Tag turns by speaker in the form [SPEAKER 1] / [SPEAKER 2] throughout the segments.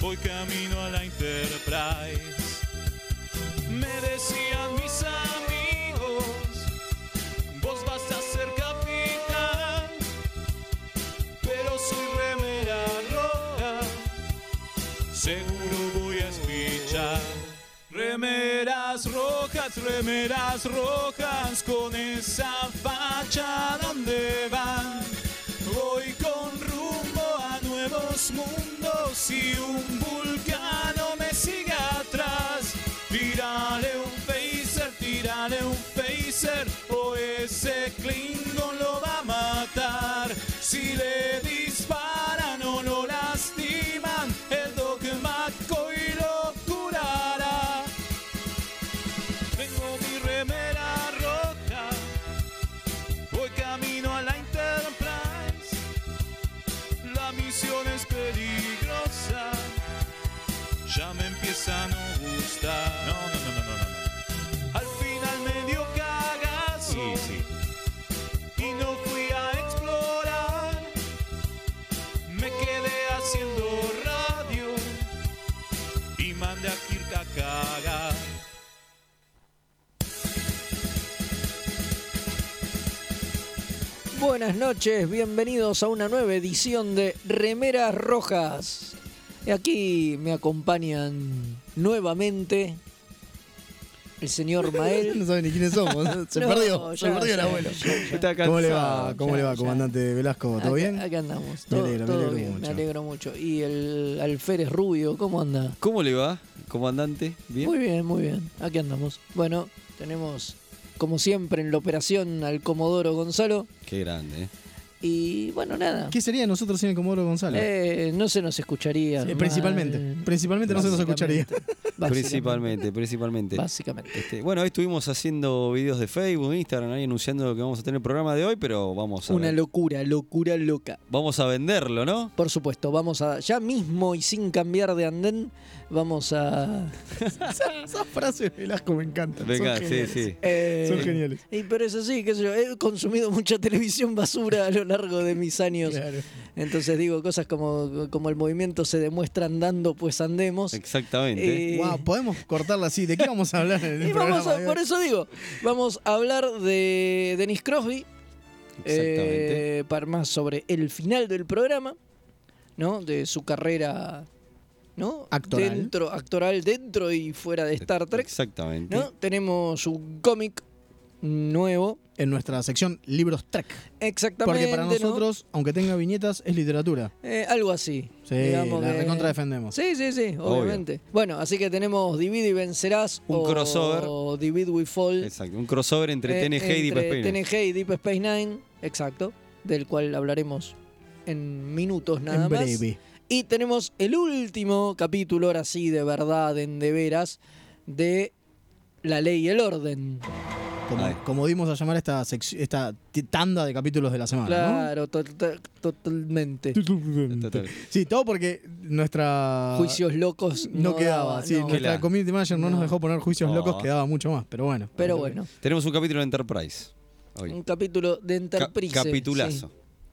[SPEAKER 1] voy camino a la Enterprise. Me decían mis amigos, vos vas a ser capitán, pero soy remera roja, seguro voy a espichar. Remeras rojas, remeras rojas, con esa facha donde van. Voy con rumbo a nuevos mundos y un vulcano me sigue atrás. Tírale un phaser, tírale un phaser o ese Klingon lo va a matar. Si le disparan o lo lastiman, el dogma y lo curará. Tengo mi remera roja, voy camino a la Enterprise. La misión es peligrosa, ya me empieza a no gustar. No, no, no, no, no. Al final me dio cagazo y no fui a explorar. Me quedé haciendo radio y mandé a Kirk a cagar.
[SPEAKER 2] Buenas noches, bienvenidos a una nueva edición de Remeras Rojas. Y Aquí me acompañan nuevamente el señor
[SPEAKER 3] No
[SPEAKER 2] Mael.
[SPEAKER 3] sabe ni quiénes somos. Se
[SPEAKER 2] No,
[SPEAKER 3] perdió, se
[SPEAKER 2] ya,
[SPEAKER 3] perdió el
[SPEAKER 2] ya,
[SPEAKER 3] abuelo.
[SPEAKER 2] ya, ya.
[SPEAKER 3] ¿Cómo le va,
[SPEAKER 2] cansado,
[SPEAKER 3] ¿Cómo
[SPEAKER 2] ya,
[SPEAKER 3] le va
[SPEAKER 2] ya.
[SPEAKER 3] comandante Velasco? ¿Todo
[SPEAKER 2] Acá-
[SPEAKER 3] bien?
[SPEAKER 2] Acá andamos,
[SPEAKER 3] Me
[SPEAKER 2] todo,
[SPEAKER 3] alegro, me
[SPEAKER 2] todo
[SPEAKER 3] alegro
[SPEAKER 2] bien,
[SPEAKER 3] mucho.
[SPEAKER 2] me alegro mucho. Y el Alférez Rubio, ¿cómo anda?
[SPEAKER 4] ¿Cómo le va, comandante? ¿Bien?
[SPEAKER 2] Muy bien, muy bien, aquí andamos. Bueno, tenemos como siempre en la operación al Comodoro Gonzalo.
[SPEAKER 4] Qué grande, ¿eh?
[SPEAKER 2] Y bueno, nada.
[SPEAKER 3] ¿Qué sería de nosotros sin el Comodoro Gonzalo?
[SPEAKER 2] Eh, no se nos escucharía.
[SPEAKER 3] Sí,
[SPEAKER 2] normal.
[SPEAKER 3] principalmente. Principalmente Este no se nos
[SPEAKER 2] Básicamente.
[SPEAKER 3] escucharía.
[SPEAKER 4] Principalmente, principalmente.
[SPEAKER 2] Básicamente.
[SPEAKER 4] Este, bueno, hoy estuvimos haciendo videos de Facebook, Instagram, ahí anunciando que vamos a tener el programa de hoy, pero vamos a,
[SPEAKER 2] Una
[SPEAKER 4] ver-
[SPEAKER 2] locura, locura loca.
[SPEAKER 4] vamos a venderlo, ¿no?
[SPEAKER 2] Por supuesto, vamos a. Ya mismo y sin cambiar de andén, vamos a.
[SPEAKER 3] Esas frases de Velasco me encantan.
[SPEAKER 4] Venga,
[SPEAKER 3] son
[SPEAKER 4] sí,
[SPEAKER 3] geniales.
[SPEAKER 4] sí.
[SPEAKER 2] eh,
[SPEAKER 3] Son geniales.
[SPEAKER 2] y pero es así, qué sé yo, he consumido mucha televisión basura a lo largo de mis años.
[SPEAKER 3] Claro.
[SPEAKER 2] Entonces digo cosas como, como el movimiento se demuestra andando, pues andemos.
[SPEAKER 4] Exactamente.
[SPEAKER 2] Eh,
[SPEAKER 3] Wow, podemos cortarla así. ¿De qué vamos a hablar en el
[SPEAKER 2] Y
[SPEAKER 3] programa?
[SPEAKER 2] vamos a-
[SPEAKER 3] de hoy?
[SPEAKER 2] por eso digo, vamos a hablar de Dennis Crosby.
[SPEAKER 4] Exactamente.
[SPEAKER 2] eh, para más sobre el final del programa, ¿no? De su carrera, ¿no?
[SPEAKER 3] Actoral.
[SPEAKER 2] Dentro, actoral dentro y fuera de Star Trek,
[SPEAKER 4] Exactamente.
[SPEAKER 2] ¿no? Tenemos un cómic nuevo.
[SPEAKER 3] En nuestra sección Libros Trek.
[SPEAKER 2] Exactamente.
[SPEAKER 3] Porque para
[SPEAKER 2] ¿no?
[SPEAKER 3] nosotros, aunque tenga viñetas, es literatura.
[SPEAKER 2] Eh, algo así.
[SPEAKER 3] Sí,
[SPEAKER 2] digamos
[SPEAKER 3] la
[SPEAKER 2] que-
[SPEAKER 3] recontra defendemos.
[SPEAKER 2] Sí, sí, sí,
[SPEAKER 4] Obvio.
[SPEAKER 2] obviamente. Bueno, así que tenemos Divide y Vencerás.
[SPEAKER 4] Un
[SPEAKER 2] o
[SPEAKER 4] crossover.
[SPEAKER 2] Divide We Fall.
[SPEAKER 4] Exacto. Un crossover entre
[SPEAKER 2] Eh,
[SPEAKER 4] TNG y Deep
[SPEAKER 2] entre
[SPEAKER 4] Space Nine.
[SPEAKER 2] TNG y Deep Space Nine, exacto, del cual hablaremos en minutos nada
[SPEAKER 3] en
[SPEAKER 2] más.
[SPEAKER 3] breve.
[SPEAKER 2] Y tenemos el último capítulo, ahora sí, de verdad, en de veras, de La Ley y el Orden.
[SPEAKER 3] Ah,
[SPEAKER 4] Ahí.
[SPEAKER 3] Como, como dimos a llamar esta, sec- esta t- tanda de capítulos de la semana. ¿no?
[SPEAKER 2] Claro, to- to- totalmente.
[SPEAKER 4] Total.
[SPEAKER 3] Sí, todo porque nuestra.
[SPEAKER 2] Ah, Juicios locos
[SPEAKER 3] No,
[SPEAKER 2] no,
[SPEAKER 3] quedaba.
[SPEAKER 2] daba,
[SPEAKER 3] sí,
[SPEAKER 2] no.
[SPEAKER 4] qué
[SPEAKER 3] nuestra
[SPEAKER 4] la-
[SPEAKER 3] community manager no,
[SPEAKER 2] No.
[SPEAKER 3] nos dejó poner juicios
[SPEAKER 4] Oh.
[SPEAKER 3] locos, quedaba mucho más, pero bueno.
[SPEAKER 2] Pero bueno,
[SPEAKER 4] Tenemos un capítulo de Enterprise. Hoy.
[SPEAKER 2] un capítulo de
[SPEAKER 4] Ca-
[SPEAKER 2] Enterprise.
[SPEAKER 4] capitulazo.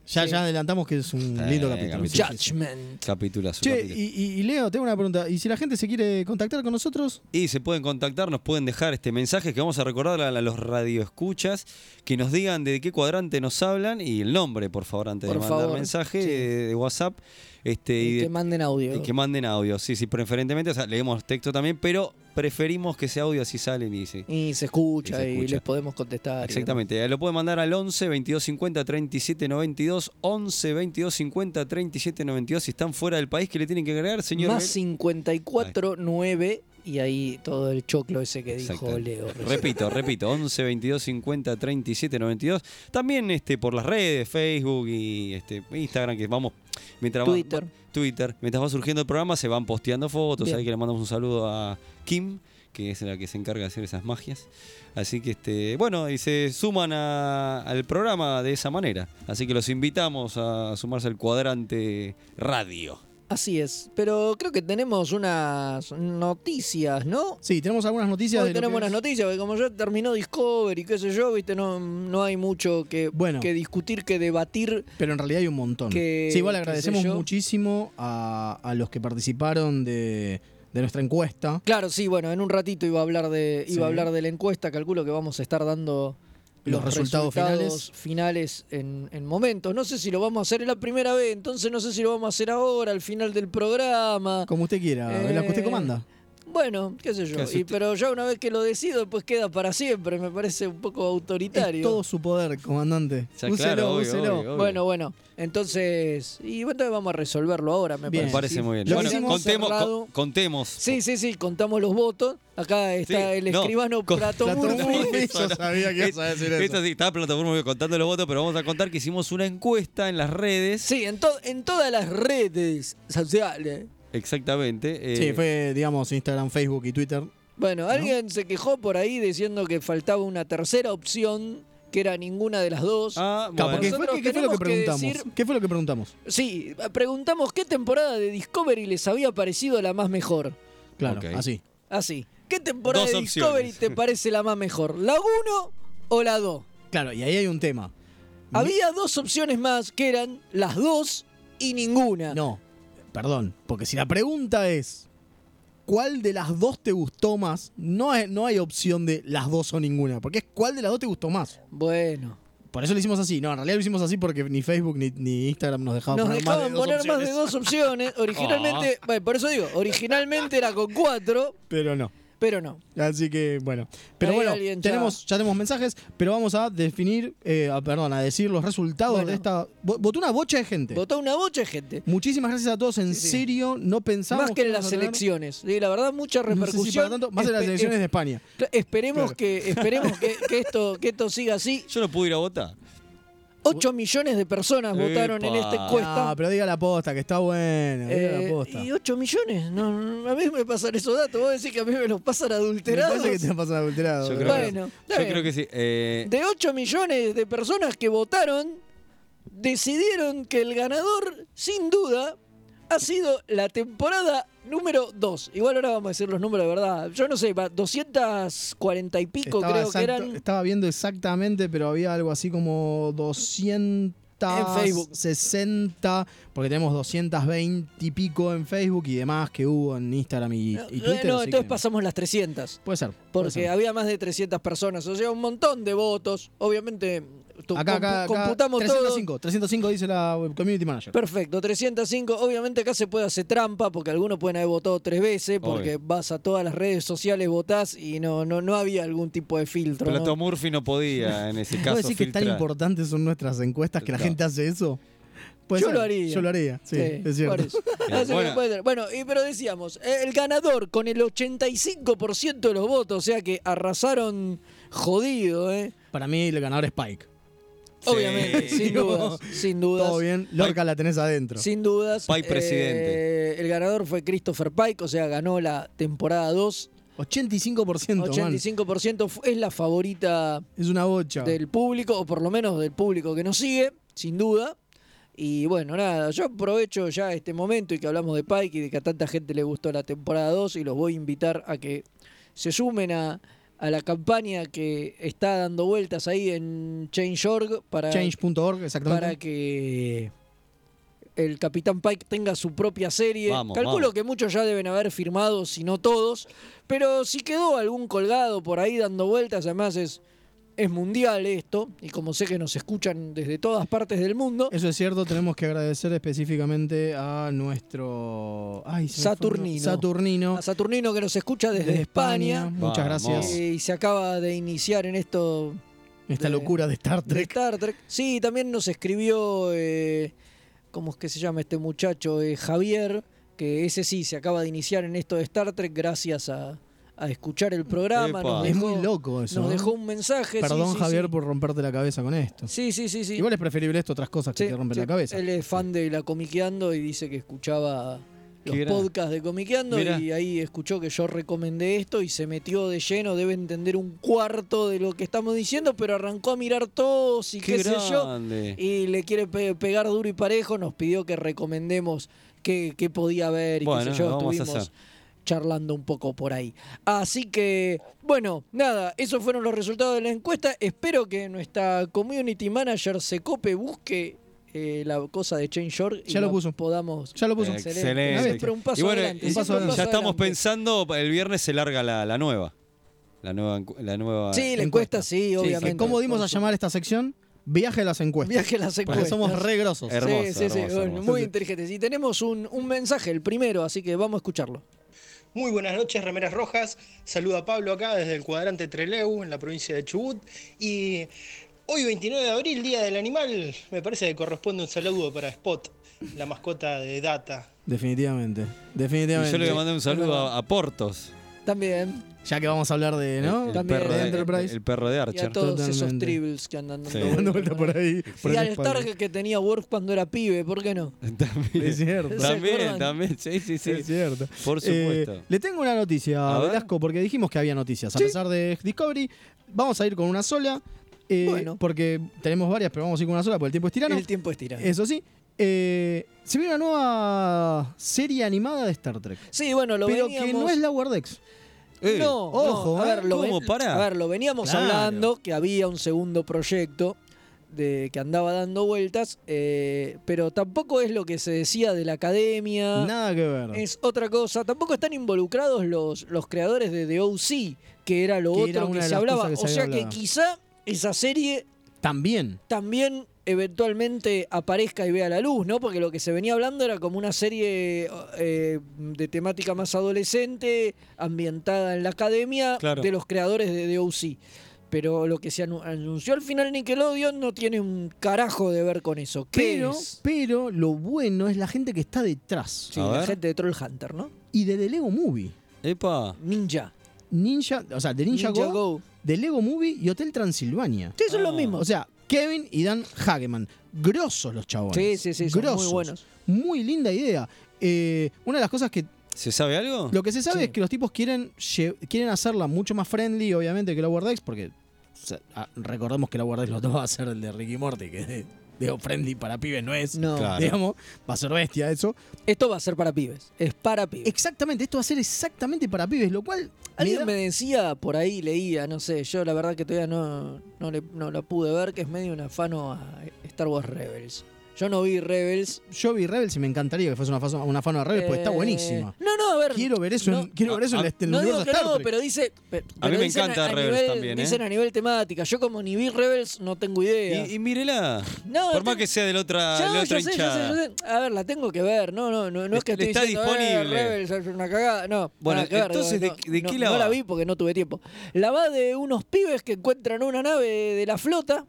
[SPEAKER 3] Ya,
[SPEAKER 2] Sí.
[SPEAKER 3] ya adelantamos que es un
[SPEAKER 4] Eh,
[SPEAKER 3] lindo capítulo.
[SPEAKER 4] capítulo.
[SPEAKER 2] sí.
[SPEAKER 3] sí, sí, sí.
[SPEAKER 2] Judgment.
[SPEAKER 4] Capitulazo.
[SPEAKER 3] Che,
[SPEAKER 4] capitulazo.
[SPEAKER 3] y, y- y Leo, tengo una pregunta. ¿Y si la gente se quiere contactar con nosotros?
[SPEAKER 4] Y se pueden contactar, nos pueden dejar este mensaje que vamos a recordar a los radioescuchas, que nos digan de qué cuadrante nos hablan y el nombre, por favor, antes
[SPEAKER 2] Por
[SPEAKER 4] de mandar
[SPEAKER 2] favor,
[SPEAKER 4] mensaje
[SPEAKER 2] sí.
[SPEAKER 4] de, de WhatsApp. Este, y
[SPEAKER 2] Y
[SPEAKER 4] de-
[SPEAKER 2] que manden audio.
[SPEAKER 4] y que manden audio, sí, sí, preferentemente, o sea, leemos texto también, pero preferimos que sea audio así salen y sí.
[SPEAKER 2] Y se escucha y,
[SPEAKER 4] Y se escucha.
[SPEAKER 2] les podemos contestar. y
[SPEAKER 4] Exactamente, lo pueden mandar al 11 22 50 37 92, 11 22 50 37 92, si están fuera del país, que le tienen que agregar, señor?
[SPEAKER 2] Más
[SPEAKER 4] Mel?
[SPEAKER 2] 54, 9 y ahí todo el choclo ese que dijo
[SPEAKER 4] Exactamente.
[SPEAKER 2] Leo. recién.
[SPEAKER 4] Repito, repito, 11 22 50 37 92. También este por las redes, Facebook y este Instagram que vamos mientras va-
[SPEAKER 2] Twitter.
[SPEAKER 4] Twitter, mientras va surgiendo el programa se van posteando fotos,
[SPEAKER 2] Bien.
[SPEAKER 4] ahí que le mandamos un saludo a Kim que es la que se encarga de hacer esas magias. Así que, este bueno, y se suman a- al programa de esa manera. Así que los invitamos a sumarse al cuadrante radio.
[SPEAKER 2] Así es. Pero creo que tenemos unas noticias, ¿no?
[SPEAKER 3] Sí, tenemos algunas noticias.
[SPEAKER 2] Hoy
[SPEAKER 3] de lo
[SPEAKER 2] tenemos
[SPEAKER 3] que
[SPEAKER 2] buenas
[SPEAKER 3] es-
[SPEAKER 2] noticias, porque como ya terminó Discovery, qué sé yo, viste, no, no hay mucho que,
[SPEAKER 3] Bueno.
[SPEAKER 2] que discutir, que debatir.
[SPEAKER 3] Pero en realidad hay un montón.
[SPEAKER 2] Que-
[SPEAKER 3] sí, igual
[SPEAKER 2] qué sé
[SPEAKER 3] agradecemos
[SPEAKER 2] yo.
[SPEAKER 3] muchísimo a, a los que participaron de, de nuestra encuesta.
[SPEAKER 2] Claro, sí, bueno, en un ratito iba a hablar de, iba
[SPEAKER 3] Sí.
[SPEAKER 2] a hablar de la encuesta, calculo que vamos a estar dando
[SPEAKER 3] Los resultados
[SPEAKER 2] finales en, en momentos. No sé si lo vamos a hacer en la primera vez, entonces no sé si lo vamos a hacer ahora, al final del programa.
[SPEAKER 3] Como usted quiera, la que usted
[SPEAKER 2] Eh,
[SPEAKER 3] comanda.
[SPEAKER 2] Bueno, qué sé yo.
[SPEAKER 4] Casi
[SPEAKER 2] Y,
[SPEAKER 4] usted-
[SPEAKER 2] pero ya una vez que lo decido, pues queda para siempre, me parece un poco autoritario.
[SPEAKER 3] Es todo su poder, comandante.
[SPEAKER 4] O sea,
[SPEAKER 3] úselo,
[SPEAKER 4] claro, obvio,
[SPEAKER 3] úselo.
[SPEAKER 4] obvio, obvio.
[SPEAKER 2] Bueno, bueno, entonces. Y bueno, entonces vamos a resolverlo ahora, me
[SPEAKER 3] Bien.
[SPEAKER 4] Me
[SPEAKER 2] parece.
[SPEAKER 4] parece muy bien.
[SPEAKER 3] Lo
[SPEAKER 4] Bueno,
[SPEAKER 3] hicimos
[SPEAKER 4] contemos,
[SPEAKER 2] cerrado.
[SPEAKER 4] co- contemos.
[SPEAKER 2] Sí, sí, sí, contamos los votos. Acá está
[SPEAKER 4] Sí,
[SPEAKER 2] el
[SPEAKER 4] no,
[SPEAKER 2] escribano
[SPEAKER 4] con-
[SPEAKER 2] Platomurphy.
[SPEAKER 3] Platomurphy. Yo sabía que ibas a decir eso.
[SPEAKER 4] Esta sí, estaba plataforma contando los votos, pero vamos a contar que hicimos una encuesta en las redes.
[SPEAKER 2] Sí, en, to- en todas las redes sociales.
[SPEAKER 4] Exactamente. eh,
[SPEAKER 3] Sí, fue, digamos, Instagram, Facebook y Twitter.
[SPEAKER 2] Bueno, alguien se quejó por ahí diciendo que faltaba una tercera opción, que era ninguna de las dos.
[SPEAKER 4] Ah,
[SPEAKER 3] Claro,
[SPEAKER 4] bueno.
[SPEAKER 3] porque fue,
[SPEAKER 2] Nosotros
[SPEAKER 3] ¿qué, qué fue lo
[SPEAKER 2] tenemos
[SPEAKER 3] que
[SPEAKER 2] que
[SPEAKER 3] preguntamos?
[SPEAKER 2] decir-
[SPEAKER 3] ¿Qué fue lo que preguntamos?
[SPEAKER 2] Sí, preguntamos qué temporada de Discovery les había parecido la más mejor.
[SPEAKER 3] Claro,
[SPEAKER 4] Ok.
[SPEAKER 3] así.
[SPEAKER 2] Así. ¿Qué temporada
[SPEAKER 4] Dos
[SPEAKER 2] de Discovery
[SPEAKER 4] opciones.
[SPEAKER 2] te parece la más mejor? ¿La 1 o la 2?
[SPEAKER 3] Claro, y ahí hay un tema.
[SPEAKER 2] Había dos opciones más que eran las dos y ninguna.
[SPEAKER 3] No, perdón, porque si la pregunta es ¿cuál de las dos te gustó más? No hay, no hay opción de las dos o ninguna, porque es ¿cuál de las dos te gustó más?
[SPEAKER 2] Bueno.
[SPEAKER 3] Por eso lo hicimos así. No, en realidad lo hicimos así porque ni Facebook ni, ni Instagram nos dejaban
[SPEAKER 2] Nos
[SPEAKER 3] poner más de
[SPEAKER 2] dejaban poner
[SPEAKER 3] dos
[SPEAKER 2] más
[SPEAKER 3] opciones. Ah.
[SPEAKER 2] de dos opciones. Originalmente, bueno, por eso digo, originalmente era con cuatro,
[SPEAKER 3] Pero no.
[SPEAKER 2] pero no.
[SPEAKER 3] Así que bueno. Pero
[SPEAKER 2] Ahí alguien
[SPEAKER 3] bueno,
[SPEAKER 2] ya-
[SPEAKER 3] tenemos, ya tenemos mensajes, pero vamos a definir, eh, a- perdón, a decir los resultados
[SPEAKER 2] Bueno.
[SPEAKER 3] de esta. vo- Votó una bocha de gente.
[SPEAKER 2] Votó una bocha de gente.
[SPEAKER 3] Muchísimas gracias a todos. En
[SPEAKER 2] Sí, sí.
[SPEAKER 3] serio, no pensamos.
[SPEAKER 2] Más que en
[SPEAKER 3] íbamos
[SPEAKER 2] las
[SPEAKER 3] a tener-
[SPEAKER 2] elecciones. Y la verdad, mucha
[SPEAKER 3] No sé si
[SPEAKER 2] repercusión.
[SPEAKER 3] para tanto, más en las
[SPEAKER 2] Espe-
[SPEAKER 3] elecciones de España.
[SPEAKER 2] Cla- Esperemos
[SPEAKER 3] Claro.
[SPEAKER 2] que esperemos que, que esto que esto siga así.
[SPEAKER 4] Yo no pude ir a votar.
[SPEAKER 2] 8 millones de personas
[SPEAKER 4] Epa.
[SPEAKER 2] votaron en esta
[SPEAKER 3] No,
[SPEAKER 2] encuesta.
[SPEAKER 3] Ah, pero diga la posta, que está buena. diga
[SPEAKER 2] Eh,
[SPEAKER 3] la posta.
[SPEAKER 2] y 8 millones, no, no, a mí me pasan esos datos, vos decís que a mí me los pasan
[SPEAKER 3] Me
[SPEAKER 2] adulterados.
[SPEAKER 3] parece que te pasan adulterado.
[SPEAKER 4] Yo creo,
[SPEAKER 3] ¿verdad?
[SPEAKER 2] Bueno,
[SPEAKER 4] que,
[SPEAKER 2] está
[SPEAKER 4] yo
[SPEAKER 2] bien.
[SPEAKER 4] creo que sí. eh,
[SPEAKER 2] De 8 millones de personas que votaron, decidieron que el ganador, sin duda, ha sido la temporada número 2. Igual ahora vamos a decir los números de verdad. Yo no sé, va- 240 y pico
[SPEAKER 3] estaba,
[SPEAKER 2] creo que
[SPEAKER 3] exacto-
[SPEAKER 2] eran.
[SPEAKER 3] estaba viendo exactamente, pero había algo así como 200.
[SPEAKER 2] En Facebook.
[SPEAKER 3] 60, porque tenemos 220 y pico en Facebook y demás que hubo en Instagram y, y
[SPEAKER 2] No,
[SPEAKER 3] Twitter. así
[SPEAKER 2] no, entonces
[SPEAKER 3] que-
[SPEAKER 2] pasamos las 300.
[SPEAKER 3] Puede ser. puede
[SPEAKER 2] Porque
[SPEAKER 3] ser.
[SPEAKER 2] había más de 300 personas, o sea, un montón de votos. Obviamente, tu-
[SPEAKER 3] acá,
[SPEAKER 2] compu-
[SPEAKER 3] acá, acá,
[SPEAKER 2] computamos todo.
[SPEAKER 3] 305, 305 dice la community manager.
[SPEAKER 2] Perfecto, 305. Obviamente acá se puede hacer trampa porque algunos pueden haber votado tres veces porque vas a todas las redes sociales, votás y no no no había algún tipo de filtro. ¿no?
[SPEAKER 4] Plato Murphy no podía en ese
[SPEAKER 3] ¿Puedo
[SPEAKER 4] caso.
[SPEAKER 3] decir que tan
[SPEAKER 4] filtrar.
[SPEAKER 3] importantes son nuestras encuestas que la
[SPEAKER 4] No.
[SPEAKER 3] gente hace eso? Puede
[SPEAKER 2] Yo
[SPEAKER 3] ser,
[SPEAKER 2] lo haría.
[SPEAKER 3] Yo lo haría, sí, es
[SPEAKER 2] por
[SPEAKER 3] cierto.
[SPEAKER 2] eso.
[SPEAKER 4] Eh,
[SPEAKER 2] Así que
[SPEAKER 4] bueno.
[SPEAKER 2] puede ser. Bueno, y, pero decíamos, eh, el ganador con el 85% de los votos, o sea que arrasaron jodido, ¿eh?
[SPEAKER 3] Para mí el ganador es Pike.
[SPEAKER 4] Sí.
[SPEAKER 2] Obviamente, sin dudas, sin dudas.
[SPEAKER 3] Todo bien, Lorca la tenés adentro.
[SPEAKER 2] Sin dudas.
[SPEAKER 4] Pike presidente.
[SPEAKER 2] eh, el ganador fue Christopher Pike, o sea, ganó la temporada 2.
[SPEAKER 3] 85%, man.
[SPEAKER 2] 85% fu- es la favorita
[SPEAKER 3] Es una bocha.
[SPEAKER 2] del público, o por lo menos del público que nos sigue, sin duda. Y bueno, nada, yo aprovecho ya este momento y que hablamos de Pike y de que a tanta gente le gustó la temporada 2 y los voy a invitar a que se sumen a, a la campaña que está dando vueltas ahí en Change.org para,
[SPEAKER 3] Change.org, exactamente.
[SPEAKER 2] para que el Capitán Pike tenga su propia serie.
[SPEAKER 4] Vamos,
[SPEAKER 2] Calculo
[SPEAKER 4] vamos.
[SPEAKER 2] que muchos ya deben haber firmado, si no todos. Pero si quedó algún colgado por ahí dando vueltas, además es, es mundial esto. Y como sé que nos escuchan desde todas partes del mundo,
[SPEAKER 3] Eso es cierto, tenemos que agradecer específicamente a nuestro... ay, se me fue el nombre.
[SPEAKER 2] Saturnino.
[SPEAKER 3] Saturnino.
[SPEAKER 2] a Saturnino que nos escucha desde, España.
[SPEAKER 3] Muchas
[SPEAKER 4] Vamos.
[SPEAKER 3] gracias.
[SPEAKER 2] eh, Y se acaba de iniciar en esto
[SPEAKER 3] Esta
[SPEAKER 2] de-
[SPEAKER 3] locura de Star
[SPEAKER 2] de
[SPEAKER 3] Trek.
[SPEAKER 2] Star Trek. Sí, también nos escribió, eh, ¿cómo es que se llama este muchacho? Eh, Javier, que ese sí se acaba de iniciar en esto de Star Trek gracias a, a escuchar el programa.
[SPEAKER 4] Epa.
[SPEAKER 2] Nos
[SPEAKER 3] Es
[SPEAKER 2] dejó-
[SPEAKER 3] muy loco eso.
[SPEAKER 2] Nos
[SPEAKER 3] ¿eh?
[SPEAKER 2] dejó un mensaje. sí,
[SPEAKER 3] Perdón,
[SPEAKER 2] sí,
[SPEAKER 3] Javier,
[SPEAKER 2] sí.
[SPEAKER 3] por romperte la cabeza con esto.
[SPEAKER 2] Sí, sí, sí, sí.
[SPEAKER 3] Igual es preferible esto a otras cosas que
[SPEAKER 2] Sí,
[SPEAKER 3] te rompen
[SPEAKER 2] sí.
[SPEAKER 3] la cabeza.
[SPEAKER 2] Él es fan de La Comiqueando y dice que escuchaba los
[SPEAKER 4] Qué gran-
[SPEAKER 2] podcasts de Comiqueando
[SPEAKER 4] Mirá.
[SPEAKER 2] y ahí escuchó que yo recomendé esto y se metió de lleno, debe entender un cuarto de lo que estamos diciendo, pero arrancó a mirar todos y qué, sé yo.
[SPEAKER 4] grande.
[SPEAKER 2] Y le quiere pe- pegar duro y parejo, nos pidió que recomendemos qué, qué podía haber y qué
[SPEAKER 4] Bueno,
[SPEAKER 2] sé yo.
[SPEAKER 4] lo vamos a
[SPEAKER 2] Estuvimos
[SPEAKER 4] hacer.
[SPEAKER 2] charlando un poco por ahí. Así que, bueno, nada, esos fueron los resultados de la encuesta. Espero que nuestra community manager se cope, busque eh, la cosa de Change Short y
[SPEAKER 3] Ya lo
[SPEAKER 2] la
[SPEAKER 3] puso.
[SPEAKER 2] podamos.
[SPEAKER 3] Ya lo puso.
[SPEAKER 2] Excelente.
[SPEAKER 4] Excelente.
[SPEAKER 2] Siempre un paso
[SPEAKER 4] y bueno,
[SPEAKER 2] adelante,
[SPEAKER 4] y-
[SPEAKER 2] siempre
[SPEAKER 3] un paso
[SPEAKER 4] ya
[SPEAKER 3] adelante.
[SPEAKER 4] estamos
[SPEAKER 2] adelante.
[SPEAKER 4] pensando, el viernes se larga la, la nueva. La nueva, encu- la nueva.
[SPEAKER 2] Sí, la encuesta sí, obviamente.
[SPEAKER 3] Que ¿Cómo dimos a
[SPEAKER 2] Por su-
[SPEAKER 3] llamar esta sección? Viaje a las encuestas.
[SPEAKER 2] Viaje a las
[SPEAKER 3] Porque
[SPEAKER 2] encuestas.
[SPEAKER 3] somos re grosos.
[SPEAKER 4] Hermoso,
[SPEAKER 2] sí, sí, sí,
[SPEAKER 4] hermoso,
[SPEAKER 2] bueno,
[SPEAKER 4] hermoso.
[SPEAKER 2] muy inteligentes. Y tenemos un, un mensaje, el primero, así que vamos a escucharlo.
[SPEAKER 5] Muy buenas noches, Remeras Rojas. Saluda Pablo acá desde el cuadrante Treleu, en la provincia de Chubut. Y hoy, 29 de abril, Día del Animal, me parece que corresponde un saludo para Spot, la mascota de Data.
[SPEAKER 3] Definitivamente.
[SPEAKER 4] Y
[SPEAKER 3] Definitivamente.
[SPEAKER 4] yo le voy a mandar un saludo a, a Portos,
[SPEAKER 2] También.
[SPEAKER 3] Ya que vamos a hablar de, ¿no?
[SPEAKER 4] el,
[SPEAKER 2] También.
[SPEAKER 4] perro
[SPEAKER 3] de
[SPEAKER 4] de,
[SPEAKER 3] Enterprise.
[SPEAKER 4] el perro de
[SPEAKER 2] Y a
[SPEAKER 4] Archer.
[SPEAKER 2] todos esos
[SPEAKER 3] Totalmente.
[SPEAKER 2] tribbles que andan
[SPEAKER 4] Sí.
[SPEAKER 2] dando
[SPEAKER 3] Dando
[SPEAKER 2] vueltas
[SPEAKER 3] vuelta por ahí. por
[SPEAKER 2] Y
[SPEAKER 3] esa
[SPEAKER 2] al
[SPEAKER 3] espalda.
[SPEAKER 2] Stark que tenía Worf cuando era pibe, ¿por qué no?
[SPEAKER 4] También.
[SPEAKER 3] Es cierto.
[SPEAKER 2] ¿Se
[SPEAKER 4] También,
[SPEAKER 2] acuerdan?
[SPEAKER 4] también, sí, sí, sí.
[SPEAKER 3] Es cierto.
[SPEAKER 4] Por
[SPEAKER 3] Eh,
[SPEAKER 4] supuesto.
[SPEAKER 3] le tengo una noticia,
[SPEAKER 4] A ver.
[SPEAKER 3] Velasco, porque dijimos que había noticias. A
[SPEAKER 2] Sí.
[SPEAKER 3] pesar de Discovery, vamos a ir con una sola. eh,
[SPEAKER 2] Bueno.
[SPEAKER 3] Porque tenemos varias, pero vamos a ir con una sola porque el tiempo es tirano.
[SPEAKER 2] El tiempo es tirano.
[SPEAKER 3] Eso sí, eh, se viene una nueva serie animada de Star Trek.
[SPEAKER 2] Sí, bueno, lo
[SPEAKER 3] pero
[SPEAKER 2] veníamos...
[SPEAKER 3] que no es la Wardex.
[SPEAKER 4] Eh,
[SPEAKER 2] No,
[SPEAKER 3] ojo,
[SPEAKER 2] no, a
[SPEAKER 3] ¿eh?
[SPEAKER 2] ver, lo
[SPEAKER 4] ¿Cómo?
[SPEAKER 2] ven-
[SPEAKER 4] Pará.
[SPEAKER 2] a ver, lo veníamos
[SPEAKER 3] Claro.
[SPEAKER 2] hablando que había un segundo proyecto de que andaba dando vueltas, eh, pero tampoco es lo que se decía de la academia.
[SPEAKER 3] Nada que ver.
[SPEAKER 2] Ah, Es otra cosa. Tampoco están involucrados los, los creadores de The OC, que era lo
[SPEAKER 3] Que
[SPEAKER 2] otro
[SPEAKER 3] era una
[SPEAKER 2] que
[SPEAKER 3] de
[SPEAKER 2] se
[SPEAKER 3] las
[SPEAKER 2] hablaba.
[SPEAKER 3] cosas que
[SPEAKER 2] o
[SPEAKER 3] se
[SPEAKER 2] sea
[SPEAKER 3] había
[SPEAKER 2] que
[SPEAKER 3] hablado.
[SPEAKER 2] quizá esa serie
[SPEAKER 3] También.
[SPEAKER 2] también eventualmente aparezca y vea la luz, ¿no? Porque lo que se venía hablando era como una serie eh, de temática más adolescente, ambientada en la academia,
[SPEAKER 4] Claro.
[SPEAKER 2] de los creadores de The OC. Pero lo que se anu- anunció al final Nickelodeon no tiene un carajo de ver con eso. ¿Qué
[SPEAKER 3] Pero,
[SPEAKER 2] es?
[SPEAKER 3] pero lo bueno es la gente que está detrás.
[SPEAKER 2] Sí,
[SPEAKER 4] A
[SPEAKER 2] la
[SPEAKER 4] ver.
[SPEAKER 2] gente de Troll Hunter, ¿no?
[SPEAKER 3] Y de The Lego Movie.
[SPEAKER 4] Epa.
[SPEAKER 2] Ninja.
[SPEAKER 3] Ninja, o sea, de Ninja, Go, de Lego Movie y Hotel Transilvania.
[SPEAKER 2] Sí, son
[SPEAKER 4] Ah.
[SPEAKER 2] lo mismo.
[SPEAKER 3] O sea, Kevin y Dan Hageman. Grosos los chabones.
[SPEAKER 2] sí, sí, sí, son muy
[SPEAKER 3] Grosos.
[SPEAKER 2] buenos.
[SPEAKER 3] Muy linda idea. Eh, una de las cosas que
[SPEAKER 4] ¿Se sabe algo?
[SPEAKER 3] Lo que se sabe
[SPEAKER 2] Oh, Sí.
[SPEAKER 3] es que los tipos quieren, lle- quieren hacerla mucho más friendly, obviamente, que la Wardex, porque o sea, ah, recordemos que la Wardex lo va a hacer el de Ricky Morty, que de, de friendly para pibes no es.
[SPEAKER 2] No,
[SPEAKER 4] Claro.
[SPEAKER 3] Digamos, va a ser bestia eso.
[SPEAKER 2] esto va a ser para pibes. Es para pibes.
[SPEAKER 3] Exactamente, esto va a ser exactamente para pibes, lo cual.
[SPEAKER 2] Alguien
[SPEAKER 3] da-
[SPEAKER 2] me decía, por ahí leía, no sé, yo la verdad que todavía no, no, le- no la pude ver, que es medio un afano a Star Wars Rebels. Yo no vi Rebels.
[SPEAKER 3] Yo vi Rebels y me encantaría que fuese una, fase- una fan de Rebels, porque pues está
[SPEAKER 2] eh,
[SPEAKER 3] buenísima.
[SPEAKER 2] No, no, a ver.
[SPEAKER 3] Quiero ver eso,
[SPEAKER 2] no,
[SPEAKER 3] en, quiero ver eso en
[SPEAKER 4] a-
[SPEAKER 3] la- en el
[SPEAKER 2] no digo
[SPEAKER 3] universo
[SPEAKER 2] que
[SPEAKER 3] Star
[SPEAKER 2] no,
[SPEAKER 3] Trek.
[SPEAKER 2] pero dice. pe- pero
[SPEAKER 4] mí me
[SPEAKER 2] dicen
[SPEAKER 4] encanta Rebels
[SPEAKER 2] nivel-
[SPEAKER 4] también, ¿eh?
[SPEAKER 2] Dicen a nivel temática. Yo, como ni vi Rebels, no tengo idea.
[SPEAKER 4] Y, y mírela.
[SPEAKER 2] No,
[SPEAKER 4] Por más
[SPEAKER 2] te-
[SPEAKER 4] que sea de la otra,
[SPEAKER 2] Ya,
[SPEAKER 4] de la
[SPEAKER 2] ya
[SPEAKER 4] otra
[SPEAKER 2] sé, ya sé,
[SPEAKER 4] hinchada.
[SPEAKER 2] ya sé. A ver, la tengo que ver. No, no, no, no es que
[SPEAKER 4] Está
[SPEAKER 2] estoy diciendo, "Eh,
[SPEAKER 4] disponible.
[SPEAKER 2] Rebels es una cagada. No,
[SPEAKER 4] Bueno,
[SPEAKER 2] nada que ver.
[SPEAKER 4] entonces,
[SPEAKER 2] No,
[SPEAKER 4] ¿de- de
[SPEAKER 2] no,
[SPEAKER 4] qué la
[SPEAKER 2] no
[SPEAKER 4] va?
[SPEAKER 2] la vi porque no tuve tiempo. La va de unos pibes que encuentran una nave de la flota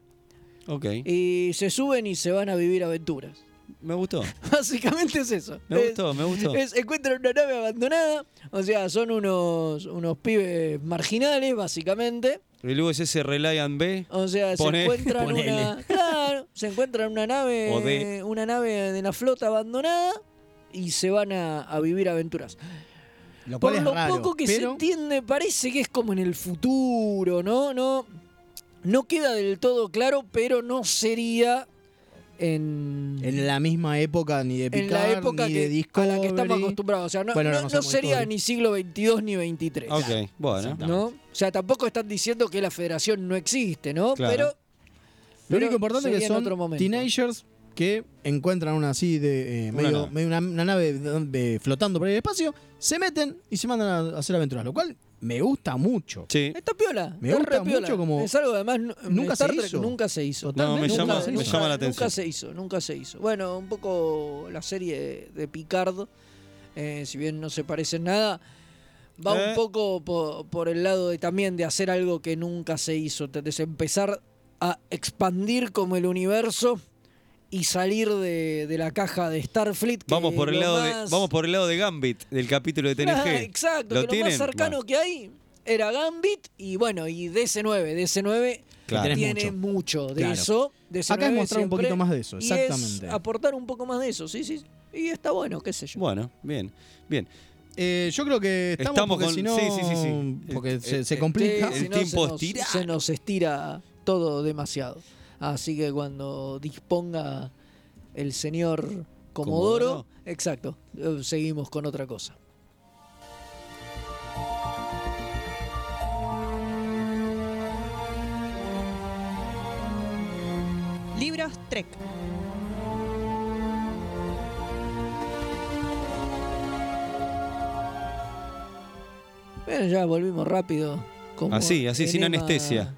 [SPEAKER 4] Ok.
[SPEAKER 2] y se suben y se van a vivir aventuras.
[SPEAKER 4] Me gustó.
[SPEAKER 2] Básicamente es eso.
[SPEAKER 4] Me
[SPEAKER 2] Es-
[SPEAKER 4] gustó, me gustó.
[SPEAKER 2] eh, es- encuentran una nave abandonada. O sea, son unos, unos pibes marginales, básicamente.
[SPEAKER 4] Y luego es ese Reliant B.
[SPEAKER 2] O sea,
[SPEAKER 4] Pone-
[SPEAKER 2] se encuentran
[SPEAKER 3] ponele.
[SPEAKER 2] una. Claro, se encuentran una
[SPEAKER 4] O
[SPEAKER 2] nave.
[SPEAKER 4] de-
[SPEAKER 2] Una nave de la flota abandonada y se van a, a vivir aventuras.
[SPEAKER 3] lo cual
[SPEAKER 2] Por
[SPEAKER 3] es
[SPEAKER 2] lo
[SPEAKER 3] raro,
[SPEAKER 2] poco que se
[SPEAKER 3] pero-
[SPEAKER 2] entiende, parece que es como en el futuro, ¿no? No, no queda del todo claro, pero no sería en.
[SPEAKER 3] En la misma época ni de
[SPEAKER 2] en
[SPEAKER 3] Picard,
[SPEAKER 2] la época
[SPEAKER 3] ni
[SPEAKER 2] que,
[SPEAKER 3] de
[SPEAKER 2] a la que estamos
[SPEAKER 3] Discovery.
[SPEAKER 2] acostumbrados. O sea, no,
[SPEAKER 3] Bueno,
[SPEAKER 2] no-
[SPEAKER 3] ahora no
[SPEAKER 2] no
[SPEAKER 3] somos
[SPEAKER 2] sería
[SPEAKER 3] Discovery.
[SPEAKER 2] ni siglo XXII ni XXIII.
[SPEAKER 4] Ok, bueno.
[SPEAKER 3] Exactamente.
[SPEAKER 2] ¿no? O sea, tampoco están diciendo que la federación no existe, ¿no?
[SPEAKER 4] Claro.
[SPEAKER 2] Pero
[SPEAKER 3] Lo
[SPEAKER 2] Pero
[SPEAKER 3] único importante es
[SPEAKER 2] sería
[SPEAKER 3] que
[SPEAKER 2] en
[SPEAKER 3] son
[SPEAKER 2] otro momento.
[SPEAKER 3] teenagers que encuentran una así de eh,
[SPEAKER 4] Una
[SPEAKER 3] medio,
[SPEAKER 4] nave.
[SPEAKER 3] medio una, una nave de- de- flotando por el espacio, se meten y se mandan a hacer aventuras, lo cual me gusta mucho.
[SPEAKER 4] Sí.
[SPEAKER 2] Está piola.
[SPEAKER 3] Me
[SPEAKER 2] está
[SPEAKER 3] gusta
[SPEAKER 2] re piola.
[SPEAKER 3] mucho como-
[SPEAKER 2] Es algo además. nu- en
[SPEAKER 3] Nunca
[SPEAKER 2] Star
[SPEAKER 3] se
[SPEAKER 2] Trek
[SPEAKER 3] hizo.
[SPEAKER 2] Nunca se hizo.
[SPEAKER 4] No, me
[SPEAKER 3] Totalmente,
[SPEAKER 4] llama,
[SPEAKER 3] nunca se
[SPEAKER 4] me
[SPEAKER 3] hizo.
[SPEAKER 4] llama la
[SPEAKER 2] Nunca
[SPEAKER 4] atención.
[SPEAKER 2] se hizo, nunca se hizo. Bueno, un poco la serie de Picard, eh, si bien no se parece en nada, va
[SPEAKER 4] Eh.
[SPEAKER 2] un poco po- por el lado de también de hacer algo que nunca se hizo. ¿entendés? empezar a expandir como el universo y salir de, de la caja de Starfleet. que
[SPEAKER 4] Vamos por el
[SPEAKER 2] lo
[SPEAKER 4] lado de
[SPEAKER 2] más-
[SPEAKER 4] vamos por el lado de Gambit del capítulo de TNG.
[SPEAKER 2] Ah, exacto,
[SPEAKER 4] ¿Lo
[SPEAKER 2] que lo
[SPEAKER 4] tienen?
[SPEAKER 2] más cercano
[SPEAKER 4] Bueno,
[SPEAKER 2] que hay era Gambit y bueno, y DC9. DC9
[SPEAKER 4] claro.
[SPEAKER 3] Tenés
[SPEAKER 2] tiene mucho, de
[SPEAKER 3] Claro.
[SPEAKER 2] eso. DC9
[SPEAKER 3] Acá es mostrar un
[SPEAKER 2] siempre,
[SPEAKER 3] poquito más de eso,
[SPEAKER 2] y es
[SPEAKER 3] exactamente.
[SPEAKER 2] aportar un poco más de eso, sí, sí. Y está bueno, qué sé yo.
[SPEAKER 4] Bueno, bien. Bien.
[SPEAKER 3] Eh, yo creo que estamos,
[SPEAKER 4] Estamos
[SPEAKER 3] porque
[SPEAKER 4] con-
[SPEAKER 3] si no,
[SPEAKER 4] sí, sí, sí, sí.
[SPEAKER 3] porque
[SPEAKER 4] Eh,
[SPEAKER 3] se,
[SPEAKER 4] eh,
[SPEAKER 3] se
[SPEAKER 4] eh,
[SPEAKER 3] complica.
[SPEAKER 2] Sí,
[SPEAKER 4] El
[SPEAKER 2] si no,
[SPEAKER 4] tiempo
[SPEAKER 2] se
[SPEAKER 4] es
[SPEAKER 2] nos,
[SPEAKER 4] tirano.
[SPEAKER 2] se nos estira todo demasiado. Así que cuando disponga el señor Comodoro.
[SPEAKER 4] Comodoro.
[SPEAKER 2] Exacto. Eh, Seguimos con otra cosa.
[SPEAKER 6] Libros Trek.
[SPEAKER 2] Bueno, ya volvimos rápido. como
[SPEAKER 4] Así, así, sin
[SPEAKER 2] enema
[SPEAKER 4] anestesia.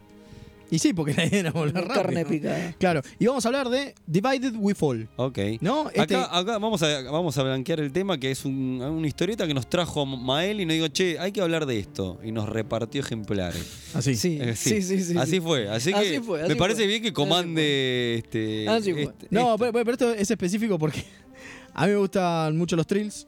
[SPEAKER 3] Y sí, porque la idea era
[SPEAKER 2] de
[SPEAKER 3] volver rápido.
[SPEAKER 2] Carne picada.
[SPEAKER 3] Claro, y vamos a hablar de Divided We Fall.
[SPEAKER 4] Ok.
[SPEAKER 3] No, este-
[SPEAKER 4] Acá, acá vamos, a, vamos a blanquear el tema, que es un- una historieta que nos trajo Mael y nos dijo, che, hay que hablar de esto. Y nos repartió ejemplares.
[SPEAKER 3] Así.
[SPEAKER 2] Sí,
[SPEAKER 4] Eh,
[SPEAKER 2] sí, sí. sí,
[SPEAKER 4] así
[SPEAKER 2] sí.
[SPEAKER 4] fue. Así que
[SPEAKER 2] Así fue, así
[SPEAKER 4] me parece
[SPEAKER 2] fue.
[SPEAKER 4] bien que
[SPEAKER 2] Así
[SPEAKER 4] comande este.
[SPEAKER 2] Así fue.
[SPEAKER 4] este-
[SPEAKER 3] No,
[SPEAKER 4] este-
[SPEAKER 3] pero, pero esto es específico porque a mí me gustan mucho los thrills.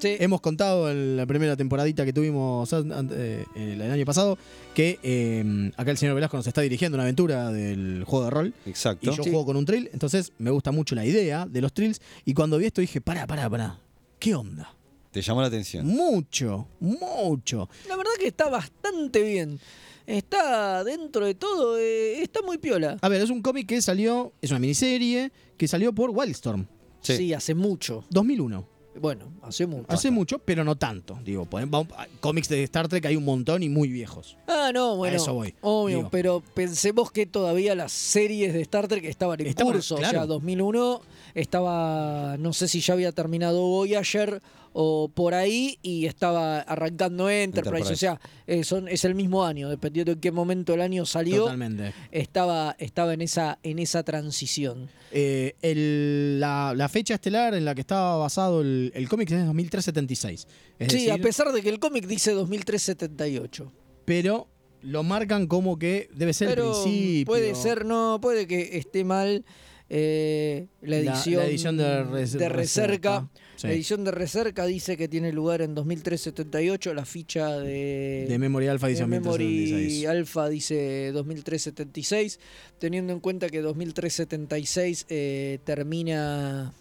[SPEAKER 2] Sí.
[SPEAKER 4] Eh.
[SPEAKER 3] Hemos contado en la primera temporadita que tuvimos an- an- eh, el año pasado que eh, acá el señor Velasco nos está dirigiendo una aventura del juego de rol.
[SPEAKER 4] Exacto.
[SPEAKER 3] Y yo
[SPEAKER 2] Sí.
[SPEAKER 3] juego con un trill, entonces me gusta mucho la idea de los trills. Y cuando vi esto dije, pará, pará, pará. ¿Qué onda?
[SPEAKER 4] Te llamó la atención.
[SPEAKER 3] Mucho, mucho.
[SPEAKER 2] La verdad que está bastante bien. Está dentro de todo, eh, está muy piola.
[SPEAKER 3] A ver, es un cómic que salió, es una miniserie que salió por Wildstorm,
[SPEAKER 4] Sí.
[SPEAKER 2] Sí. hace mucho.
[SPEAKER 3] 2001.
[SPEAKER 2] Bueno, hace mucho.
[SPEAKER 3] Hace mucho, pero no tanto. Digo, podemos- vamos- ah, cómics de Star Trek hay un montón y muy viejos.
[SPEAKER 2] Ah, no, bueno.
[SPEAKER 3] eso voy,
[SPEAKER 2] Obvio,
[SPEAKER 3] digo.
[SPEAKER 2] pero pensemos que todavía las series de Star Trek estaban en
[SPEAKER 3] Estaban,
[SPEAKER 2] curso. O sea,
[SPEAKER 3] claro.
[SPEAKER 2] 2001 estaba, no sé si ya había terminado hoy, ayer o por ahí, y estaba arrancando Enterprise.
[SPEAKER 4] Enterprise.
[SPEAKER 2] O sea, eh, son, es el mismo año, dependiendo en qué momento del año salió.
[SPEAKER 3] Totalmente.
[SPEAKER 2] Estaba, estaba en esa, en esa transición.
[SPEAKER 3] Eh, el- la, la fecha estelar en la que estaba basado el, el cómic es 2376. Es
[SPEAKER 2] sí, a
[SPEAKER 3] decir,
[SPEAKER 2] pesar de que el cómic dice 2378.
[SPEAKER 3] pero lo marcan como que debe ser el
[SPEAKER 2] Pero
[SPEAKER 3] principio.
[SPEAKER 2] puede ser, no, puede que esté mal eh, la,
[SPEAKER 3] La- la
[SPEAKER 2] edición
[SPEAKER 3] edición de Res-
[SPEAKER 2] Recerca.
[SPEAKER 3] Recerca, sí.
[SPEAKER 2] La edición de Recerca dice que tiene lugar en 2378, la ficha de...
[SPEAKER 3] De Memory Alpha
[SPEAKER 2] de
[SPEAKER 3] dice
[SPEAKER 2] Memory
[SPEAKER 3] 2376.
[SPEAKER 2] Alpha dice 2376, teniendo en cuenta que 2376 eh, termina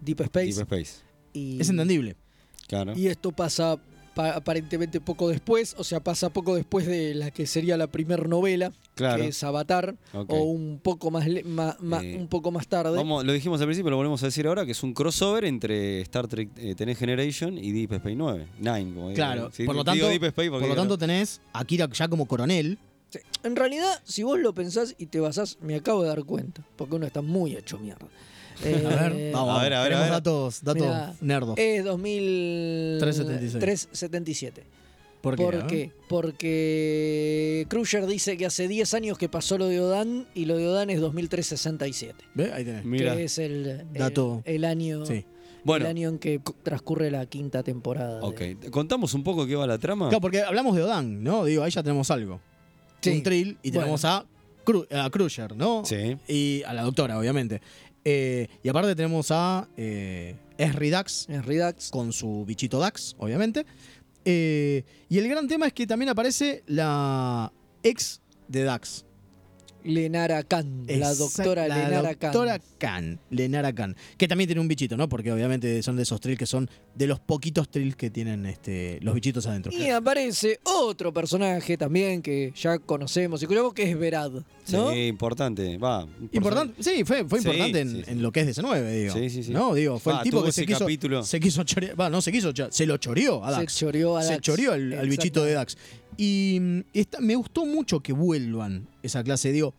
[SPEAKER 2] Deep Space.
[SPEAKER 4] Deep Space.
[SPEAKER 2] y,
[SPEAKER 3] Es entendible.
[SPEAKER 4] Claro.
[SPEAKER 2] Y esto pasa pa- aparentemente poco después, o sea, pasa poco después de la que sería la primer novela,
[SPEAKER 4] Claro.
[SPEAKER 2] que es Avatar,
[SPEAKER 4] Ok.
[SPEAKER 2] o un poco más, le- ma- ma-
[SPEAKER 4] Eh,
[SPEAKER 2] un poco más tarde.
[SPEAKER 4] Vamos, lo dijimos al principio, lo volvemos a decir ahora, que es un crossover entre Star Trek eh, The Next Generation y Deep Space 9. Nine, como digo.
[SPEAKER 3] Claro.
[SPEAKER 4] Sí,
[SPEAKER 3] por lo
[SPEAKER 4] digo
[SPEAKER 3] tanto,
[SPEAKER 4] Deep Space
[SPEAKER 3] por
[SPEAKER 4] porque,
[SPEAKER 3] lo tanto tenés a Akira ya como coronel.
[SPEAKER 2] Sí. En realidad, si vos lo pensás y te basás, me acabo de dar cuenta, porque uno está muy hecho mierda. Eh,
[SPEAKER 3] A ver, vamos.
[SPEAKER 4] A ver, a ver,
[SPEAKER 3] tenemos
[SPEAKER 4] a ver.
[SPEAKER 3] datos, datos
[SPEAKER 2] Mirá, Eh,
[SPEAKER 3] nerdos.
[SPEAKER 2] Es 2377.
[SPEAKER 3] ¿Por qué?
[SPEAKER 2] ¿Por
[SPEAKER 3] eh?
[SPEAKER 2] qué? Porque Crusher dice que hace 10 años que pasó lo de Odan y lo de Odan es 2367.
[SPEAKER 3] ¿Ve? Ahí tenés.
[SPEAKER 4] Mira.
[SPEAKER 2] que es el, el-
[SPEAKER 3] Dato.
[SPEAKER 2] el año
[SPEAKER 3] Sí.
[SPEAKER 4] Bueno,
[SPEAKER 2] el año en que cu- transcurre la quinta temporada. de-
[SPEAKER 4] ok. ¿Contamos un poco qué va la trama?
[SPEAKER 3] Claro, porque hablamos de Odan, ¿no? Digo, ahí ya tenemos algo.
[SPEAKER 2] Ah. Sí.
[SPEAKER 3] Un trill y tenemos a, Cru- a Crusher, ¿no?
[SPEAKER 4] Sí.
[SPEAKER 3] Y a la doctora, obviamente. Eh, y aparte tenemos a eh, Esri Dax
[SPEAKER 2] en Redux.
[SPEAKER 3] con su bichito Dax, obviamente. Eh, y el gran tema es que también aparece la ex de Dax.
[SPEAKER 2] Lenara Khan, la
[SPEAKER 3] Exact-
[SPEAKER 2] doctora
[SPEAKER 3] la
[SPEAKER 2] Lenara Khan.
[SPEAKER 3] doctora Khan, Lenara Khan, que también tiene un bichito, ¿no? Porque obviamente son de esos trills que son de los poquitos trills que tienen este, los bichitos adentro.
[SPEAKER 2] Y aparece otro personaje también que ya conocemos y creo que es Verad, ¿no?
[SPEAKER 4] Sí, importante. Va. un
[SPEAKER 3] Importante, sí, fue, fue
[SPEAKER 4] Sí,
[SPEAKER 3] importante en,
[SPEAKER 4] sí, sí.
[SPEAKER 3] en lo que es 19, digo.
[SPEAKER 4] Sí, sí, sí.
[SPEAKER 3] No, digo, fue
[SPEAKER 4] Ah,
[SPEAKER 3] el tipo
[SPEAKER 4] tuvo
[SPEAKER 3] que se
[SPEAKER 4] ese
[SPEAKER 3] quiso,
[SPEAKER 4] capítulo.
[SPEAKER 3] se quiso chorear, va, no se quiso chorear, se lo choreó a
[SPEAKER 2] Se
[SPEAKER 3] Dax.
[SPEAKER 2] choreó a
[SPEAKER 3] Se
[SPEAKER 2] Dax.
[SPEAKER 3] choreó al, al bichito de Dax. Y mm, está- me gustó mucho que vuelvan esa clase, digo.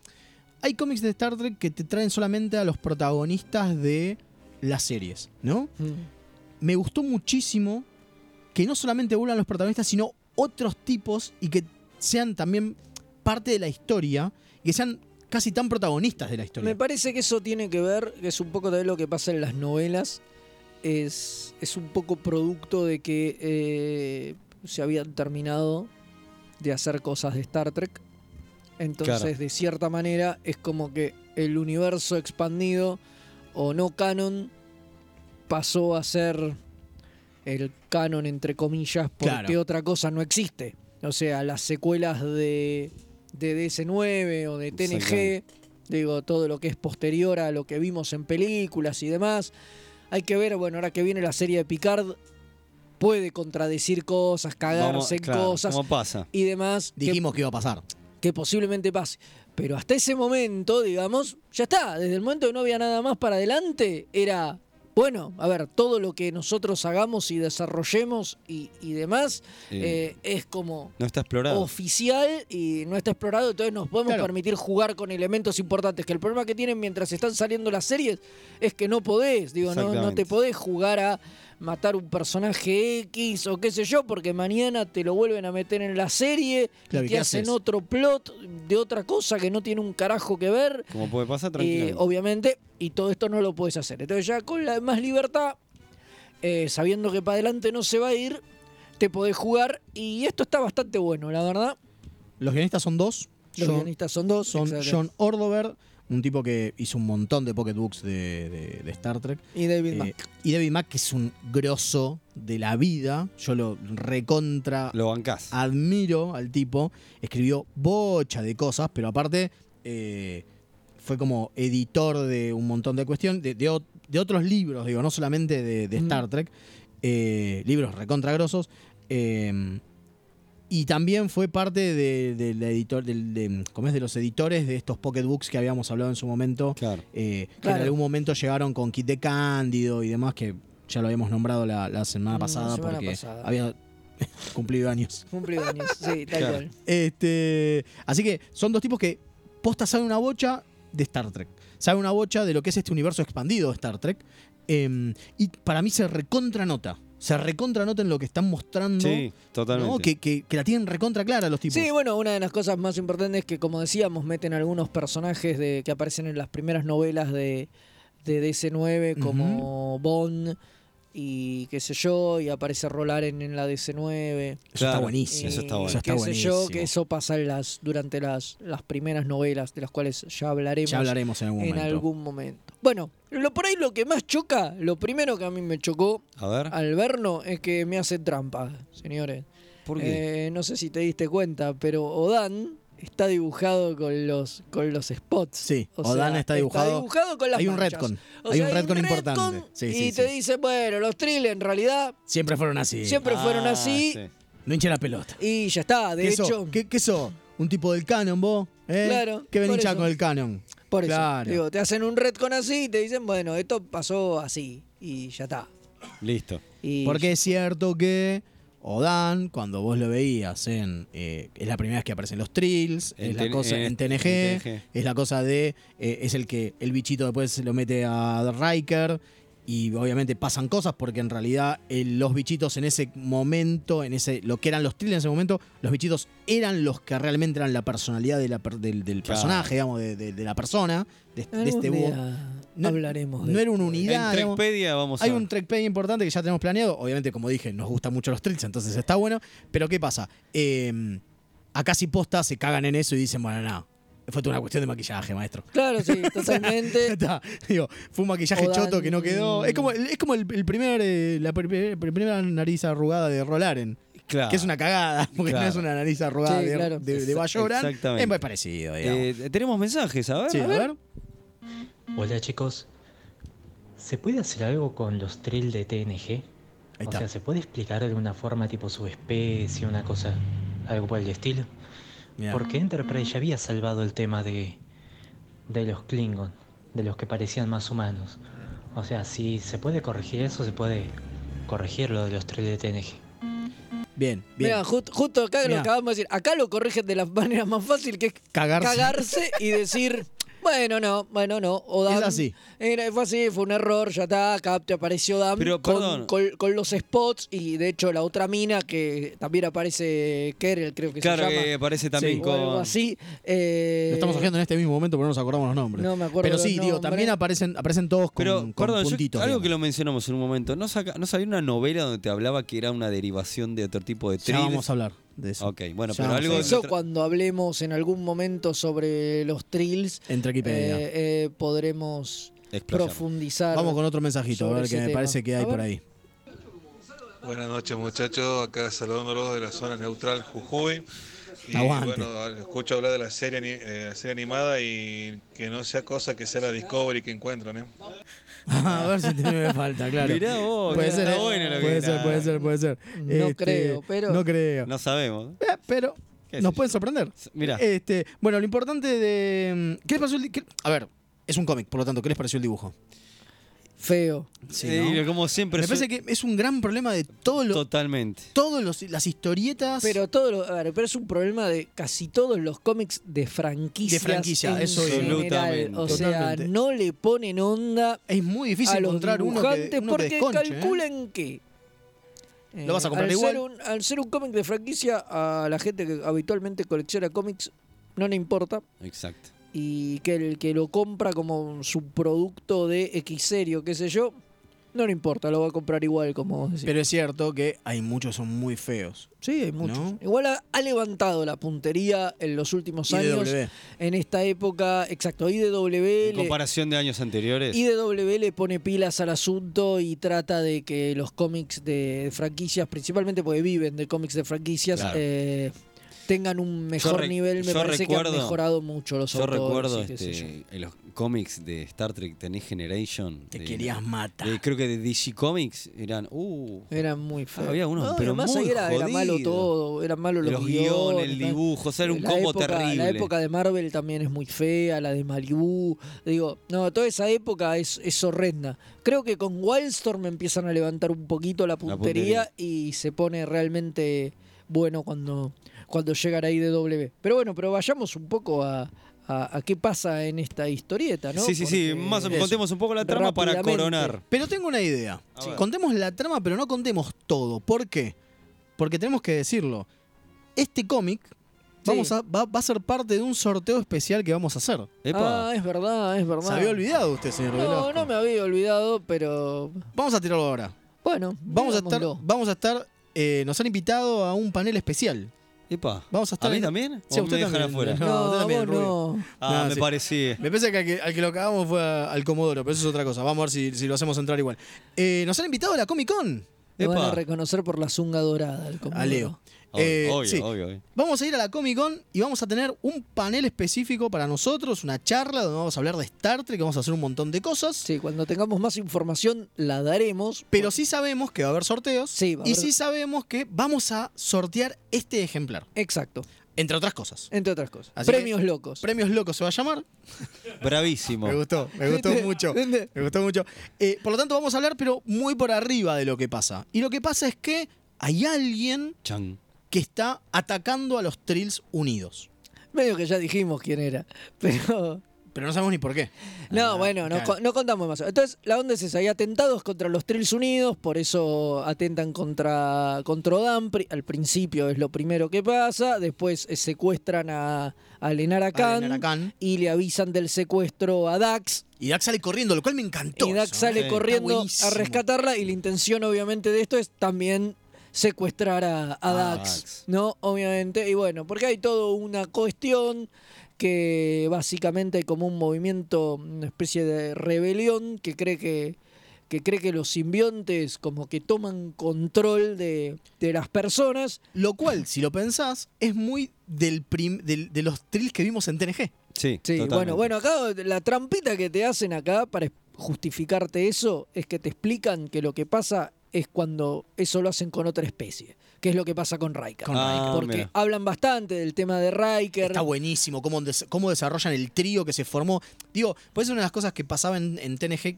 [SPEAKER 3] Hay cómics de Star Trek que te traen solamente a los protagonistas de las series, ¿no?
[SPEAKER 2] Exacto. Mm.
[SPEAKER 3] me gustó muchísimo que no solamente vuelvan los protagonistas, sino otros tipos y que sean también parte de la historia y que sean casi tan protagonistas de la historia.
[SPEAKER 2] Me parece que eso tiene que ver, que es un poco también lo que pasa en las novelas, es, es un poco producto de que eh, se habían terminado de hacer cosas de Star Trek. Entonces,
[SPEAKER 4] Claro.
[SPEAKER 2] de cierta manera, es como que el universo expandido o no canon pasó a ser el canon entre comillas porque
[SPEAKER 3] Claro.
[SPEAKER 2] otra cosa no existe. O sea, las secuelas de, de DC9 o de TNG,
[SPEAKER 4] Exactamente.
[SPEAKER 2] digo, todo lo que es posterior a lo que vimos en películas y demás. Hay que ver, bueno, ahora que viene la serie de Picard, puede contradecir cosas, cagarse
[SPEAKER 4] Vamos-
[SPEAKER 2] en
[SPEAKER 4] claro,
[SPEAKER 2] cosas
[SPEAKER 4] ¿Cómo pasa?
[SPEAKER 2] y demás. que-
[SPEAKER 3] Dijimos que iba a pasar.
[SPEAKER 2] que posiblemente pase. Pero hasta ese momento, digamos, ya está. Desde el momento que no había nada más para adelante, era, bueno, a ver, todo lo que nosotros hagamos y desarrollemos y, y demás, eh,
[SPEAKER 4] Eh,
[SPEAKER 2] es como
[SPEAKER 4] No está explorado.
[SPEAKER 2] oficial y no está explorado, entonces nos podemos
[SPEAKER 3] Claro.
[SPEAKER 2] permitir jugar con elementos importantes. Que el problema que tienen mientras están saliendo las series es que no podés, digo, no, no
[SPEAKER 4] Exactamente.
[SPEAKER 2] te podés jugar a matar un personaje X o qué sé yo, porque mañana te lo vuelven a meter en la serie y
[SPEAKER 3] Claro, ¿y
[SPEAKER 2] te
[SPEAKER 3] qué
[SPEAKER 2] hacen
[SPEAKER 3] haces?
[SPEAKER 2] otro plot de otra cosa que no tiene un carajo que ver.
[SPEAKER 4] Como puede pasar
[SPEAKER 2] Eh,
[SPEAKER 4] tranquilamente.
[SPEAKER 2] obviamente, y todo esto no lo puedes hacer. Entonces ya con la más libertad, eh, sabiendo que para adelante no se va a ir, te podés jugar y esto está bastante bueno, la verdad.
[SPEAKER 3] Los guionistas son dos.
[SPEAKER 2] Los
[SPEAKER 3] John-
[SPEAKER 2] guionistas son dos.
[SPEAKER 3] son
[SPEAKER 2] exacto.
[SPEAKER 3] John Ordover, un tipo que hizo un montón de pocketbooks de, de- de Star Trek.
[SPEAKER 2] y David
[SPEAKER 3] Eh,
[SPEAKER 2] Mack.
[SPEAKER 3] y David Mack, que es un grosso de la vida. Yo lo recontra
[SPEAKER 4] Lo bancás.
[SPEAKER 3] Ah, admiro al tipo. Escribió bocha de cosas, pero aparte eh, fue como editor de un montón de cuestiones, de, de ot- de otros libros, digo, no solamente de, de
[SPEAKER 2] Mm.
[SPEAKER 3] Star Trek, eh, libros recontragrosos. eh, y también fue parte de, de la editor, del- de- ¿cómo es? de los editores de estos pocketbooks que habíamos hablado en su momento.
[SPEAKER 4] Claro.
[SPEAKER 3] eh, que
[SPEAKER 2] Claro.
[SPEAKER 3] en algún momento llegaron con Kit de Cándido y demás, que ya lo habíamos nombrado la, la semana
[SPEAKER 2] Mm, La
[SPEAKER 3] pasada
[SPEAKER 2] semana
[SPEAKER 3] porque
[SPEAKER 2] pasada.
[SPEAKER 3] había cumplido años.
[SPEAKER 2] Cumplido años. Sí, tal
[SPEAKER 4] Claro.
[SPEAKER 2] cual.
[SPEAKER 3] Este, así que son dos tipos que posta saben una bocha de Star Trek. Saben una bocha de lo que es este universo expandido de Star Trek. Em, y para mí se recontranota. Se recontranota en lo que están mostrando.
[SPEAKER 4] Sí,
[SPEAKER 3] ¿no?
[SPEAKER 4] totalmente.
[SPEAKER 3] Que, que- que la tienen recontra clara los tipos.
[SPEAKER 2] Sí, bueno, una de las cosas más importantes es que, como decíamos, meten algunos personajes de, que aparecen en las primeras novelas de, de DC9, como Bond y qué sé yo, y aparece Rolaren en la DC9.
[SPEAKER 3] Eso
[SPEAKER 4] Claro.
[SPEAKER 3] está buenísimo.
[SPEAKER 4] Eso
[SPEAKER 2] Y
[SPEAKER 4] está bueno.
[SPEAKER 3] Eh, Eso está
[SPEAKER 2] qué sé yo,
[SPEAKER 3] buenísimo.
[SPEAKER 2] que eso pasa en las, durante las, las primeras novelas, de las cuales ya hablaremos,
[SPEAKER 3] Ya hablaremos en algún
[SPEAKER 2] en
[SPEAKER 3] momento.
[SPEAKER 2] algún momento. Bueno, lo por ahí lo que más choca, lo primero que a mí me chocó
[SPEAKER 4] A ver,
[SPEAKER 3] Ah.
[SPEAKER 2] al verlo es que me hace trampa, señores.
[SPEAKER 4] ¿por qué?
[SPEAKER 2] Eh, no sé si te diste cuenta, pero Odan está dibujado con los, con los spots.
[SPEAKER 3] Sí,
[SPEAKER 2] O
[SPEAKER 3] Odan
[SPEAKER 2] sea,
[SPEAKER 3] está dibujado.
[SPEAKER 2] dibujado con las
[SPEAKER 3] hay un
[SPEAKER 2] manchas.
[SPEAKER 3] retcon.
[SPEAKER 2] O
[SPEAKER 3] hay
[SPEAKER 2] sea,
[SPEAKER 3] un retcon importante.
[SPEAKER 2] retcon
[SPEAKER 3] Sí,
[SPEAKER 2] y
[SPEAKER 3] sí,
[SPEAKER 2] te
[SPEAKER 3] sí.
[SPEAKER 2] dice, bueno, los thrillers en realidad
[SPEAKER 3] Siempre fueron así.
[SPEAKER 2] siempre fueron
[SPEAKER 4] Ah,
[SPEAKER 2] así
[SPEAKER 4] sí.
[SPEAKER 3] No hinche la pelota.
[SPEAKER 2] y ya está. De
[SPEAKER 3] ¿Qué sos?
[SPEAKER 2] hecho,
[SPEAKER 3] ¿Qué, qué sos? ¿Un tipo del canon vos? ¿Eh?
[SPEAKER 2] Claro,
[SPEAKER 3] ¿Qué
[SPEAKER 2] por
[SPEAKER 3] venís ya
[SPEAKER 2] eso.
[SPEAKER 3] con el canon?
[SPEAKER 2] por eso,
[SPEAKER 3] Claro.
[SPEAKER 2] digo, te hacen un retcon así y te dicen, bueno, esto pasó así y ya está.
[SPEAKER 4] Listo.
[SPEAKER 2] Y
[SPEAKER 3] Porque es cierto que Odan, cuando vos lo veías en. eh, es la primera vez que aparecen los trills,
[SPEAKER 4] En
[SPEAKER 3] es la
[SPEAKER 4] TN-
[SPEAKER 3] cosa en
[SPEAKER 4] en
[SPEAKER 3] TNG,
[SPEAKER 4] TNG.
[SPEAKER 3] es la cosa de. eh, es el que el bichito después se lo mete a Riker. Y obviamente pasan cosas porque en realidad eh, los bichitos en ese momento, en ese lo que eran los trills en ese momento, los bichitos eran los que realmente eran la personalidad de la per- del, del
[SPEAKER 4] Claro.
[SPEAKER 3] personaje, digamos, de, de- de la persona, de, de
[SPEAKER 2] algún
[SPEAKER 3] este búho.
[SPEAKER 2] día
[SPEAKER 3] No-
[SPEAKER 2] hablaremos de
[SPEAKER 3] No era una
[SPEAKER 4] En
[SPEAKER 3] unidad. digamos.
[SPEAKER 4] Trekpedia vamos a
[SPEAKER 3] Hay un trackpad importante que ya tenemos planeado. Obviamente, como dije, nos gustan mucho los trills, entonces está bueno. Pero ¿qué pasa? Eh, acá si posta se cagan en eso y dicen, bueno, nada. fue toda una cuestión de maquillaje, maestro.
[SPEAKER 2] Claro, sí, totalmente.
[SPEAKER 3] Está, digo, fue un maquillaje
[SPEAKER 2] Odan-
[SPEAKER 3] choto que no quedó. Es como, es como el, el primer, eh, la pri- pri- primera nariz arrugada de Rolaren,
[SPEAKER 4] Claro.
[SPEAKER 3] que es una cagada, porque
[SPEAKER 4] Claro.
[SPEAKER 3] no es una nariz arrugada
[SPEAKER 2] Sí,
[SPEAKER 3] de,
[SPEAKER 2] claro.
[SPEAKER 3] de, de
[SPEAKER 4] Exa-
[SPEAKER 3] Bajoran.
[SPEAKER 4] exactamente.
[SPEAKER 3] Es muy parecido, digamos.
[SPEAKER 4] Eh, tenemos mensajes, a ver.
[SPEAKER 3] sí,
[SPEAKER 4] a
[SPEAKER 3] a
[SPEAKER 4] ver.
[SPEAKER 3] ver.
[SPEAKER 7] Hola chicos, ¿se puede hacer algo con los trail de TNG?
[SPEAKER 3] Ahí
[SPEAKER 7] o
[SPEAKER 3] está.
[SPEAKER 7] sea, ¿se puede explicar de alguna forma tipo su especie, una cosa, algo por el estilo?
[SPEAKER 3] Mirá.
[SPEAKER 7] Porque Enterprise ya había salvado el tema de, de los Klingon, de los que parecían más humanos. O sea, si se puede corregir eso, se puede corregir lo de los trail de TNG.
[SPEAKER 3] Bien, bien.
[SPEAKER 2] Mira, justo acá lo
[SPEAKER 3] Mirá.
[SPEAKER 2] acabamos de decir. Acá lo corrigen de la manera más fácil que es
[SPEAKER 3] Cagarse.
[SPEAKER 2] cagarse y decir, bueno, no, bueno, no. Odam,
[SPEAKER 3] Es así.
[SPEAKER 2] Era, fue así, fue un error, ya está. Acá te apareció Odam
[SPEAKER 4] Pero,
[SPEAKER 2] con,
[SPEAKER 4] perdón.
[SPEAKER 2] con- con los spots y de hecho la otra mina que también aparece Kerel, creo que
[SPEAKER 4] Claro
[SPEAKER 2] se llama.
[SPEAKER 4] que aparece también
[SPEAKER 2] o
[SPEAKER 4] con.
[SPEAKER 2] algo así. eh,
[SPEAKER 3] Lo estamos haciendo en este mismo momento, pero no nos acordamos los nombres.
[SPEAKER 2] No me acuerdo
[SPEAKER 3] Pero
[SPEAKER 2] los
[SPEAKER 3] sí, digo,
[SPEAKER 2] nombres.
[SPEAKER 3] también aparecen, aparecen todos con,
[SPEAKER 4] Pero,
[SPEAKER 3] con
[SPEAKER 4] perdón, yo-
[SPEAKER 3] puntitos.
[SPEAKER 4] algo que
[SPEAKER 3] digamos.
[SPEAKER 4] lo mencionamos en un momento. ¿No, saca- no salió una novela donde te hablaba que era una derivación de otro tipo de
[SPEAKER 3] Ya
[SPEAKER 4] thrillers?
[SPEAKER 3] vamos a hablar de eso.
[SPEAKER 4] Ok, bueno,
[SPEAKER 3] Ya
[SPEAKER 4] pero
[SPEAKER 3] vamos
[SPEAKER 4] algo.
[SPEAKER 3] a
[SPEAKER 2] Eso
[SPEAKER 4] tra-
[SPEAKER 2] cuando hablemos en algún momento sobre los trills,
[SPEAKER 3] Entre Wikipedia.
[SPEAKER 2] eh, eh, podremos
[SPEAKER 4] Explayar.
[SPEAKER 2] profundizar.
[SPEAKER 3] vamos con otro mensajito, a
[SPEAKER 2] sobre
[SPEAKER 3] ver
[SPEAKER 2] ese
[SPEAKER 3] qué me
[SPEAKER 2] tema.
[SPEAKER 3] parece que
[SPEAKER 2] A
[SPEAKER 3] hay
[SPEAKER 2] ver.
[SPEAKER 3] por ahí.
[SPEAKER 8] Buenas noches muchachos, acá saludándolos de la zona neutral Jujuy. Y
[SPEAKER 3] Aguante.
[SPEAKER 8] bueno, escucho hablar de la serie, ani- eh, serie animada y que no sea cosa que sea la Discovery que encuentran, ¿eh?
[SPEAKER 3] a ver si te me falta, claro.
[SPEAKER 4] Mirá vos,
[SPEAKER 3] puede
[SPEAKER 4] está
[SPEAKER 3] ser, ¿eh?
[SPEAKER 4] bueno lo que
[SPEAKER 3] puede, ser
[SPEAKER 4] era.
[SPEAKER 3] puede ser, puede ser,
[SPEAKER 2] No creo, pero-
[SPEAKER 3] No creo.
[SPEAKER 4] No sabemos.
[SPEAKER 3] Eh, pero
[SPEAKER 4] ¿Qué sé
[SPEAKER 3] Nos
[SPEAKER 4] yo?
[SPEAKER 3] pueden sorprender.
[SPEAKER 4] Mirá.
[SPEAKER 3] Este, bueno, lo importante de. mm, ¿Qué les pareció el di- qué- A ver, es un cómic, por lo tanto, ¿qué les pareció el dibujo?
[SPEAKER 2] Feo.
[SPEAKER 3] Sí,
[SPEAKER 4] Sí,
[SPEAKER 3] ¿no?
[SPEAKER 4] eh, como siempre.
[SPEAKER 3] Me
[SPEAKER 4] su-
[SPEAKER 3] parece que es un gran problema de todos los
[SPEAKER 4] Totalmente.
[SPEAKER 3] todos los- las historietas
[SPEAKER 2] Pero todo lo- a ver, pero es un problema de casi todos los cómics de franquicia.
[SPEAKER 3] De franquicia, eso es.
[SPEAKER 4] Absolutamente.
[SPEAKER 2] O sea,
[SPEAKER 3] Totalmente.
[SPEAKER 2] no le ponen onda
[SPEAKER 3] es muy difícil
[SPEAKER 2] a los
[SPEAKER 3] encontrar uno que,
[SPEAKER 2] dibujantes
[SPEAKER 3] uno que
[SPEAKER 2] porque
[SPEAKER 3] desconche, ¿eh?
[SPEAKER 2] calculan que eh,
[SPEAKER 3] Lo vas a comprar
[SPEAKER 2] al
[SPEAKER 3] igual.
[SPEAKER 2] Ser un, al ser un cómic de franquicia, a la gente que habitualmente colecciona cómics no le importa.
[SPEAKER 4] Exacto.
[SPEAKER 2] Y que el que lo compra como su producto de X serio, qué sé yo, no le importa, lo va a comprar igual, como vos decís.
[SPEAKER 3] Pero es cierto que hay muchos que son muy feos.
[SPEAKER 2] Sí, hay muchos.
[SPEAKER 3] ¿No?
[SPEAKER 2] Igual ha, ha levantado la puntería en los últimos años.
[SPEAKER 3] IDW.
[SPEAKER 2] En esta época, exacto, IDW.
[SPEAKER 4] En
[SPEAKER 2] le-
[SPEAKER 4] comparación de años anteriores.
[SPEAKER 2] IDW le pone pilas al asunto y trata de que los cómics de franquicias, principalmente porque viven de cómics de franquicias,
[SPEAKER 4] Claro.
[SPEAKER 2] eh, tengan un mejor
[SPEAKER 4] re-
[SPEAKER 2] nivel. Me
[SPEAKER 4] yo
[SPEAKER 2] parece que
[SPEAKER 4] recuerdo-
[SPEAKER 2] han mejorado mucho los
[SPEAKER 4] Yo
[SPEAKER 2] autores.
[SPEAKER 4] recuerdo
[SPEAKER 2] y qué sé yo.
[SPEAKER 4] este, en los cómics de Star Trek The Next Generation.
[SPEAKER 3] Te
[SPEAKER 4] de-
[SPEAKER 3] querías matar.
[SPEAKER 4] de- creo que de DC Comics eran. Uh,
[SPEAKER 2] Era muy feo.
[SPEAKER 4] Había unos,
[SPEAKER 2] No, y
[SPEAKER 4] pero
[SPEAKER 2] además
[SPEAKER 4] muy
[SPEAKER 2] ahí era, era malo
[SPEAKER 4] jodido.
[SPEAKER 2] todo. Era malo los,
[SPEAKER 4] los guiones, el
[SPEAKER 2] tal.
[SPEAKER 4] dibujo. O sea, era un
[SPEAKER 2] La
[SPEAKER 4] combo
[SPEAKER 2] época-
[SPEAKER 4] terrible.
[SPEAKER 2] La época de Marvel también es muy fea, la de Malibu. Digo, no, toda esa época es, es horrenda. Creo que con Wildstorm empiezan a levantar un poquito la puntería,
[SPEAKER 4] puntería.
[SPEAKER 2] y se pone realmente bueno cuando, cuando llegan ahí de W. Pero bueno, pero vayamos un poco a, a- a qué pasa en esta historieta, ¿no?
[SPEAKER 4] sí, sí, sí.
[SPEAKER 2] Porque-
[SPEAKER 4] Más o-
[SPEAKER 2] Eso.
[SPEAKER 4] contemos un poco la trama para
[SPEAKER 2] Rápidamente.
[SPEAKER 4] coronar.
[SPEAKER 3] Pero tengo una idea.
[SPEAKER 4] A ver.
[SPEAKER 3] Contemos la trama, pero no contemos todo. ¿Por qué? Porque tenemos que decirlo. Este cómic vamos a- va, va a ser parte de un sorteo especial que vamos a hacer.
[SPEAKER 4] Epa.
[SPEAKER 2] Ah, es verdad, es verdad.
[SPEAKER 3] Se había olvidado usted, señor
[SPEAKER 2] No,
[SPEAKER 3] Velasco.
[SPEAKER 2] no me había olvidado, pero
[SPEAKER 3] Vamos a tirarlo ahora.
[SPEAKER 2] bueno,
[SPEAKER 3] Vamos a estar,
[SPEAKER 2] digámoslo.
[SPEAKER 3] vamos a estar eh, nos han invitado a un panel especial.
[SPEAKER 4] epa.
[SPEAKER 3] Vamos a estar
[SPEAKER 4] mí
[SPEAKER 3] en-
[SPEAKER 4] también?
[SPEAKER 3] Sí, a
[SPEAKER 4] ¿O me
[SPEAKER 3] usted
[SPEAKER 4] dejan
[SPEAKER 3] también.
[SPEAKER 4] afuera?
[SPEAKER 3] No,
[SPEAKER 2] No,
[SPEAKER 3] usted también,
[SPEAKER 2] vos no.
[SPEAKER 4] Ah,
[SPEAKER 3] No,
[SPEAKER 4] me
[SPEAKER 3] sí. Eh,
[SPEAKER 4] parecía.
[SPEAKER 3] Me parece que al que, al que lo cagamos fue a- al Comodoro, pero eso es otra cosa. Vamos a ver si, si lo hacemos entrar igual. Eh, nos han invitado a la Comic Con.
[SPEAKER 2] Lo van a
[SPEAKER 4] Epa.
[SPEAKER 2] reconocer por la zunga dorada. El
[SPEAKER 3] A
[SPEAKER 2] Comodoro.
[SPEAKER 3] Leo.
[SPEAKER 4] Obvio,
[SPEAKER 3] Eh,
[SPEAKER 4] obvio,
[SPEAKER 3] sí.
[SPEAKER 4] obvio, obvio.
[SPEAKER 3] Vamos a ir a la Comic Con y vamos a tener un panel específico para nosotros, una charla donde vamos a hablar de Star Trek, vamos a hacer un montón de cosas.
[SPEAKER 2] Sí, cuando tengamos más información la daremos.
[SPEAKER 3] Pero sí sabemos que va a haber sorteos.
[SPEAKER 2] Sí, va a
[SPEAKER 3] y
[SPEAKER 2] haber-
[SPEAKER 3] sí sabemos que vamos a sortear este ejemplar,
[SPEAKER 2] Exacto,
[SPEAKER 3] entre otras cosas.
[SPEAKER 2] entre otras cosas.
[SPEAKER 3] Así
[SPEAKER 2] Premios
[SPEAKER 3] que-
[SPEAKER 2] locos.
[SPEAKER 3] Premios Locos se va a llamar.
[SPEAKER 4] Bravísimo.
[SPEAKER 3] Me gustó, me gustó
[SPEAKER 2] ¿Viste?
[SPEAKER 3] mucho.
[SPEAKER 2] ¿Viste?
[SPEAKER 3] Me gustó mucho. Eh, por lo tanto, vamos a hablar, pero muy por arriba de lo que pasa. Y lo que pasa es que hay alguien
[SPEAKER 4] Chan.
[SPEAKER 3] que está atacando a los Trills unidos.
[SPEAKER 2] Medio que ya dijimos quién era. Pero.
[SPEAKER 3] Pero no sabemos ni por qué.
[SPEAKER 2] No,
[SPEAKER 3] Ah,
[SPEAKER 2] bueno, no,
[SPEAKER 3] claro.
[SPEAKER 2] co- no contamos más. Entonces, la onda es esa. Hay atentados contra los Trills Unidos, por eso atentan contra, contra Odam. Pri- Al principio es lo primero que pasa. Después eh, secuestran a, a Lenara
[SPEAKER 3] Khan.
[SPEAKER 2] Khan y le avisan del secuestro a Dax.
[SPEAKER 3] Y Dax sale corriendo, lo cual me encantó.
[SPEAKER 2] Y Dax
[SPEAKER 3] eso, ¿no?
[SPEAKER 2] sale
[SPEAKER 4] Sí.
[SPEAKER 3] Está
[SPEAKER 2] corriendo
[SPEAKER 3] buenísimo.
[SPEAKER 2] a rescatarla y la intención obviamente de esto es también secuestrar a, a Dax,
[SPEAKER 4] Dax.
[SPEAKER 2] ¿no? Obviamente, y bueno, porque hay toda una cuestión que básicamente hay como un movimiento, una especie de rebelión que cree que que cree que los simbiontes como que toman control de, de las personas.
[SPEAKER 3] Lo cual, si lo pensás, es muy del prim- del- de los Trills que vimos en TNG.
[SPEAKER 4] Sí,
[SPEAKER 2] Sí,
[SPEAKER 4] totalmente.
[SPEAKER 2] bueno, bueno, acá la trampita que te hacen acá para justificarte eso es que te explican que lo que pasa es cuando eso lo hacen con otra especie, que es lo que pasa con Riker.
[SPEAKER 3] Con
[SPEAKER 4] Ah,
[SPEAKER 2] Porque
[SPEAKER 4] mira.
[SPEAKER 2] hablan bastante del tema de Riker.
[SPEAKER 3] Está buenísimo cómo, des- cómo desarrollan el trío que se formó. Digo, pues es una de las cosas que pasaba en, en TNG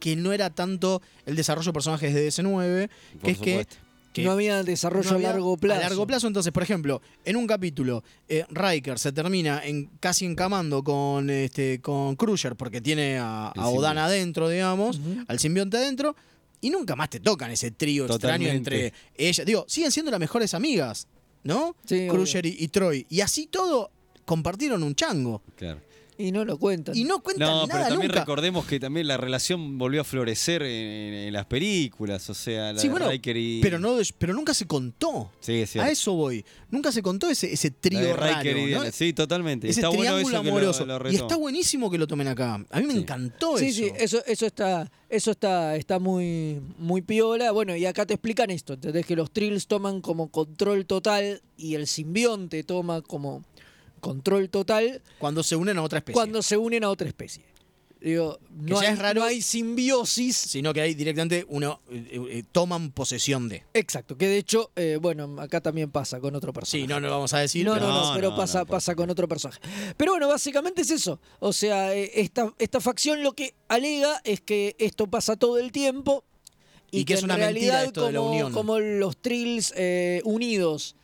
[SPEAKER 3] que no era tanto el desarrollo de personajes de DS9,
[SPEAKER 4] Por
[SPEAKER 3] que es que,
[SPEAKER 4] supuesto.
[SPEAKER 3] que
[SPEAKER 2] no había desarrollo
[SPEAKER 3] no había-
[SPEAKER 2] a largo plazo.
[SPEAKER 3] A largo plazo, entonces, por ejemplo, en un capítulo, eh, Riker se termina en, casi encamando con, este, con Crusher porque tiene a,
[SPEAKER 4] El
[SPEAKER 3] a Odan
[SPEAKER 4] simbionte.
[SPEAKER 3] adentro, digamos,
[SPEAKER 2] Ujú.
[SPEAKER 3] al simbionte adentro, y nunca más te tocan ese trío extraño
[SPEAKER 4] Totalmente.
[SPEAKER 3] entre ellas. Digo, siguen siendo las mejores amigas, ¿no?
[SPEAKER 2] Sí,
[SPEAKER 3] Crusher y, y Troy. Y así todo compartieron un chango.
[SPEAKER 4] Claro.
[SPEAKER 2] Y no lo cuentan.
[SPEAKER 3] Y no cuentan
[SPEAKER 4] No, pero
[SPEAKER 3] nada
[SPEAKER 4] también
[SPEAKER 3] nunca.
[SPEAKER 4] recordemos que también la relación volvió a florecer en, en- en las películas, o sea, la
[SPEAKER 3] Sí,
[SPEAKER 4] de
[SPEAKER 3] bueno,
[SPEAKER 4] Riker y...
[SPEAKER 3] Pero, no, des- pero nunca se contó.
[SPEAKER 4] Sí, es cierto.
[SPEAKER 3] A eso voy. Nunca se contó ese, ese
[SPEAKER 4] La
[SPEAKER 3] trío
[SPEAKER 4] de
[SPEAKER 3] raro,
[SPEAKER 4] Riker y
[SPEAKER 3] ¿no?
[SPEAKER 4] Diana. Sí, totalmente.
[SPEAKER 3] Ese
[SPEAKER 4] está bueno
[SPEAKER 3] triángulo
[SPEAKER 4] eso que lo-
[SPEAKER 3] amoroso.
[SPEAKER 4] lo,
[SPEAKER 3] y
[SPEAKER 4] retoma.
[SPEAKER 3] está buenísimo que lo tomen acá. A mí me
[SPEAKER 4] Sí.
[SPEAKER 3] encantó
[SPEAKER 2] Sí,
[SPEAKER 3] eso.
[SPEAKER 2] sí, eso, eso está, eso está, está muy, muy piola. Bueno, y acá te explican esto, ¿entendés? Que los Trills toman como control total y el simbionte toma como control total
[SPEAKER 3] Cuando se unen a otra especie.
[SPEAKER 2] cuando se unen a otra especie. Digo, no,
[SPEAKER 3] ya
[SPEAKER 2] hay,
[SPEAKER 3] es raro.
[SPEAKER 2] no hay simbiosis
[SPEAKER 3] Sino que ahí directamente uno eh, eh, toman posesión de.
[SPEAKER 2] Exacto, que de hecho, eh, bueno, acá también pasa con otro personaje.
[SPEAKER 3] Sí, no, no lo vamos a decir.
[SPEAKER 2] no, no,
[SPEAKER 3] pero-
[SPEAKER 2] no,
[SPEAKER 4] No,
[SPEAKER 2] pero
[SPEAKER 4] no,
[SPEAKER 2] pasa,
[SPEAKER 4] no, por
[SPEAKER 2] pasa con otro personaje. Pero bueno, básicamente es eso. O sea, eh, esta, esta facción lo que alega es que esto pasa todo el tiempo y,
[SPEAKER 3] Y que es
[SPEAKER 2] en
[SPEAKER 3] una mentira
[SPEAKER 2] realidad,
[SPEAKER 3] esto de la
[SPEAKER 2] como,
[SPEAKER 3] unión.
[SPEAKER 2] como los trills eh, unidos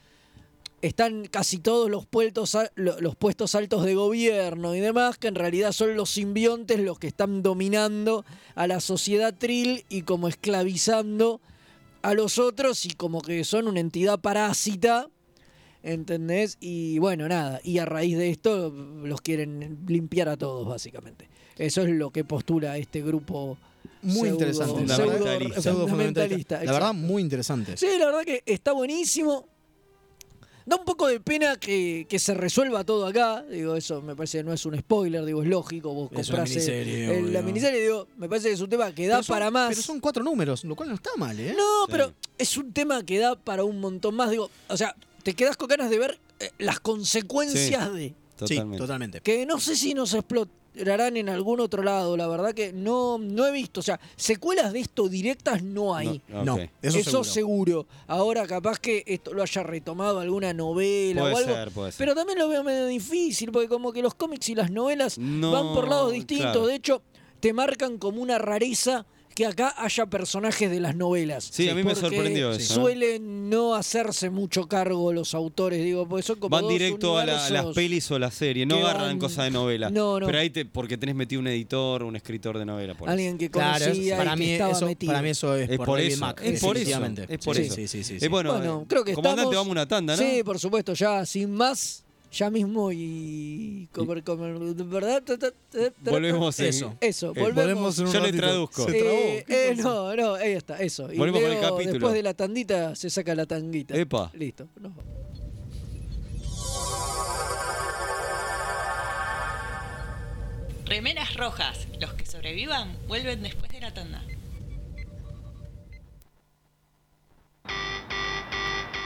[SPEAKER 2] están casi todos los puestos, a- lo- los puestos altos de gobierno y demás, que en realidad son los simbiontes los que están dominando a la sociedad trill y como esclavizando a los otros y como que son una entidad parásita, ¿entendés? Y bueno, nada, y a raíz de esto los quieren limpiar a todos básicamente. Eso es lo que postula este grupo.
[SPEAKER 3] Muy
[SPEAKER 2] pseudo-
[SPEAKER 3] interesante. La
[SPEAKER 2] pseudo-
[SPEAKER 4] Fundamentalista.
[SPEAKER 3] Pseudo
[SPEAKER 2] fundamentalista,
[SPEAKER 3] fundamentalista. La verdad,
[SPEAKER 2] exacto.
[SPEAKER 3] muy interesante.
[SPEAKER 2] Sí, la verdad que está buenísimo. Da un poco de pena que, que se resuelva todo acá. Digo, eso me parece que no es un spoiler, digo, es lógico. Vos
[SPEAKER 3] Es
[SPEAKER 2] comprás
[SPEAKER 3] una
[SPEAKER 2] el-
[SPEAKER 3] miniserie,
[SPEAKER 2] el- la
[SPEAKER 3] obvio.
[SPEAKER 2] miniserie, digo, me parece que es un tema que da
[SPEAKER 3] Pero son-
[SPEAKER 2] para más.
[SPEAKER 3] Pero son cuatro números, lo cual no está mal, ¿eh?
[SPEAKER 2] No,
[SPEAKER 4] Sí.
[SPEAKER 2] pero es un tema que da para un montón más. Digo, o sea, te quedás con ganas de ver eh, las consecuencias de.
[SPEAKER 4] Totalmente.
[SPEAKER 3] Sí, totalmente.
[SPEAKER 2] Que no sé si nos explorarán en algún otro lado. La verdad que no, no he visto. O sea, secuelas de esto directas no hay.
[SPEAKER 4] No,
[SPEAKER 3] No,
[SPEAKER 4] ok.
[SPEAKER 3] eso, seguro.
[SPEAKER 2] seguro. Ahora capaz que esto lo haya retomado alguna novela
[SPEAKER 4] Puede
[SPEAKER 2] o algo.
[SPEAKER 4] ser, puede ser.
[SPEAKER 2] Pero también lo veo medio difícil, porque como que los cómics y las novelas
[SPEAKER 4] No,
[SPEAKER 2] van por lados distintos.
[SPEAKER 4] claro.
[SPEAKER 2] De hecho, te marcan como una rareza que acá haya personajes de las novelas.
[SPEAKER 4] Sí, a mí me
[SPEAKER 2] Porque
[SPEAKER 4] sorprendió eso, ¿eh?
[SPEAKER 2] Suelen no hacerse mucho cargo los autores, digo, porque son como
[SPEAKER 4] Van
[SPEAKER 2] dos
[SPEAKER 4] directo a, la- a las
[SPEAKER 2] universos.
[SPEAKER 4] pelis o a las series, no
[SPEAKER 2] que
[SPEAKER 4] agarran
[SPEAKER 2] van-
[SPEAKER 4] cosas de novela.
[SPEAKER 2] No, no.
[SPEAKER 4] Pero ahí te, porque tenés metido un editor, un escritor de novela. Por eso.
[SPEAKER 2] Alguien que
[SPEAKER 3] Claro,
[SPEAKER 2] conocía y
[SPEAKER 3] eso- para,
[SPEAKER 2] que
[SPEAKER 3] mí
[SPEAKER 2] estaba
[SPEAKER 3] eso,
[SPEAKER 2] metido.
[SPEAKER 3] para mí eso es,
[SPEAKER 4] Es
[SPEAKER 3] por,
[SPEAKER 4] por
[SPEAKER 3] David
[SPEAKER 4] eso,
[SPEAKER 3] Mack,
[SPEAKER 4] es por eso,
[SPEAKER 3] definitivamente.
[SPEAKER 4] es por
[SPEAKER 3] Sí,
[SPEAKER 4] eso.
[SPEAKER 3] Sí, sí, sí.
[SPEAKER 4] Eh,
[SPEAKER 3] sí.
[SPEAKER 4] bueno,
[SPEAKER 2] Bueno,
[SPEAKER 4] eh,
[SPEAKER 2] creo que
[SPEAKER 4] comandante,
[SPEAKER 2] estamos-
[SPEAKER 4] vamos a una tanda, ¿no?
[SPEAKER 2] Sí, por supuesto, ya sin más, ya mismo y. comer, comer, ¿Verdad? Ta, ta, ta, ta,
[SPEAKER 4] Volvemos en-
[SPEAKER 3] Eso.
[SPEAKER 2] Eso,
[SPEAKER 4] Eh,
[SPEAKER 2] volvemos.
[SPEAKER 3] en un
[SPEAKER 4] Yo le
[SPEAKER 3] ratito.
[SPEAKER 4] traduzco.
[SPEAKER 3] Se trabó.
[SPEAKER 2] Eh, eh, no, no, ahí está, eso. Y
[SPEAKER 4] Volvemos con el
[SPEAKER 2] Leo,
[SPEAKER 4] capítulo.
[SPEAKER 2] Después de la tandita se saca la tanguita.
[SPEAKER 4] Epa.
[SPEAKER 2] Listo. nos vamos.
[SPEAKER 9] Remeras rojas. Los que sobrevivan vuelven después de la tanda.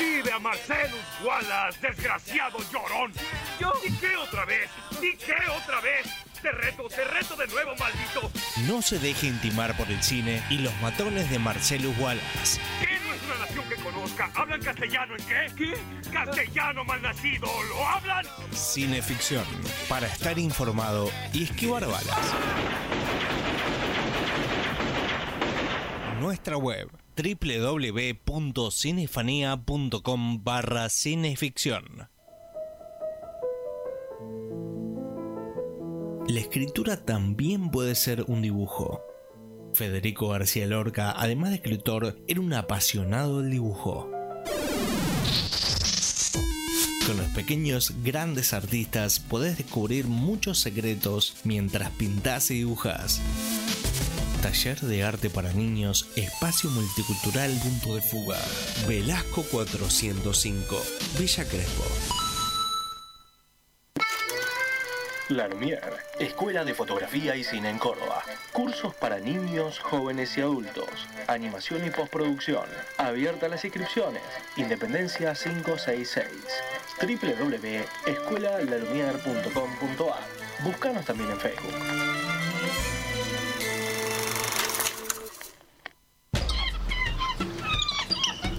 [SPEAKER 10] Vive a Marcelus Wallace, desgraciado llorón. Yo ¿Y qué otra vez, ¿Y qué otra vez. Te reto, te reto de nuevo, maldito.
[SPEAKER 1] No se deje intimar por el cine y los matones de Marcelus Wallace.
[SPEAKER 10] ¿Qué no es una nación que conozca? ¿Hablan castellano en qué? ¿Qué? Castellano malnacido, ¿lo hablan?
[SPEAKER 1] Cineficción, para estar informado y esquivar balas. Nuestra web www.cinefanía.com barra cineficción. La escritura también puede ser un dibujo. Federico García Lorca, además de escritor, era un apasionado del dibujo. Con los pequeños grandes artistas podés descubrir muchos secretos mientras pintás y dibujas. Taller de arte para niños, espacio multicultural, punto de fuga. Velasco 405, Villa Crespo.
[SPEAKER 10] Larmier, Escuela de Fotografía y Cine en Córdoba. Cursos para niños, jóvenes y adultos. Animación y postproducción. Abierta las inscripciones. Independencia 566. www.escuelalarmier.com.ar Búscanos también en Facebook.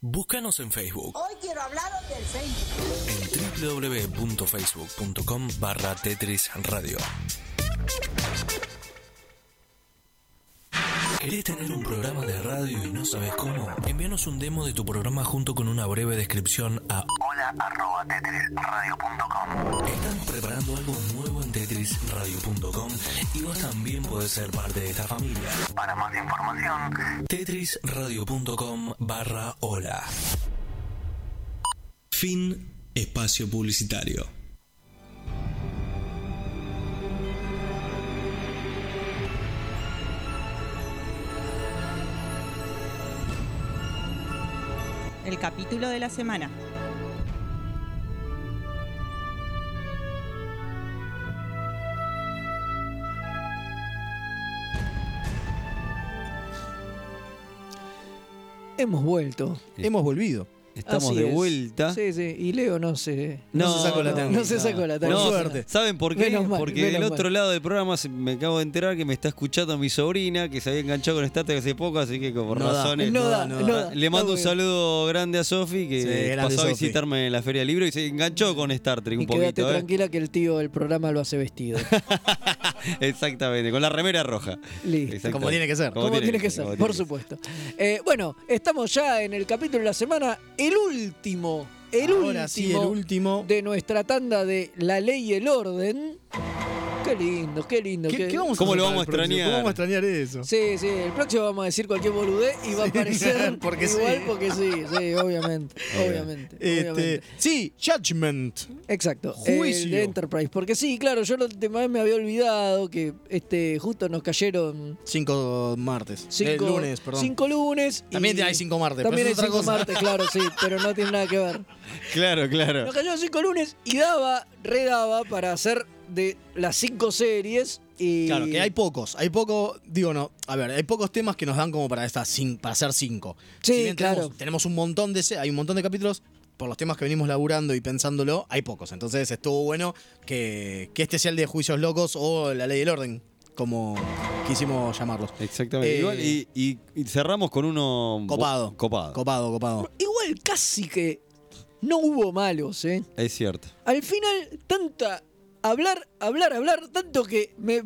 [SPEAKER 9] Búscanos en Facebook
[SPEAKER 11] Hoy quiero hablaros del Facebook.
[SPEAKER 9] en www.facebook.com barra Tetris Radio. ¿Querés tener un programa de radio y no sabes cómo? Envíanos un demo de tu programa junto con una breve descripción a hola.tetrisradio.com Están preparando algo nuevo en tetrisradio.com y vos también podés ser parte de esta familia. Para más información, tetrisradio.com barra hola. Fin espacio publicitario.
[SPEAKER 12] El capítulo de la semana.
[SPEAKER 2] Hemos vuelto.
[SPEAKER 3] Hemos volvido.
[SPEAKER 4] Estamos
[SPEAKER 2] Así
[SPEAKER 4] de
[SPEAKER 2] es.
[SPEAKER 4] vuelta.
[SPEAKER 2] Sí, sí. Y Leo no se. no, No se sacó la tanga.
[SPEAKER 4] No, ¿Saben por qué?
[SPEAKER 2] Menos mal,
[SPEAKER 4] Porque
[SPEAKER 2] menos
[SPEAKER 4] del
[SPEAKER 2] mal.
[SPEAKER 4] otro lado del programa se- me acabo de enterar que me está escuchando mi sobrina, que se había enganchado con Static hace poco, así que por
[SPEAKER 3] No da,
[SPEAKER 4] razones.
[SPEAKER 3] no da, no da.
[SPEAKER 4] Le
[SPEAKER 3] No,
[SPEAKER 4] mando
[SPEAKER 3] porque-
[SPEAKER 4] un saludo grande a Sofi, que
[SPEAKER 3] Sí, grande
[SPEAKER 4] pasó a
[SPEAKER 3] Sofi.
[SPEAKER 4] visitarme en la Feria del Libro y se enganchó con Star Trek un
[SPEAKER 2] Y quédate
[SPEAKER 4] poquito. ¿eh?
[SPEAKER 2] tranquila que el tío del programa lo hace vestido.
[SPEAKER 4] Exactamente, con la remera roja.
[SPEAKER 2] Listo.
[SPEAKER 4] Exactamente.
[SPEAKER 3] Como tiene que ser.
[SPEAKER 2] Como tiene que ser,
[SPEAKER 4] como
[SPEAKER 2] por
[SPEAKER 4] tiene que
[SPEAKER 2] supuesto. Eh, bueno, estamos ya en el capítulo de la semana, el último, el último,
[SPEAKER 3] Ahora sí, el último.
[SPEAKER 2] de nuestra tanda de la ley y el orden. Qué lindo, qué lindo.
[SPEAKER 3] ¿Qué-
[SPEAKER 2] qué-
[SPEAKER 3] qué vamos a hacer para el próximo? ¿Cómo vamos a extrañar eso?
[SPEAKER 2] Sí, sí, el próximo vamos a decir cualquier boludez y va a
[SPEAKER 3] Sí,
[SPEAKER 2] aparecer
[SPEAKER 3] claro, porque sí.
[SPEAKER 2] igual porque sí, sí, obviamente, obviamente.
[SPEAKER 3] Este,
[SPEAKER 2] obviamente.
[SPEAKER 3] sí, Judgment.
[SPEAKER 2] Exacto.
[SPEAKER 3] Juicio.
[SPEAKER 2] El de Enterprise. Porque sí, claro, yo la última vez me había olvidado que este justo nos cayeron
[SPEAKER 3] Cinco martes.
[SPEAKER 2] cinco
[SPEAKER 3] Eh, lunes, perdón.
[SPEAKER 2] Cinco lunes.
[SPEAKER 3] También hay cinco martes, pero
[SPEAKER 2] También
[SPEAKER 3] es
[SPEAKER 2] hay
[SPEAKER 3] otra
[SPEAKER 2] cinco
[SPEAKER 3] cosa.
[SPEAKER 2] martes, claro, sí, pero no tiene nada que ver.
[SPEAKER 4] ser. Claro, claro.
[SPEAKER 2] Nos cayeron cinco lunes y daba, redaba para hacer de las cinco series. Y
[SPEAKER 3] Claro, que hay pocos. Hay poco, digo, no. A ver, hay pocos temas que nos dan como para, estas cin- para hacer cinco.
[SPEAKER 2] Sí,
[SPEAKER 3] bien
[SPEAKER 2] claro.
[SPEAKER 3] Tenemos, tenemos un montón de. se- Hay un montón de capítulos. Por los temas que venimos laburando y pensándolo, hay pocos. Entonces estuvo bueno que, que este sea el de Juicios Locos o la Ley del Orden, como quisimos llamarlos.
[SPEAKER 4] Exactamente.
[SPEAKER 3] Eh,
[SPEAKER 4] Igual, y, y- y cerramos con uno.
[SPEAKER 3] Copado.
[SPEAKER 4] Copado.
[SPEAKER 3] Copado, copado.
[SPEAKER 2] Igual casi que no hubo malos, ¿eh?
[SPEAKER 4] Es cierto.
[SPEAKER 2] Al final, tanta. Hablar, hablar, hablar, tanto que me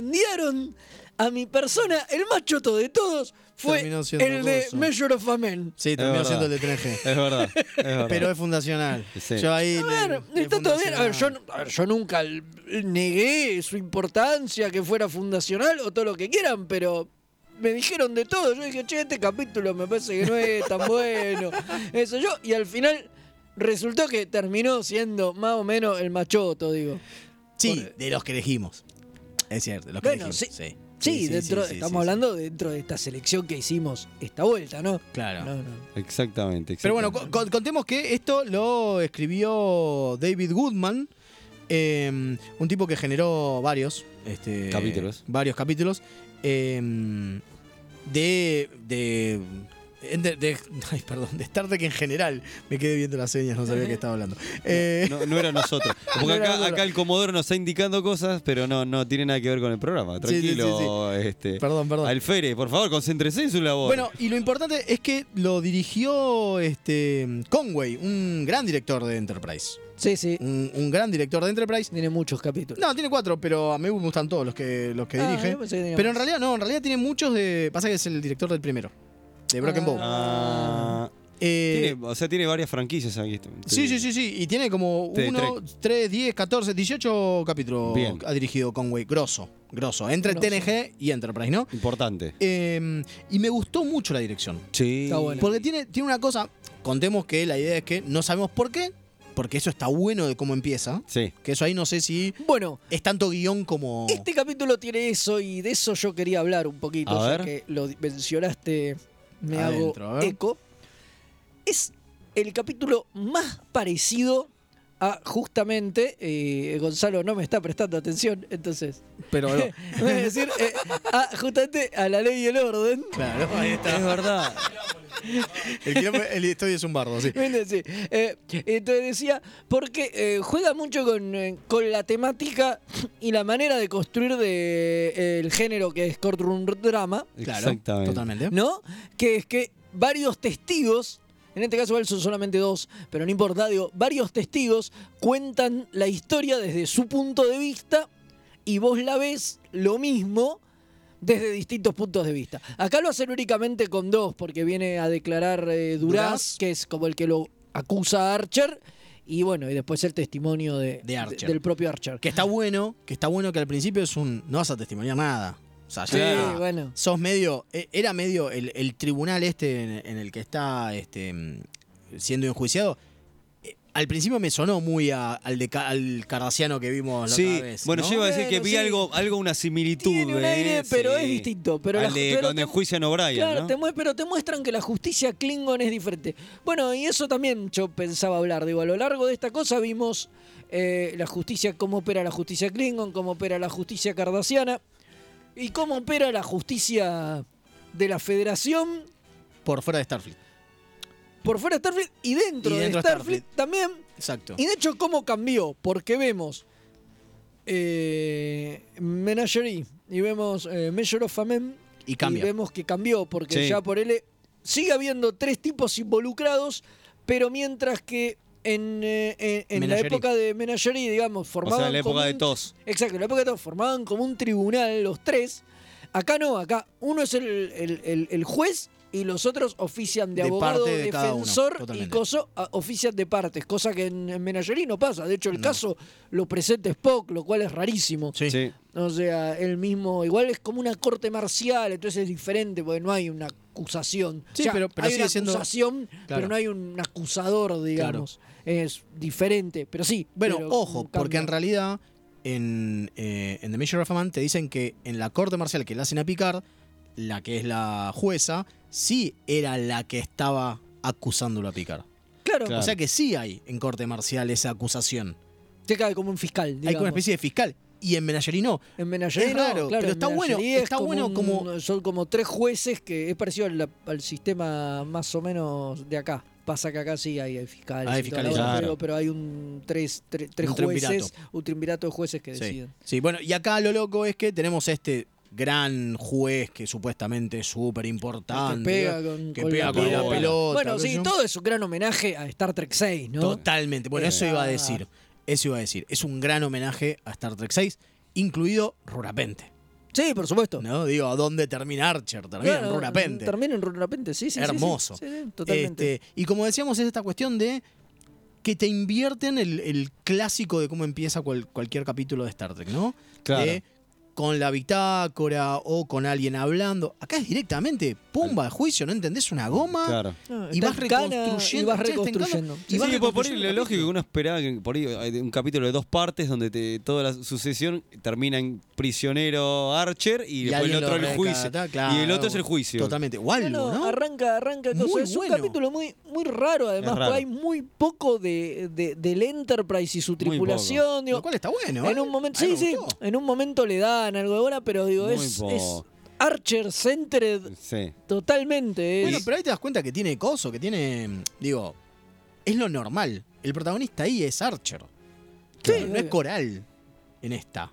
[SPEAKER 2] vilipendiaron a mi persona. El más choto de todos fue
[SPEAKER 3] Terminó siendo
[SPEAKER 2] el de
[SPEAKER 3] Russo.
[SPEAKER 2] Measure of a Man.
[SPEAKER 3] Sí,
[SPEAKER 4] Es
[SPEAKER 3] terminó
[SPEAKER 4] verdad.
[SPEAKER 3] siendo el de 3G.
[SPEAKER 4] Es verdad. es verdad.
[SPEAKER 3] Pero es fundacional.
[SPEAKER 4] Sí.
[SPEAKER 3] Yo ahí.
[SPEAKER 2] A ver, está todo bien. A ver, yo, a ver, yo nunca l- negué su importancia, que fuera fundacional o todo lo que quieran, pero me dijeron de todo. Yo dije, che, este capítulo me parece que no es tan bueno. Eso yo. Y al final resultó que terminó siendo más o menos el machoto, digo.
[SPEAKER 3] Sí, de los que elegimos. Es cierto, de los que
[SPEAKER 2] Bueno,
[SPEAKER 3] elegimos.
[SPEAKER 2] sí.
[SPEAKER 3] Sí,
[SPEAKER 2] Sí, dentro,
[SPEAKER 3] sí,
[SPEAKER 2] estamos
[SPEAKER 3] sí, sí.
[SPEAKER 2] hablando dentro de esta selección que hicimos esta vuelta, ¿no?
[SPEAKER 3] Claro.
[SPEAKER 2] No, no.
[SPEAKER 4] Exactamente, exactamente.
[SPEAKER 3] Pero bueno, co- co- contemos que esto lo escribió David Goodman, eh, un tipo que generó varios este,
[SPEAKER 4] Capítulos.
[SPEAKER 3] Varios capítulos. eh, de, de En de- de- ay, perdón, de Star Trek en general. Me quedé viendo las señas, no sabía que estaba hablando. Eh,
[SPEAKER 4] No, no era nosotros.
[SPEAKER 3] No
[SPEAKER 4] Porque
[SPEAKER 3] era
[SPEAKER 4] acá,
[SPEAKER 3] nosotros.
[SPEAKER 4] acá el Comodoro nos está indicando cosas, pero no, no tiene nada que ver con el programa.
[SPEAKER 3] Sí, sí, sí,
[SPEAKER 4] Tranquilo, este.
[SPEAKER 3] Perdón, perdón.
[SPEAKER 4] Alférez, por favor, concéntrese en su labor.
[SPEAKER 3] Bueno, y lo importante es que lo dirigió este Conway, un gran director de Enterprise.
[SPEAKER 2] Sí, sí.
[SPEAKER 3] Un, un gran director de Enterprise.
[SPEAKER 2] Tiene muchos capítulos.
[SPEAKER 3] No, tiene cuatro, pero a mí me gustan todos los que, los que
[SPEAKER 2] Ah,
[SPEAKER 3] dirige.
[SPEAKER 2] yo pensé que tenía
[SPEAKER 3] Pero en
[SPEAKER 2] más.
[SPEAKER 3] realidad no, en realidad tiene muchos de... Pasa que es el director del primero, de Broken Bow. Eh,
[SPEAKER 4] Ah.
[SPEAKER 2] eh,
[SPEAKER 4] Tiene- o sea, tiene varias franquicias este, aquí.
[SPEAKER 3] Sí, sí, sí, sí. Y tiene como
[SPEAKER 4] Te
[SPEAKER 3] 1, 3, 10, 14, 18 capítulos
[SPEAKER 4] Bien.
[SPEAKER 3] ha dirigido Conway. Grosso, grosso. Entre
[SPEAKER 4] Grosso.
[SPEAKER 3] TNG y Enterprise, ¿no?
[SPEAKER 4] Importante.
[SPEAKER 3] Eh, y me gustó mucho la dirección.
[SPEAKER 4] Sí. Está bueno.
[SPEAKER 3] Porque tiene, tiene una cosa. Contemos que la idea es que no sabemos por qué. Porque eso está bueno de cómo empieza.
[SPEAKER 4] Sí.
[SPEAKER 3] Que eso ahí no sé si.
[SPEAKER 2] Bueno.
[SPEAKER 3] Es tanto guión como.
[SPEAKER 2] Este capítulo tiene eso y de eso yo quería hablar un poquito,
[SPEAKER 3] A
[SPEAKER 2] ya
[SPEAKER 3] ver.
[SPEAKER 2] que lo di- mencionaste, me
[SPEAKER 3] Adentro, a
[SPEAKER 2] hago
[SPEAKER 3] ver.
[SPEAKER 2] eco. Es el capítulo más parecido a justamente, eh, Gonzalo no me está prestando atención, entonces...
[SPEAKER 3] Pero no.
[SPEAKER 2] Voy a decir, eh, a- justamente a la ley y el orden.
[SPEAKER 3] Claro, ahí está.
[SPEAKER 4] Es verdad.
[SPEAKER 3] El, quilombo- el estudio es un bardo, sí.
[SPEAKER 2] ¿Me entendés? Sí. Eh, entonces decía, porque eh, juega mucho con, eh, con la temática y la manera de construir de, eh, el género que es courtroom drama.
[SPEAKER 3] Claro, Exactamente. totalmente.
[SPEAKER 2] ¿Eh? ¿No? Que es que varios testigos, en este caso igual son solamente dos, pero no importa, digo, varios testigos cuentan la historia desde su punto de vista y vos la ves lo mismo desde distintos puntos de vista. Acá lo hacen únicamente con dos, porque viene a declarar eh, Duraz,
[SPEAKER 3] Duraz.
[SPEAKER 2] que es como el que lo acusa a Archer, y bueno, y después el testimonio de,
[SPEAKER 3] De Archer.
[SPEAKER 2] del propio Archer.
[SPEAKER 3] Que está bueno, que está bueno que al principio es un. No vas a testimoniar nada. O sea,
[SPEAKER 2] Sí,
[SPEAKER 3] ya
[SPEAKER 2] bueno.
[SPEAKER 3] Sos medio. e- Era medio el, el tribunal este en, en el que está este, mm, siendo enjuiciado. Eh, Al principio me sonó muy a- al, de, Ca- al cardasiano que vimos la
[SPEAKER 4] Sí,
[SPEAKER 3] otra vez.
[SPEAKER 4] bueno,
[SPEAKER 3] ¿no?
[SPEAKER 4] yo iba a decir que
[SPEAKER 2] Bueno,
[SPEAKER 4] vi
[SPEAKER 2] sí.
[SPEAKER 4] algo, algo una similitud.
[SPEAKER 2] Tiene un aire,
[SPEAKER 4] ¿eh?
[SPEAKER 2] pero
[SPEAKER 4] Sí.
[SPEAKER 2] es distinto. Pero
[SPEAKER 4] Al
[SPEAKER 2] la-
[SPEAKER 4] de
[SPEAKER 2] pero
[SPEAKER 4] cuando
[SPEAKER 2] te-
[SPEAKER 4] enjuician a O'Brien,
[SPEAKER 2] Claro,
[SPEAKER 4] ¿no?
[SPEAKER 2] te mue- pero te muestran que la justicia Klingon es diferente. Bueno, y eso también yo pensaba hablar. Digo, a lo largo de esta cosa vimos eh, la justicia, cómo opera la justicia Klingon, cómo opera la justicia cardasiana y cómo opera la justicia de la Federación
[SPEAKER 3] Por fuera de Starfleet.
[SPEAKER 2] por fuera de Starfleet y dentro,
[SPEAKER 3] Y dentro
[SPEAKER 2] de
[SPEAKER 3] de
[SPEAKER 2] Starfleet,
[SPEAKER 3] Starfleet.
[SPEAKER 2] también.
[SPEAKER 3] Exacto.
[SPEAKER 2] Y de hecho, cómo cambió, porque vemos eh, Menagerie y vemos eh, Measure of a Man,
[SPEAKER 3] Y cambia.
[SPEAKER 2] vemos que cambió, porque
[SPEAKER 3] Sí.
[SPEAKER 2] ya por él sigue habiendo tres tipos involucrados, pero mientras que en, eh, en- en la
[SPEAKER 4] Menagerie.
[SPEAKER 2] época de Menagerie, digamos,
[SPEAKER 4] O
[SPEAKER 2] formaban.
[SPEAKER 4] sea, en la
[SPEAKER 2] como
[SPEAKER 4] época de
[SPEAKER 2] un-
[SPEAKER 4] Tos.
[SPEAKER 2] Exacto, en la época de todos formaban como un tribunal los tres. Acá no, acá uno es el, el- el- el juez y los otros ofician de,
[SPEAKER 3] De
[SPEAKER 2] abogado,
[SPEAKER 3] parte de cada uno,
[SPEAKER 2] defensor y
[SPEAKER 3] totalmente.
[SPEAKER 2] coso, a- ofician de partes, cosa que en, en Menagerie no pasa. De hecho, el caso lo presenta Spock, lo cual es rarísimo.
[SPEAKER 3] Sí.
[SPEAKER 2] O sea, el mismo, igual es como una corte marcial, entonces es diferente porque no hay una acusación.
[SPEAKER 3] Sí,
[SPEAKER 2] O sea,
[SPEAKER 3] pero- pero
[SPEAKER 2] hay
[SPEAKER 3] sigue
[SPEAKER 2] una
[SPEAKER 3] siendo-
[SPEAKER 2] acusación, pero
[SPEAKER 3] Claro.
[SPEAKER 2] no hay un acusador, digamos. Es diferente, pero sí.
[SPEAKER 3] Bueno,
[SPEAKER 2] pero
[SPEAKER 3] ojo, porque
[SPEAKER 2] cambia.
[SPEAKER 3] en realidad en, eh, en The Measure of a Man te dicen que en la corte marcial que le hacen a Picard, la que es la jueza, sí era la que estaba acusándolo a Picard.
[SPEAKER 2] Claro.
[SPEAKER 3] O sea que sí hay en corte marcial esa acusación.
[SPEAKER 2] Te cae como un fiscal,
[SPEAKER 3] Hay
[SPEAKER 2] digamos.
[SPEAKER 3] como una especie de fiscal. Y en Menagerie no.
[SPEAKER 2] En Menagerie
[SPEAKER 3] Es
[SPEAKER 2] no,
[SPEAKER 3] raro,
[SPEAKER 2] claro,
[SPEAKER 3] pero
[SPEAKER 2] en
[SPEAKER 3] está bueno.
[SPEAKER 2] Menagerie es
[SPEAKER 3] Está bueno
[SPEAKER 2] un-
[SPEAKER 3] como.
[SPEAKER 2] Son como tres jueces que es parecido al, al sistema más o menos de acá. Pasa que acá sí hay, hay fiscales.
[SPEAKER 3] Ah, Hay
[SPEAKER 2] y toda la
[SPEAKER 3] fiscales,
[SPEAKER 2] hora,
[SPEAKER 3] claro.
[SPEAKER 2] pero, pero hay un tres, tre- tres
[SPEAKER 3] Un
[SPEAKER 2] jueces,
[SPEAKER 3] triunvirato.
[SPEAKER 2] un triunvirato de jueces que
[SPEAKER 3] Sí.
[SPEAKER 2] deciden.
[SPEAKER 3] sí, bueno, y acá lo loco es que tenemos este gran juez que supuestamente es súper importante.
[SPEAKER 2] Que pega con,
[SPEAKER 3] que
[SPEAKER 2] con
[SPEAKER 3] pega con la, pelota.
[SPEAKER 2] Bueno,
[SPEAKER 3] qué sé
[SPEAKER 2] sí,
[SPEAKER 3] yo.
[SPEAKER 2] todo es un gran homenaje a Star Trek 6, ¿no?
[SPEAKER 3] Totalmente. Bueno, eso iba a
[SPEAKER 2] Ah.
[SPEAKER 3] decir. Eso iba a decir. Es un gran homenaje a Star Trek 6, incluido Rurapente.
[SPEAKER 2] Sí, por supuesto.
[SPEAKER 3] ¿No? Digo, ¿a dónde termina Archer? Termina
[SPEAKER 2] Claro,
[SPEAKER 3] en Rurapente.
[SPEAKER 2] Termina en Runapente, sí, sí. sí, sí.
[SPEAKER 3] Hermoso.
[SPEAKER 2] Sí, sí, totalmente.
[SPEAKER 3] Este, y como decíamos, es esta cuestión de que te invierten el, el clásico de cómo empieza cual- cualquier capítulo de Star Trek, ¿no?
[SPEAKER 4] Claro.
[SPEAKER 3] De con la bitácora o con alguien hablando. Acá es directamente, pumba, juicio, ¿no entendés? Una
[SPEAKER 2] Ah,
[SPEAKER 3] goma.
[SPEAKER 4] Claro.
[SPEAKER 2] No,
[SPEAKER 3] Este, y
[SPEAKER 2] está
[SPEAKER 3] vas
[SPEAKER 2] en cana,
[SPEAKER 3] reconstruyendo,
[SPEAKER 2] Y vas
[SPEAKER 3] che, está en cana,
[SPEAKER 2] reconstruyendo.
[SPEAKER 3] y vas
[SPEAKER 4] sí, por- por ahí
[SPEAKER 3] reconstruyendo
[SPEAKER 4] lo
[SPEAKER 3] el
[SPEAKER 4] lógico que uno esperaba que por ahí hay un capítulo de dos partes donde te- toda la sucesión termina en prisionero Archer y,
[SPEAKER 3] Y
[SPEAKER 4] después el
[SPEAKER 3] alguien
[SPEAKER 4] otro
[SPEAKER 3] lo
[SPEAKER 4] el juicio.
[SPEAKER 3] rescata, claro.
[SPEAKER 4] y el otro es el juicio.
[SPEAKER 3] Totalmente. O algo,
[SPEAKER 2] No, no,
[SPEAKER 3] ¿no?
[SPEAKER 2] Arranca, arranca.
[SPEAKER 3] Muy
[SPEAKER 2] cosa. Es
[SPEAKER 3] bueno.
[SPEAKER 2] un capítulo muy, muy raro, además.
[SPEAKER 4] Es raro.
[SPEAKER 2] porque Hay muy poco de, de- del Enterprise y su
[SPEAKER 4] poco.
[SPEAKER 2] tripulación. digo,
[SPEAKER 3] Lo cual está bueno.
[SPEAKER 2] en
[SPEAKER 3] ¿eh?
[SPEAKER 2] un momento,
[SPEAKER 3] A mí
[SPEAKER 2] sí,
[SPEAKER 3] me
[SPEAKER 2] sí,
[SPEAKER 3] gustó.
[SPEAKER 2] en un momento le dan algo de bola, pero digo,
[SPEAKER 4] Muy
[SPEAKER 2] es,
[SPEAKER 4] poco.
[SPEAKER 2] es Archer Centered
[SPEAKER 4] Sí.
[SPEAKER 2] totalmente.
[SPEAKER 3] Bueno,
[SPEAKER 2] es-
[SPEAKER 3] pero ahí te das cuenta que tiene coso, que tiene. Digo, es lo normal. El protagonista ahí es Archer.
[SPEAKER 2] Sí.
[SPEAKER 3] No es coral en esta.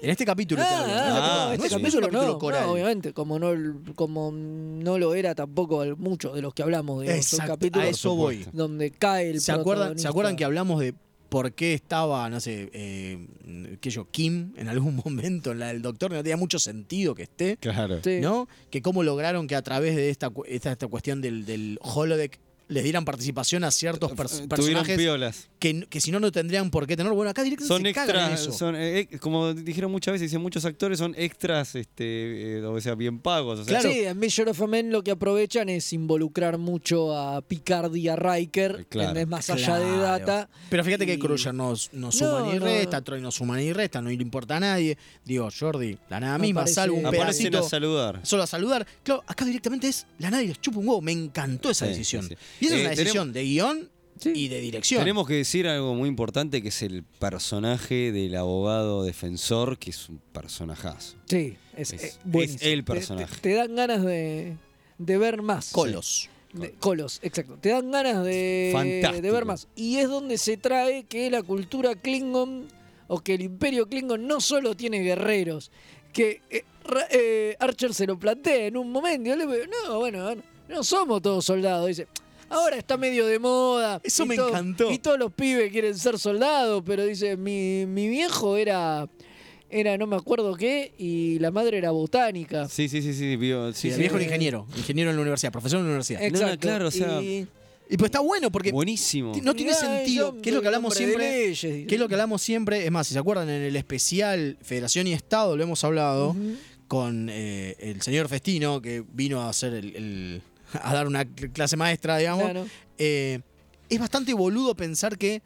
[SPEAKER 3] En este capítulo. te
[SPEAKER 2] Ah,
[SPEAKER 3] hablo,
[SPEAKER 2] ah,
[SPEAKER 3] ¿no?
[SPEAKER 2] no,
[SPEAKER 3] No
[SPEAKER 2] este
[SPEAKER 3] es un
[SPEAKER 2] capítulo no,
[SPEAKER 3] capítulo
[SPEAKER 2] no,
[SPEAKER 3] coral.
[SPEAKER 2] obviamente, como no, como no lo era tampoco al- muchos de los que hablamos. digamos, son
[SPEAKER 3] Exacto,
[SPEAKER 2] capítulos
[SPEAKER 3] a eso voy.
[SPEAKER 2] Donde cae el
[SPEAKER 3] ¿Se acuerdan, ¿Se
[SPEAKER 2] protagonista.
[SPEAKER 3] acuerdan que hablamos de por qué estaba, no sé, eh, qué sé yo, Kim en algún momento en la del doctor? No tenía mucho sentido que esté.
[SPEAKER 4] Claro.
[SPEAKER 2] Sí.
[SPEAKER 3] ¿No? Que cómo lograron que a través de esta, cu- esta, esta cuestión del, del holodeck les dieran participación a
[SPEAKER 2] Eh,
[SPEAKER 3] ciertos pers-
[SPEAKER 4] Tuvieron
[SPEAKER 3] personajes
[SPEAKER 4] piolas.
[SPEAKER 3] que, n- que si no, no tendrían por qué tener. Bueno, acá directamente
[SPEAKER 4] Son
[SPEAKER 3] se cagan en
[SPEAKER 4] extras,
[SPEAKER 3] eso.
[SPEAKER 4] son, eh, eh, como dijeron muchas veces, dicen muchos actores son extras, este, eh, o sea, bien pagos. O sea,
[SPEAKER 2] Sí, en Measure of a Man lo que aprovechan es involucrar mucho a Picard y a Riker,
[SPEAKER 4] claro.
[SPEAKER 2] ¿entendés? más allá de
[SPEAKER 3] Eh, Claro.
[SPEAKER 2] data.
[SPEAKER 3] Pero fíjate
[SPEAKER 2] Y-
[SPEAKER 3] que Crusher no, no suma
[SPEAKER 2] No,
[SPEAKER 3] ni
[SPEAKER 2] no,
[SPEAKER 3] resta, Troy no suma ni resta, no le importa a nadie. Digo, Jordi, la nada misma,
[SPEAKER 2] Aparece-
[SPEAKER 3] salvo un
[SPEAKER 4] Aparecen
[SPEAKER 3] pedacito.
[SPEAKER 4] a saludar.
[SPEAKER 3] Solo a saludar. Claro, acá directamente es la nadie les chupa un huevo. Me encantó esa
[SPEAKER 4] Sí,
[SPEAKER 3] decisión.
[SPEAKER 4] sí, sí.
[SPEAKER 3] Y esa
[SPEAKER 4] Eh,
[SPEAKER 3] es una decisión de guión y de dirección.
[SPEAKER 4] Tenemos que decir algo muy importante que es el personaje del abogado defensor, que es un personajazo.
[SPEAKER 2] Sí, es,
[SPEAKER 4] Es-
[SPEAKER 2] eh, buenísimo.
[SPEAKER 4] es el
[SPEAKER 2] Te- te-
[SPEAKER 4] personaje.
[SPEAKER 2] Te, dan ganas de, de ver más.
[SPEAKER 3] Colos.
[SPEAKER 2] De- Colos, exacto. Te dan ganas de,
[SPEAKER 4] Fantástico.
[SPEAKER 2] de ver más. Y es donde se trae que la cultura Klingon o que el imperio Klingon no solo tiene guerreros, que eh, Ra- eh, Archer se lo plantea en un momento. y yo le digo, no, bueno, no somos todos soldados. Dice, ahora está medio de moda.
[SPEAKER 3] Eso
[SPEAKER 2] y
[SPEAKER 3] me
[SPEAKER 2] todo-
[SPEAKER 3] encantó.
[SPEAKER 2] Y todos los pibes quieren ser soldados, pero dice, mi, mi viejo era, era no me acuerdo qué, y la madre era botánica.
[SPEAKER 4] Sí, sí, sí, sí, vio- sí,
[SPEAKER 3] Ah. el
[SPEAKER 4] sí.
[SPEAKER 3] viejo era ingeniero, ingeniero en la universidad, profesor en la
[SPEAKER 2] Eh,
[SPEAKER 3] universidad.
[SPEAKER 4] no, claro, o sea-
[SPEAKER 2] Y-
[SPEAKER 3] Y pues está bueno porque
[SPEAKER 4] Buenísimo.
[SPEAKER 3] no tiene
[SPEAKER 2] Mirá,
[SPEAKER 3] sentido.
[SPEAKER 2] yo
[SPEAKER 3] Que es lo
[SPEAKER 2] soy un
[SPEAKER 3] que hablamos
[SPEAKER 2] hombre de
[SPEAKER 3] siempre.
[SPEAKER 2] leyes.
[SPEAKER 3] Que es lo que hablamos siempre. Es más, si se acuerdan, en el especial Federación y Estado lo hemos hablado con eh, el señor Festino, que vino a hacer el, el- a dar una cl- clase maestra, digamos.
[SPEAKER 2] Claro.
[SPEAKER 3] Eh, es bastante boludo pensar que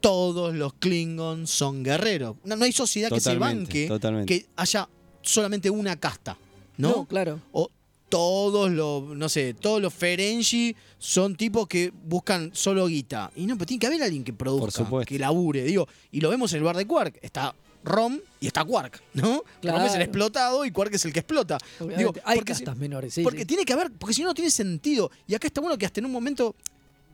[SPEAKER 3] todos los Klingons son guerreros. No, no hay sociedad que se
[SPEAKER 4] Totalmente,
[SPEAKER 3] banque
[SPEAKER 4] totalmente.
[SPEAKER 3] que haya solamente una casta, ¿no?
[SPEAKER 2] ¿No? claro.
[SPEAKER 3] O todos los, no sé, todos los Ferengi son tipos que buscan solo guita. Y no, pero tiene que haber alguien que produzca,
[SPEAKER 4] supuesto.
[SPEAKER 3] que labure, digo. Y lo vemos en el bar de Quark. Está Rom y está Quark, ¿no? Rom es el
[SPEAKER 2] Claro.
[SPEAKER 3] explotado y Quark es el que explota.
[SPEAKER 2] Obviamente,
[SPEAKER 3] Digo,
[SPEAKER 2] hay
[SPEAKER 3] porque,
[SPEAKER 2] castas menores, sí,
[SPEAKER 3] porque
[SPEAKER 2] sí.
[SPEAKER 3] tiene que haber, porque si no, no tiene sentido. Y acá está bueno que hasta en un momento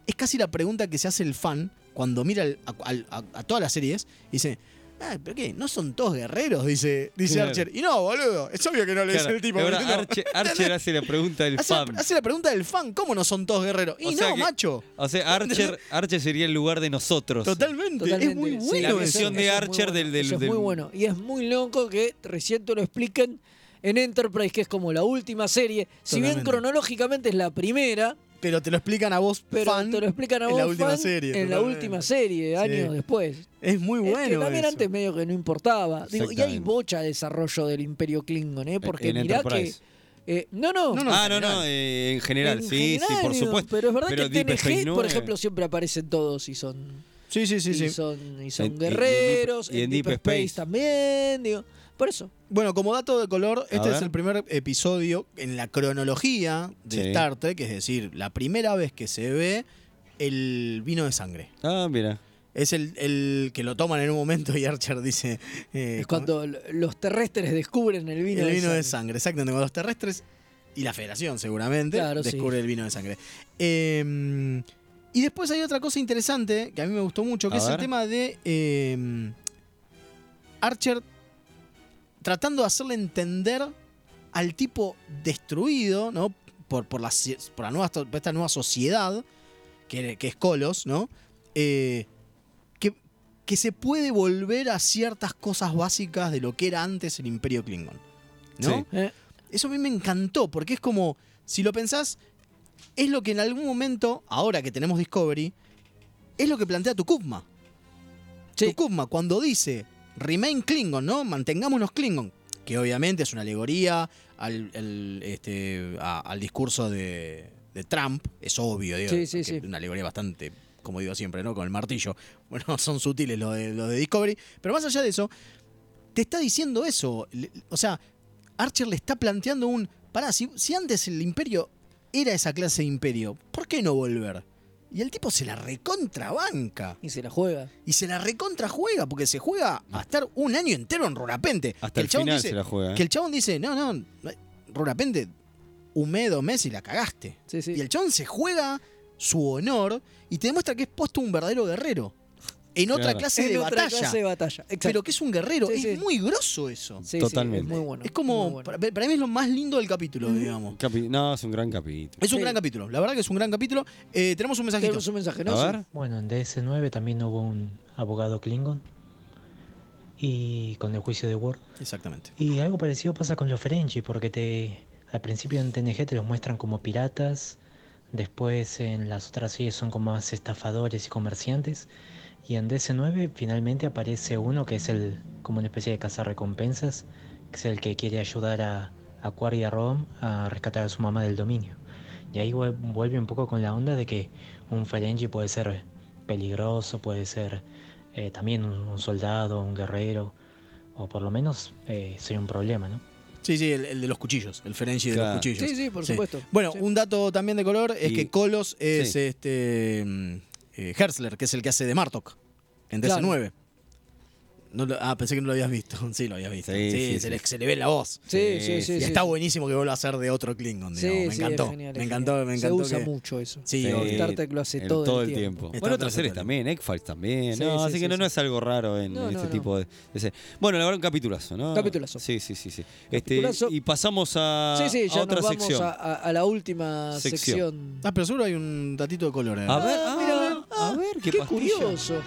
[SPEAKER 3] es casi la pregunta que se hace el fan cuando mira al- a, al- a- a todas las series y dice. "Ah, ¿Pero qué? ¿No son todos guerreros? Dice, dice
[SPEAKER 4] Claro.
[SPEAKER 3] Archer. Y no, boludo. Es obvio que no le
[SPEAKER 4] Claro,
[SPEAKER 3] dice el tipo.
[SPEAKER 4] ahora
[SPEAKER 3] boludo.
[SPEAKER 4] Archer, Archer hace la pregunta del
[SPEAKER 3] Hace la,
[SPEAKER 4] fan.
[SPEAKER 3] hace la pregunta del fan, ¿cómo no son todos guerreros? Y
[SPEAKER 4] O sea
[SPEAKER 3] no,
[SPEAKER 4] que-
[SPEAKER 3] macho.
[SPEAKER 4] O sea, Archer, Archer sería el lugar de nosotros.
[SPEAKER 3] Totalmente. Es muy
[SPEAKER 2] Totalmente, sí,
[SPEAKER 3] bueno.
[SPEAKER 4] La
[SPEAKER 3] eso.
[SPEAKER 4] misión de
[SPEAKER 2] Eso es muy
[SPEAKER 4] Archer
[SPEAKER 2] bueno,
[SPEAKER 4] del, del-
[SPEAKER 2] eso es
[SPEAKER 4] del-
[SPEAKER 2] muy bueno. Y es muy loco que recién te lo expliquen en Enterprise, que es como la última serie. Si bien
[SPEAKER 3] Totalmente.
[SPEAKER 2] cronológicamente es la primera,
[SPEAKER 3] Pero te lo explican a vos,
[SPEAKER 2] pero
[SPEAKER 3] fan.
[SPEAKER 2] te lo explican a
[SPEAKER 3] en
[SPEAKER 2] vos
[SPEAKER 3] la última
[SPEAKER 2] fan,
[SPEAKER 3] serie.
[SPEAKER 2] en la
[SPEAKER 3] totalmente.
[SPEAKER 2] última serie, años
[SPEAKER 3] Sí.
[SPEAKER 2] después.
[SPEAKER 3] Es muy
[SPEAKER 2] Es
[SPEAKER 3] bueno.
[SPEAKER 2] que también
[SPEAKER 3] eso.
[SPEAKER 2] antes medio que no importaba. Digo, y hay
[SPEAKER 4] Exactamente.
[SPEAKER 2] bocha de desarrollo del Imperio Klingon, ¿eh? Porque
[SPEAKER 4] En
[SPEAKER 2] mirá que.
[SPEAKER 4] Enterprise.
[SPEAKER 2] eh, no, no.
[SPEAKER 3] No, no,
[SPEAKER 4] Ah,
[SPEAKER 3] en
[SPEAKER 4] no, no,
[SPEAKER 3] general.
[SPEAKER 4] eh, en general.
[SPEAKER 2] en
[SPEAKER 4] sí, sí,
[SPEAKER 2] general,
[SPEAKER 4] por
[SPEAKER 2] digo,
[SPEAKER 4] supuesto.
[SPEAKER 2] Pero es verdad que
[SPEAKER 4] Deep Space
[SPEAKER 2] TNG, por
[SPEAKER 4] Nine-
[SPEAKER 2] ejemplo, siempre aparecen todos y son.
[SPEAKER 3] Sí, sí, sí,
[SPEAKER 2] y,
[SPEAKER 3] sí.
[SPEAKER 2] Son, y
[SPEAKER 4] Y-
[SPEAKER 2] son
[SPEAKER 4] y- y en
[SPEAKER 2] guerreros.
[SPEAKER 4] Deep- y en
[SPEAKER 2] Deep,
[SPEAKER 4] Deep
[SPEAKER 2] Space.
[SPEAKER 4] Space.
[SPEAKER 2] también, digo. Por eso.
[SPEAKER 3] Bueno, como dato de color, este
[SPEAKER 4] ver.
[SPEAKER 3] es el primer episodio en la cronología de
[SPEAKER 4] Sí.
[SPEAKER 3] Star Trek, es decir, la primera vez que se ve el vino de sangre.
[SPEAKER 4] Ah, mira.
[SPEAKER 3] Es el, el que lo toman en un momento y Archer dice. eh,
[SPEAKER 2] Es cuando l- los terrestres descubren el vino,
[SPEAKER 3] el vino
[SPEAKER 2] de sangre.
[SPEAKER 3] de sangre, exactamente. Cuando los terrestres y la federación seguramente
[SPEAKER 2] Claro, sí.
[SPEAKER 3] descubre el vino de sangre. Eh, y después hay otra cosa interesante que a mí me gustó mucho, que
[SPEAKER 4] A
[SPEAKER 3] es el
[SPEAKER 4] ver.
[SPEAKER 3] tema de eh, Archer tratando de hacerle entender al tipo destruido, ¿no? Por, por, la, ci- por, la nueva, por esta nueva sociedad, que, que es Colos, ¿no? Eh, que, que se puede volver a ciertas cosas básicas de lo que era antes el Imperio Klingon. ¿No?
[SPEAKER 4] Sí.
[SPEAKER 2] Eh,
[SPEAKER 3] Eso a mí me encantó, porque es como, si lo pensás, es lo que en algún momento, ahora que tenemos Discovery, es lo que plantea Tukubma.
[SPEAKER 2] Sí.
[SPEAKER 3] Tukubma, cuando dice, remain Klingon, ¿no? Mantengámonos Klingon. Que obviamente es una alegoría al, al, este, a- al discurso de, de Trump, es obvio, digo,
[SPEAKER 2] Sí, sí,
[SPEAKER 3] que
[SPEAKER 2] sí.
[SPEAKER 3] es una alegoría bastante, como digo siempre, ¿no? Con el martillo. Bueno, son sutiles los de, los de Discovery, pero más allá de eso, te está diciendo eso. Le- O sea, Archer le está planteando un. Pará, si, si antes el imperio era esa clase de imperio, ¿por qué no volver? Y el tipo se la recontrabanca.
[SPEAKER 2] Y se la juega.
[SPEAKER 3] Y se la recontrajuega, porque se juega a estar un año entero en Rorapente.
[SPEAKER 4] Hasta
[SPEAKER 3] Que
[SPEAKER 4] el
[SPEAKER 3] chabón
[SPEAKER 4] final
[SPEAKER 3] dice-
[SPEAKER 4] se la juega, ¿eh?
[SPEAKER 3] Que el chabón dice, no, no, Rorapente, húmedo mes y la cagaste. Y el chabón se juega su honor y te demuestra que es puesto un verdadero guerrero. En otra
[SPEAKER 4] Claro.
[SPEAKER 3] clase
[SPEAKER 2] En
[SPEAKER 3] de
[SPEAKER 2] otra
[SPEAKER 3] batalla.
[SPEAKER 2] clase de batalla, exacto.
[SPEAKER 3] Pero que es un guerrero.
[SPEAKER 2] Sí,
[SPEAKER 3] es
[SPEAKER 2] sí.
[SPEAKER 3] muy grosso eso.
[SPEAKER 2] Sí, sí, es
[SPEAKER 4] Totalmente.
[SPEAKER 2] muy bueno.
[SPEAKER 3] Es como,
[SPEAKER 2] muy bueno.
[SPEAKER 3] para, para mí es lo más lindo del capítulo, digamos.
[SPEAKER 4] Capi- no, es ¿eh? un gran capítulo.
[SPEAKER 3] Es un gran capítulo, la verdad que es un gran capítulo. Eh, tenemos un mensajito.
[SPEAKER 2] Tenemos un mensaje, ¿no?
[SPEAKER 4] A ver.
[SPEAKER 7] Bueno, en DS9 también hubo un abogado Klingon. Y con el juicio de Ward.
[SPEAKER 3] Exactamente.
[SPEAKER 7] Y algo parecido pasa con los Ferengi, porque te al principio en TNG te los muestran como piratas, después en las otras series son como más estafadores y comerciantes, y en DC9 finalmente aparece uno que es el como una especie de cazarrecompensas, que es el que quiere ayudar a, a Quark y a Rom a rescatar a su mamá del dominio. Y ahí vuel- vuelve un poco con la onda de que un Ferengi puede ser peligroso, puede ser eh, también un- un soldado, un guerrero, o por lo menos eh, sería un problema, ¿no?
[SPEAKER 3] Sí, sí, el, el de los cuchillos, el Ferengi de
[SPEAKER 7] Claro.
[SPEAKER 3] los cuchillos.
[SPEAKER 2] Sí, sí, por supuesto.
[SPEAKER 3] Bueno,
[SPEAKER 2] Sí.
[SPEAKER 3] un dato también de color es
[SPEAKER 4] Y-
[SPEAKER 3] que Colos es
[SPEAKER 4] sí.
[SPEAKER 3] este mm, eh, Herzler, que es el que hace de Martok en DC9. No lo- ah, pensé que no lo habías visto. Sí, lo habías visto. Sí,
[SPEAKER 4] Sí, sí,
[SPEAKER 3] se,
[SPEAKER 4] sí.
[SPEAKER 3] Le, se le ve la voz.
[SPEAKER 2] Sí, sí, sí,
[SPEAKER 3] Y
[SPEAKER 2] sí,
[SPEAKER 3] está
[SPEAKER 2] sí.
[SPEAKER 3] buenísimo que vuelva a ser de otro Klingon,
[SPEAKER 2] Sí,
[SPEAKER 3] digamos. me,
[SPEAKER 2] sí, es
[SPEAKER 3] encantó,
[SPEAKER 2] genial, es
[SPEAKER 3] me encantó.
[SPEAKER 2] genial.
[SPEAKER 3] Me
[SPEAKER 2] Se
[SPEAKER 3] encantó.
[SPEAKER 2] usa
[SPEAKER 3] que-
[SPEAKER 2] mucho eso.
[SPEAKER 3] Sí,
[SPEAKER 2] Sí.
[SPEAKER 3] obvio.
[SPEAKER 2] Star Trek lo hace todo el tiempo.
[SPEAKER 3] Star
[SPEAKER 4] Bueno, otras
[SPEAKER 3] Trek
[SPEAKER 4] series
[SPEAKER 3] todo el
[SPEAKER 4] también, X-Files también.
[SPEAKER 2] Sí,
[SPEAKER 4] no,
[SPEAKER 2] sí,
[SPEAKER 4] así
[SPEAKER 2] sí,
[SPEAKER 4] que no,
[SPEAKER 2] sí.
[SPEAKER 4] no es algo raro en,
[SPEAKER 2] No,
[SPEAKER 4] en
[SPEAKER 2] no,
[SPEAKER 4] este
[SPEAKER 2] no.
[SPEAKER 4] tipo de, de serie. Bueno, la verdad, un capitulazo, ¿no?
[SPEAKER 2] Capitulazo.
[SPEAKER 4] Sí, sí, sí. sí. Este,
[SPEAKER 2] Capitulazo.
[SPEAKER 4] Y pasamos a,
[SPEAKER 2] sí, sí,
[SPEAKER 4] a
[SPEAKER 2] ya
[SPEAKER 4] Ah, otra
[SPEAKER 2] nos vamos
[SPEAKER 4] sección.
[SPEAKER 2] a, a- a la última
[SPEAKER 4] Sección.
[SPEAKER 2] sección.
[SPEAKER 3] Ah, pero seguro hay un datito de color. eh.
[SPEAKER 4] A ver, ah,
[SPEAKER 2] mira,
[SPEAKER 4] a ver, qué,
[SPEAKER 2] Qué
[SPEAKER 4] pastilla.
[SPEAKER 2] curioso.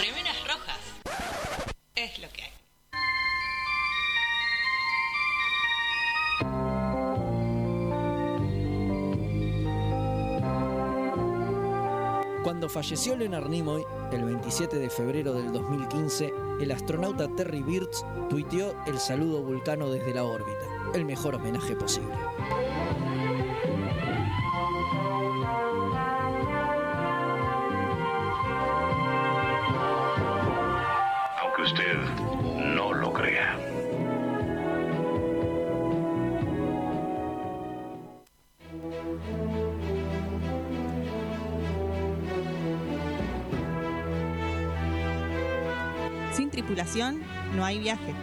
[SPEAKER 6] Remeras rojas. Es lo que hay.
[SPEAKER 2] Cuando falleció Leonard Nimoy, el 27 de febrero del 2015, el astronauta Terry Birds tuiteó el saludo vulcano desde la órbita, el mejor homenaje posible.
[SPEAKER 13] Aunque usted no lo crea.
[SPEAKER 12] Sin tripulación no hay viaje.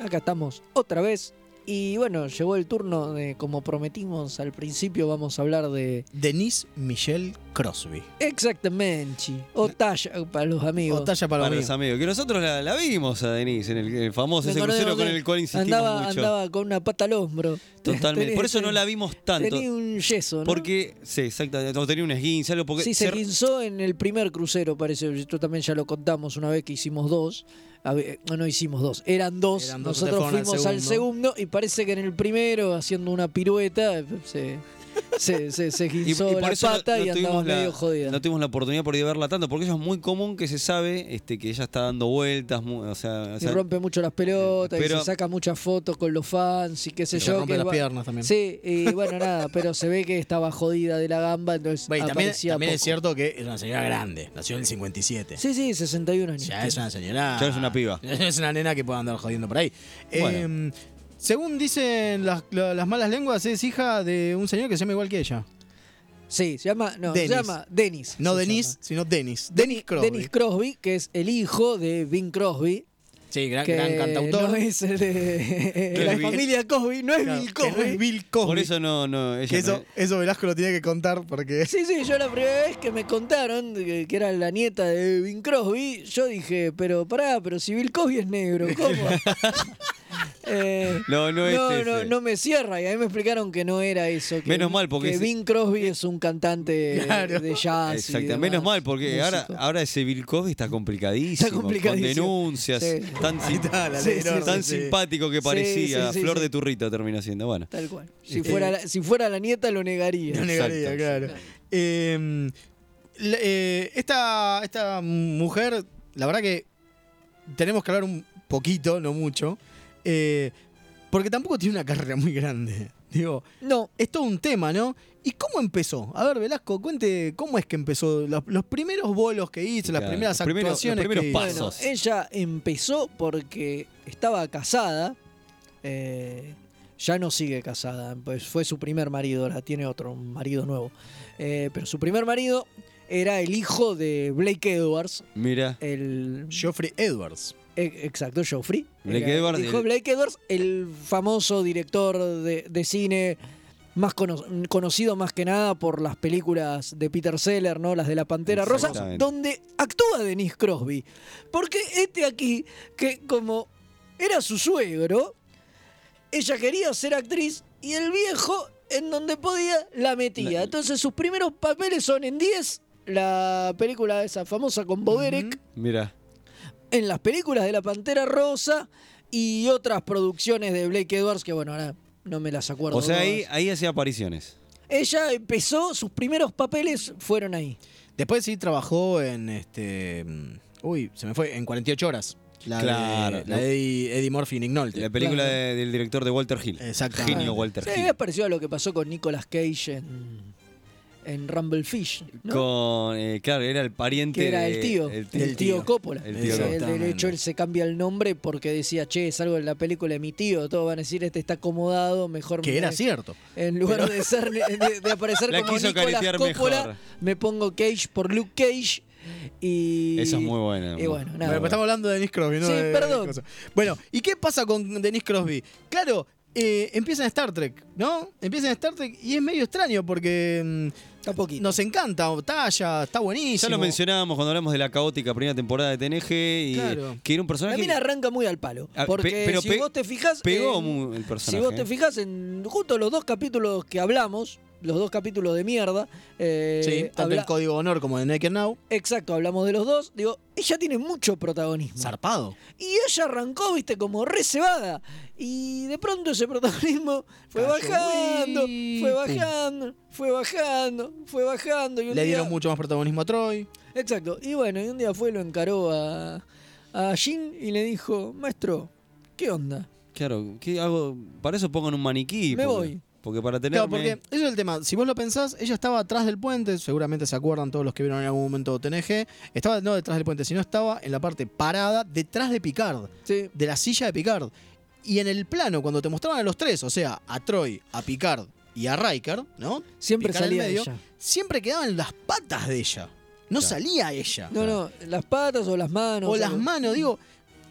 [SPEAKER 2] Acá estamos otra vez. Y bueno, llegó el turno de, como prometimos al principio, vamos a hablar de.
[SPEAKER 3] Denise Michelle Crosby.
[SPEAKER 2] Exactamente. O Tasha para los amigos.
[SPEAKER 3] O talla para,
[SPEAKER 4] Para
[SPEAKER 3] mí.
[SPEAKER 4] los amigos, que nosotros la, la vimos a Denise en el, el famoso,
[SPEAKER 2] Me
[SPEAKER 4] ese
[SPEAKER 2] acordé
[SPEAKER 4] crucero
[SPEAKER 2] de-
[SPEAKER 4] con el cual insistimos
[SPEAKER 2] andaba,
[SPEAKER 4] mucho.
[SPEAKER 2] andaba con una pata al hombro.
[SPEAKER 4] Totalmente.
[SPEAKER 2] Tenés-
[SPEAKER 4] Por eso no la vimos tanto.
[SPEAKER 2] Tenía un yeso, ¿no?
[SPEAKER 4] Porque, sí, exactamente. O tenía un esguince, algo porque.
[SPEAKER 2] sí, se
[SPEAKER 4] se-
[SPEAKER 2] guinzó en el primer crucero, parece. Esto también ya lo contamos una vez que hicimos dos. A ver, eh, no, no hicimos dos, eran dos.
[SPEAKER 3] Eran dos,
[SPEAKER 2] Nosotros
[SPEAKER 3] ustedes fueron
[SPEAKER 2] fuimos
[SPEAKER 3] al
[SPEAKER 2] al segundo y parece que en el primero, haciendo una pirueta, se, se, se, se
[SPEAKER 4] y, y
[SPEAKER 2] guinzó
[SPEAKER 4] por
[SPEAKER 2] la
[SPEAKER 4] eso no-
[SPEAKER 2] pata
[SPEAKER 4] no
[SPEAKER 2] y andaba
[SPEAKER 4] tuvimos la-
[SPEAKER 2] medio jodida.
[SPEAKER 4] No tuvimos la oportunidad por ahí de verla tanto, porque eso es muy común que se sabe este, que ella está dando vueltas, mu- o sea, o
[SPEAKER 2] Y
[SPEAKER 4] sea,
[SPEAKER 2] rompe mucho las pelotas y
[SPEAKER 4] pero-
[SPEAKER 2] se saca muchas fotos con los fans y qué sé
[SPEAKER 3] Y se
[SPEAKER 2] yo.
[SPEAKER 3] rompe
[SPEAKER 2] que
[SPEAKER 3] las
[SPEAKER 2] va-
[SPEAKER 3] piernas también.
[SPEAKER 2] Sí, y bueno, nada, pero se ve que estaba jodida de la gamba, entonces
[SPEAKER 3] Bueno, y también,
[SPEAKER 2] aparecía
[SPEAKER 3] también es
[SPEAKER 2] poco.
[SPEAKER 3] cierto que es una señora grande. Nació en el 57.
[SPEAKER 2] Sí, sí, 61 años.
[SPEAKER 3] Ya es una señora.
[SPEAKER 4] Ya es una piba.
[SPEAKER 3] Es una nena que puede andar jodiendo por ahí.
[SPEAKER 4] Bueno.
[SPEAKER 3] Eh, según dicen las, la- las malas lenguas, es hija de un señor que se llama igual que ella.
[SPEAKER 2] Sí, se llama, no,
[SPEAKER 3] Dennis.
[SPEAKER 2] se llama Dennis.
[SPEAKER 3] No
[SPEAKER 2] se
[SPEAKER 3] Denise,
[SPEAKER 2] llama.
[SPEAKER 3] sino Dennis. Dennis Crosby.
[SPEAKER 2] Dennis Crosby, que es el hijo de Bing Crosby.
[SPEAKER 3] sí, gran,
[SPEAKER 2] que
[SPEAKER 3] gran cantautor.
[SPEAKER 2] No es el de
[SPEAKER 4] es
[SPEAKER 2] la
[SPEAKER 4] Bill.
[SPEAKER 2] familia Cosby, no es
[SPEAKER 3] Claro,
[SPEAKER 2] Bill
[SPEAKER 3] que no es
[SPEAKER 2] Cosby.
[SPEAKER 3] Bill Cosby.
[SPEAKER 4] Por eso no, no, ella
[SPEAKER 3] Que
[SPEAKER 4] no-
[SPEAKER 3] eso, eso Velasco lo tiene que contar porque.
[SPEAKER 2] Sí, sí, yo la primera vez que me contaron que, que era la nieta de Bing Crosby, yo dije, pero pará, pero si Bill Cosby es negro, ¿cómo? Eh,
[SPEAKER 4] No, no es ese.
[SPEAKER 2] no, no me cierra y a mí me explicaron que no era eso. que-
[SPEAKER 4] Menos mal, porque
[SPEAKER 2] que
[SPEAKER 4] es-
[SPEAKER 2] Bing Crosby es un cantante
[SPEAKER 3] Claro.
[SPEAKER 2] de jazz. y
[SPEAKER 4] Exacto,
[SPEAKER 2] Ah, demás,
[SPEAKER 4] menos mal, porque ahora,
[SPEAKER 2] músico.
[SPEAKER 4] ahora ese Bill Cosby está complicadísimo.
[SPEAKER 2] Está complicadísimo.
[SPEAKER 4] Con denuncias.
[SPEAKER 2] Sí.
[SPEAKER 4] Tan, sim-
[SPEAKER 3] Ahí está, la
[SPEAKER 2] Sí,
[SPEAKER 3] ley
[SPEAKER 2] sí,
[SPEAKER 3] enorme,
[SPEAKER 4] tan
[SPEAKER 3] sí.
[SPEAKER 4] simpático que
[SPEAKER 2] Sí,
[SPEAKER 4] parecía.
[SPEAKER 2] sí, sí,
[SPEAKER 4] Flor
[SPEAKER 2] sí.
[SPEAKER 4] de turrito termina siendo. Bueno.
[SPEAKER 2] Tal cual.
[SPEAKER 3] Eh,
[SPEAKER 4] Este
[SPEAKER 2] Si fuera, la, si fuera la nieta, lo negaría.
[SPEAKER 3] No
[SPEAKER 4] Exacto.
[SPEAKER 3] negaría, claro. Eh, la- eh, esta, esta mujer, la verdad que tenemos que hablar un poquito, no mucho, eh, porque tampoco tiene una carrera muy grande. Digo, no. es todo un tema, ¿no? ¿Y cómo empezó? A ver, Velasco, cuente cómo es que empezó. Los, los primeros bolos que hizo, las
[SPEAKER 4] Claro,
[SPEAKER 3] primeras
[SPEAKER 4] los primeros- los
[SPEAKER 3] actuaciones
[SPEAKER 4] primeros
[SPEAKER 3] que hizo.
[SPEAKER 4] pasos.
[SPEAKER 2] Bueno, ella empezó porque estaba casada. eh, ya no sigue casada. Pues fue su primer marido, ahora tiene otro, un marido nuevo. Eh, pero su primer marido era el hijo de Blake Edwards.
[SPEAKER 4] Mira.
[SPEAKER 2] Eh, El.
[SPEAKER 3] Geoffrey Edwards.
[SPEAKER 2] E, Exacto, Geoffrey.
[SPEAKER 4] Blake
[SPEAKER 2] Era
[SPEAKER 4] Edwards,
[SPEAKER 2] el hijo de
[SPEAKER 4] el-
[SPEAKER 2] Blake Edwards, el famoso director de, de cine, más cono- conocido más que nada por las películas de Peter Seller, ¿no? Las de la Pantera Rosa,
[SPEAKER 4] Exactamente.
[SPEAKER 2] donde actúa Denise Crosby. Porque este aquí, que como era su suegro, ella quería ser actriz y el viejo, en donde podía, la metía. Entonces sus primeros papeles son en 10, la película esa famosa con Boderek
[SPEAKER 4] Mira.
[SPEAKER 2] en las películas de la Pantera Rosa y otras producciones de Blake Edwards que, bueno, ahora no me las acuerdo.
[SPEAKER 4] O sea, ahí,
[SPEAKER 2] todas.
[SPEAKER 4] ahí hacía apariciones.
[SPEAKER 2] Ella empezó, sus primeros papeles fueron ahí.
[SPEAKER 3] Después sí trabajó en este. mm, Uy, se me fue, en 48 horas. La
[SPEAKER 4] Claro,
[SPEAKER 3] de, la
[SPEAKER 4] ¿no?
[SPEAKER 3] de Eddie, Eddie Murphy y Ignolte.
[SPEAKER 4] La película de- del director de Walter Hill.
[SPEAKER 3] Exactamente.
[SPEAKER 4] Genio Walter
[SPEAKER 2] Sí, eh,
[SPEAKER 4] Hill.
[SPEAKER 2] es parecido a lo que pasó con Nicolas Cage en, en Rumblefish, ¿no?
[SPEAKER 4] Con, eh, claro, era el pariente.
[SPEAKER 2] que era el
[SPEAKER 4] de-
[SPEAKER 2] tío, el tío, Coppola.
[SPEAKER 4] El tío
[SPEAKER 2] O sea, él,
[SPEAKER 4] Coppola.
[SPEAKER 2] de hecho, él se cambia el nombre porque decía, che, es algo de la película de mi tío. Todos van a decir, este está acomodado, mejor
[SPEAKER 3] Que
[SPEAKER 2] me-
[SPEAKER 3] era cierto.
[SPEAKER 2] En lugar
[SPEAKER 3] Pero-
[SPEAKER 2] de, ser, de, de aparecer
[SPEAKER 4] La
[SPEAKER 2] como
[SPEAKER 4] quiso
[SPEAKER 2] Nicolas
[SPEAKER 4] caretear
[SPEAKER 2] Coppola,
[SPEAKER 4] mejor.
[SPEAKER 2] me pongo Cage por Luke Cage y...
[SPEAKER 4] Esa es muy buena.
[SPEAKER 2] Y bueno,
[SPEAKER 3] Bueno,
[SPEAKER 2] nada.
[SPEAKER 3] pero Pues estamos hablando de Dennis Crosby, ¿no?
[SPEAKER 2] Sí,
[SPEAKER 3] de-
[SPEAKER 2] perdón.
[SPEAKER 3] de cosas. Bueno, ¿y qué pasa con Dennis Crosby? Claro, eh, empieza en Star Trek, ¿no? Empieza en Star Trek y es medio extraño porque mm, nos encanta, talla, está
[SPEAKER 4] Ya
[SPEAKER 3] buenísimo.
[SPEAKER 4] lo mencionábamos cuando hablamos de la caótica primera temporada de TNG. Y,
[SPEAKER 3] Claro.
[SPEAKER 4] Que era un
[SPEAKER 2] La
[SPEAKER 4] personaje.
[SPEAKER 2] mina arranca muy al palo.
[SPEAKER 4] Ah, pe-
[SPEAKER 2] Porque
[SPEAKER 4] pero
[SPEAKER 2] si
[SPEAKER 4] pe-
[SPEAKER 2] vos te fijas...
[SPEAKER 4] pegó
[SPEAKER 2] en-
[SPEAKER 4] mu- el
[SPEAKER 2] Si
[SPEAKER 4] personaje. ¿eh?
[SPEAKER 2] vos te fijas en justo los dos capítulos que hablamos, los dos capítulos de mierda, eh,
[SPEAKER 3] sí, tanto
[SPEAKER 2] habla- Mm.
[SPEAKER 3] en Código de Honor como en Naked Now.
[SPEAKER 2] exacto, hablamos de los dos, digo, ella tiene mucho protagonismo.
[SPEAKER 3] Zarpado.
[SPEAKER 2] Y ella arrancó, viste, como recebada. Y de pronto ese protagonismo fue
[SPEAKER 3] Cayó.
[SPEAKER 2] bajando,
[SPEAKER 3] Uy,
[SPEAKER 2] fue
[SPEAKER 3] pum.
[SPEAKER 2] bajando, fue bajando, fue bajando. Y un
[SPEAKER 3] Le
[SPEAKER 2] día-
[SPEAKER 3] dieron mucho más protagonismo a Troy.
[SPEAKER 2] Exacto. Y bueno, y un día fue, lo encaró a, a Jin y le dijo, maestro, ¿qué onda?
[SPEAKER 4] Claro, ¿qué hago? Para eso pongan un maniquí.
[SPEAKER 2] Me
[SPEAKER 4] porque-
[SPEAKER 2] voy.
[SPEAKER 4] Porque para tener.
[SPEAKER 3] Claro, porque eso es el tema. Si vos lo pensás, ella estaba atrás del puente, seguramente se acuerdan todos los que vieron en algún momento TNG. Estaba no detrás del puente, sino estaba en la parte parada, detrás de Picard, de la silla de Picard. Y en el plano, cuando te mostraban a los tres, o sea, a Troy, a Picard y a Riker, ¿no?
[SPEAKER 2] Siempre
[SPEAKER 3] Picard en
[SPEAKER 2] salía ella.
[SPEAKER 3] Siempre quedaban las patas de ella. No
[SPEAKER 2] Claro.
[SPEAKER 3] salía ella.
[SPEAKER 2] No, no, las patas o las manos.
[SPEAKER 3] o las
[SPEAKER 2] algo.
[SPEAKER 3] manos, digo,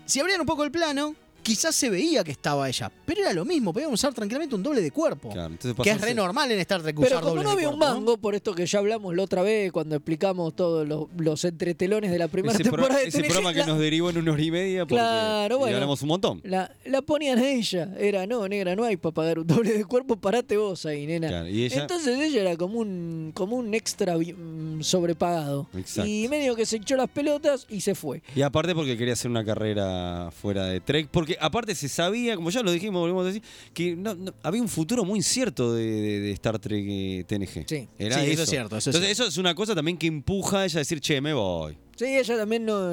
[SPEAKER 3] si abrían un poco el plano, quizás se veía que estaba ella, pero era lo mismo, podían usar tranquilamente un doble de cuerpo.
[SPEAKER 4] Claro, Pues entonces
[SPEAKER 3] que es
[SPEAKER 4] pasarse-
[SPEAKER 3] re normal en Star Trek
[SPEAKER 2] Pero
[SPEAKER 3] usar
[SPEAKER 2] como
[SPEAKER 3] doble
[SPEAKER 2] no
[SPEAKER 3] de
[SPEAKER 2] había un
[SPEAKER 3] cuerpo. ¿no?
[SPEAKER 2] mango, por esto que ya hablamos la otra vez cuando explicamos todos los, los entretelones de la primera
[SPEAKER 4] Ese, pro-
[SPEAKER 2] temporada de
[SPEAKER 4] ese
[SPEAKER 2] TNG,
[SPEAKER 4] programa que
[SPEAKER 2] la-
[SPEAKER 4] nos derivó en una hora y media. Porque
[SPEAKER 2] Claro,
[SPEAKER 4] y
[SPEAKER 2] bueno.
[SPEAKER 4] hablamos un montón.
[SPEAKER 2] La, la ponían a ella. Era, no, negra, no hay para pagar un doble de cuerpo, parate vos ahí, nena.
[SPEAKER 4] Claro, y ella-
[SPEAKER 2] Entonces ella era como un, como un extra vi- mm, sobrepagado.
[SPEAKER 4] Exacto.
[SPEAKER 2] Y medio que se echó las pelotas y se fue.
[SPEAKER 4] Y aparte porque quería hacer una carrera fuera de Trek, porque aparte se sabía, como ya lo dijimos, volvemos a decir, que no- no- había un futuro muy incierto de, de- de Star Trek eh, TNG.
[SPEAKER 2] Sí.
[SPEAKER 4] Era
[SPEAKER 3] Sí, eso es cierto, eso es
[SPEAKER 4] Entonces eso es una cosa también que empuja a ella a decir, che, me voy.
[SPEAKER 2] Sí, ella también no,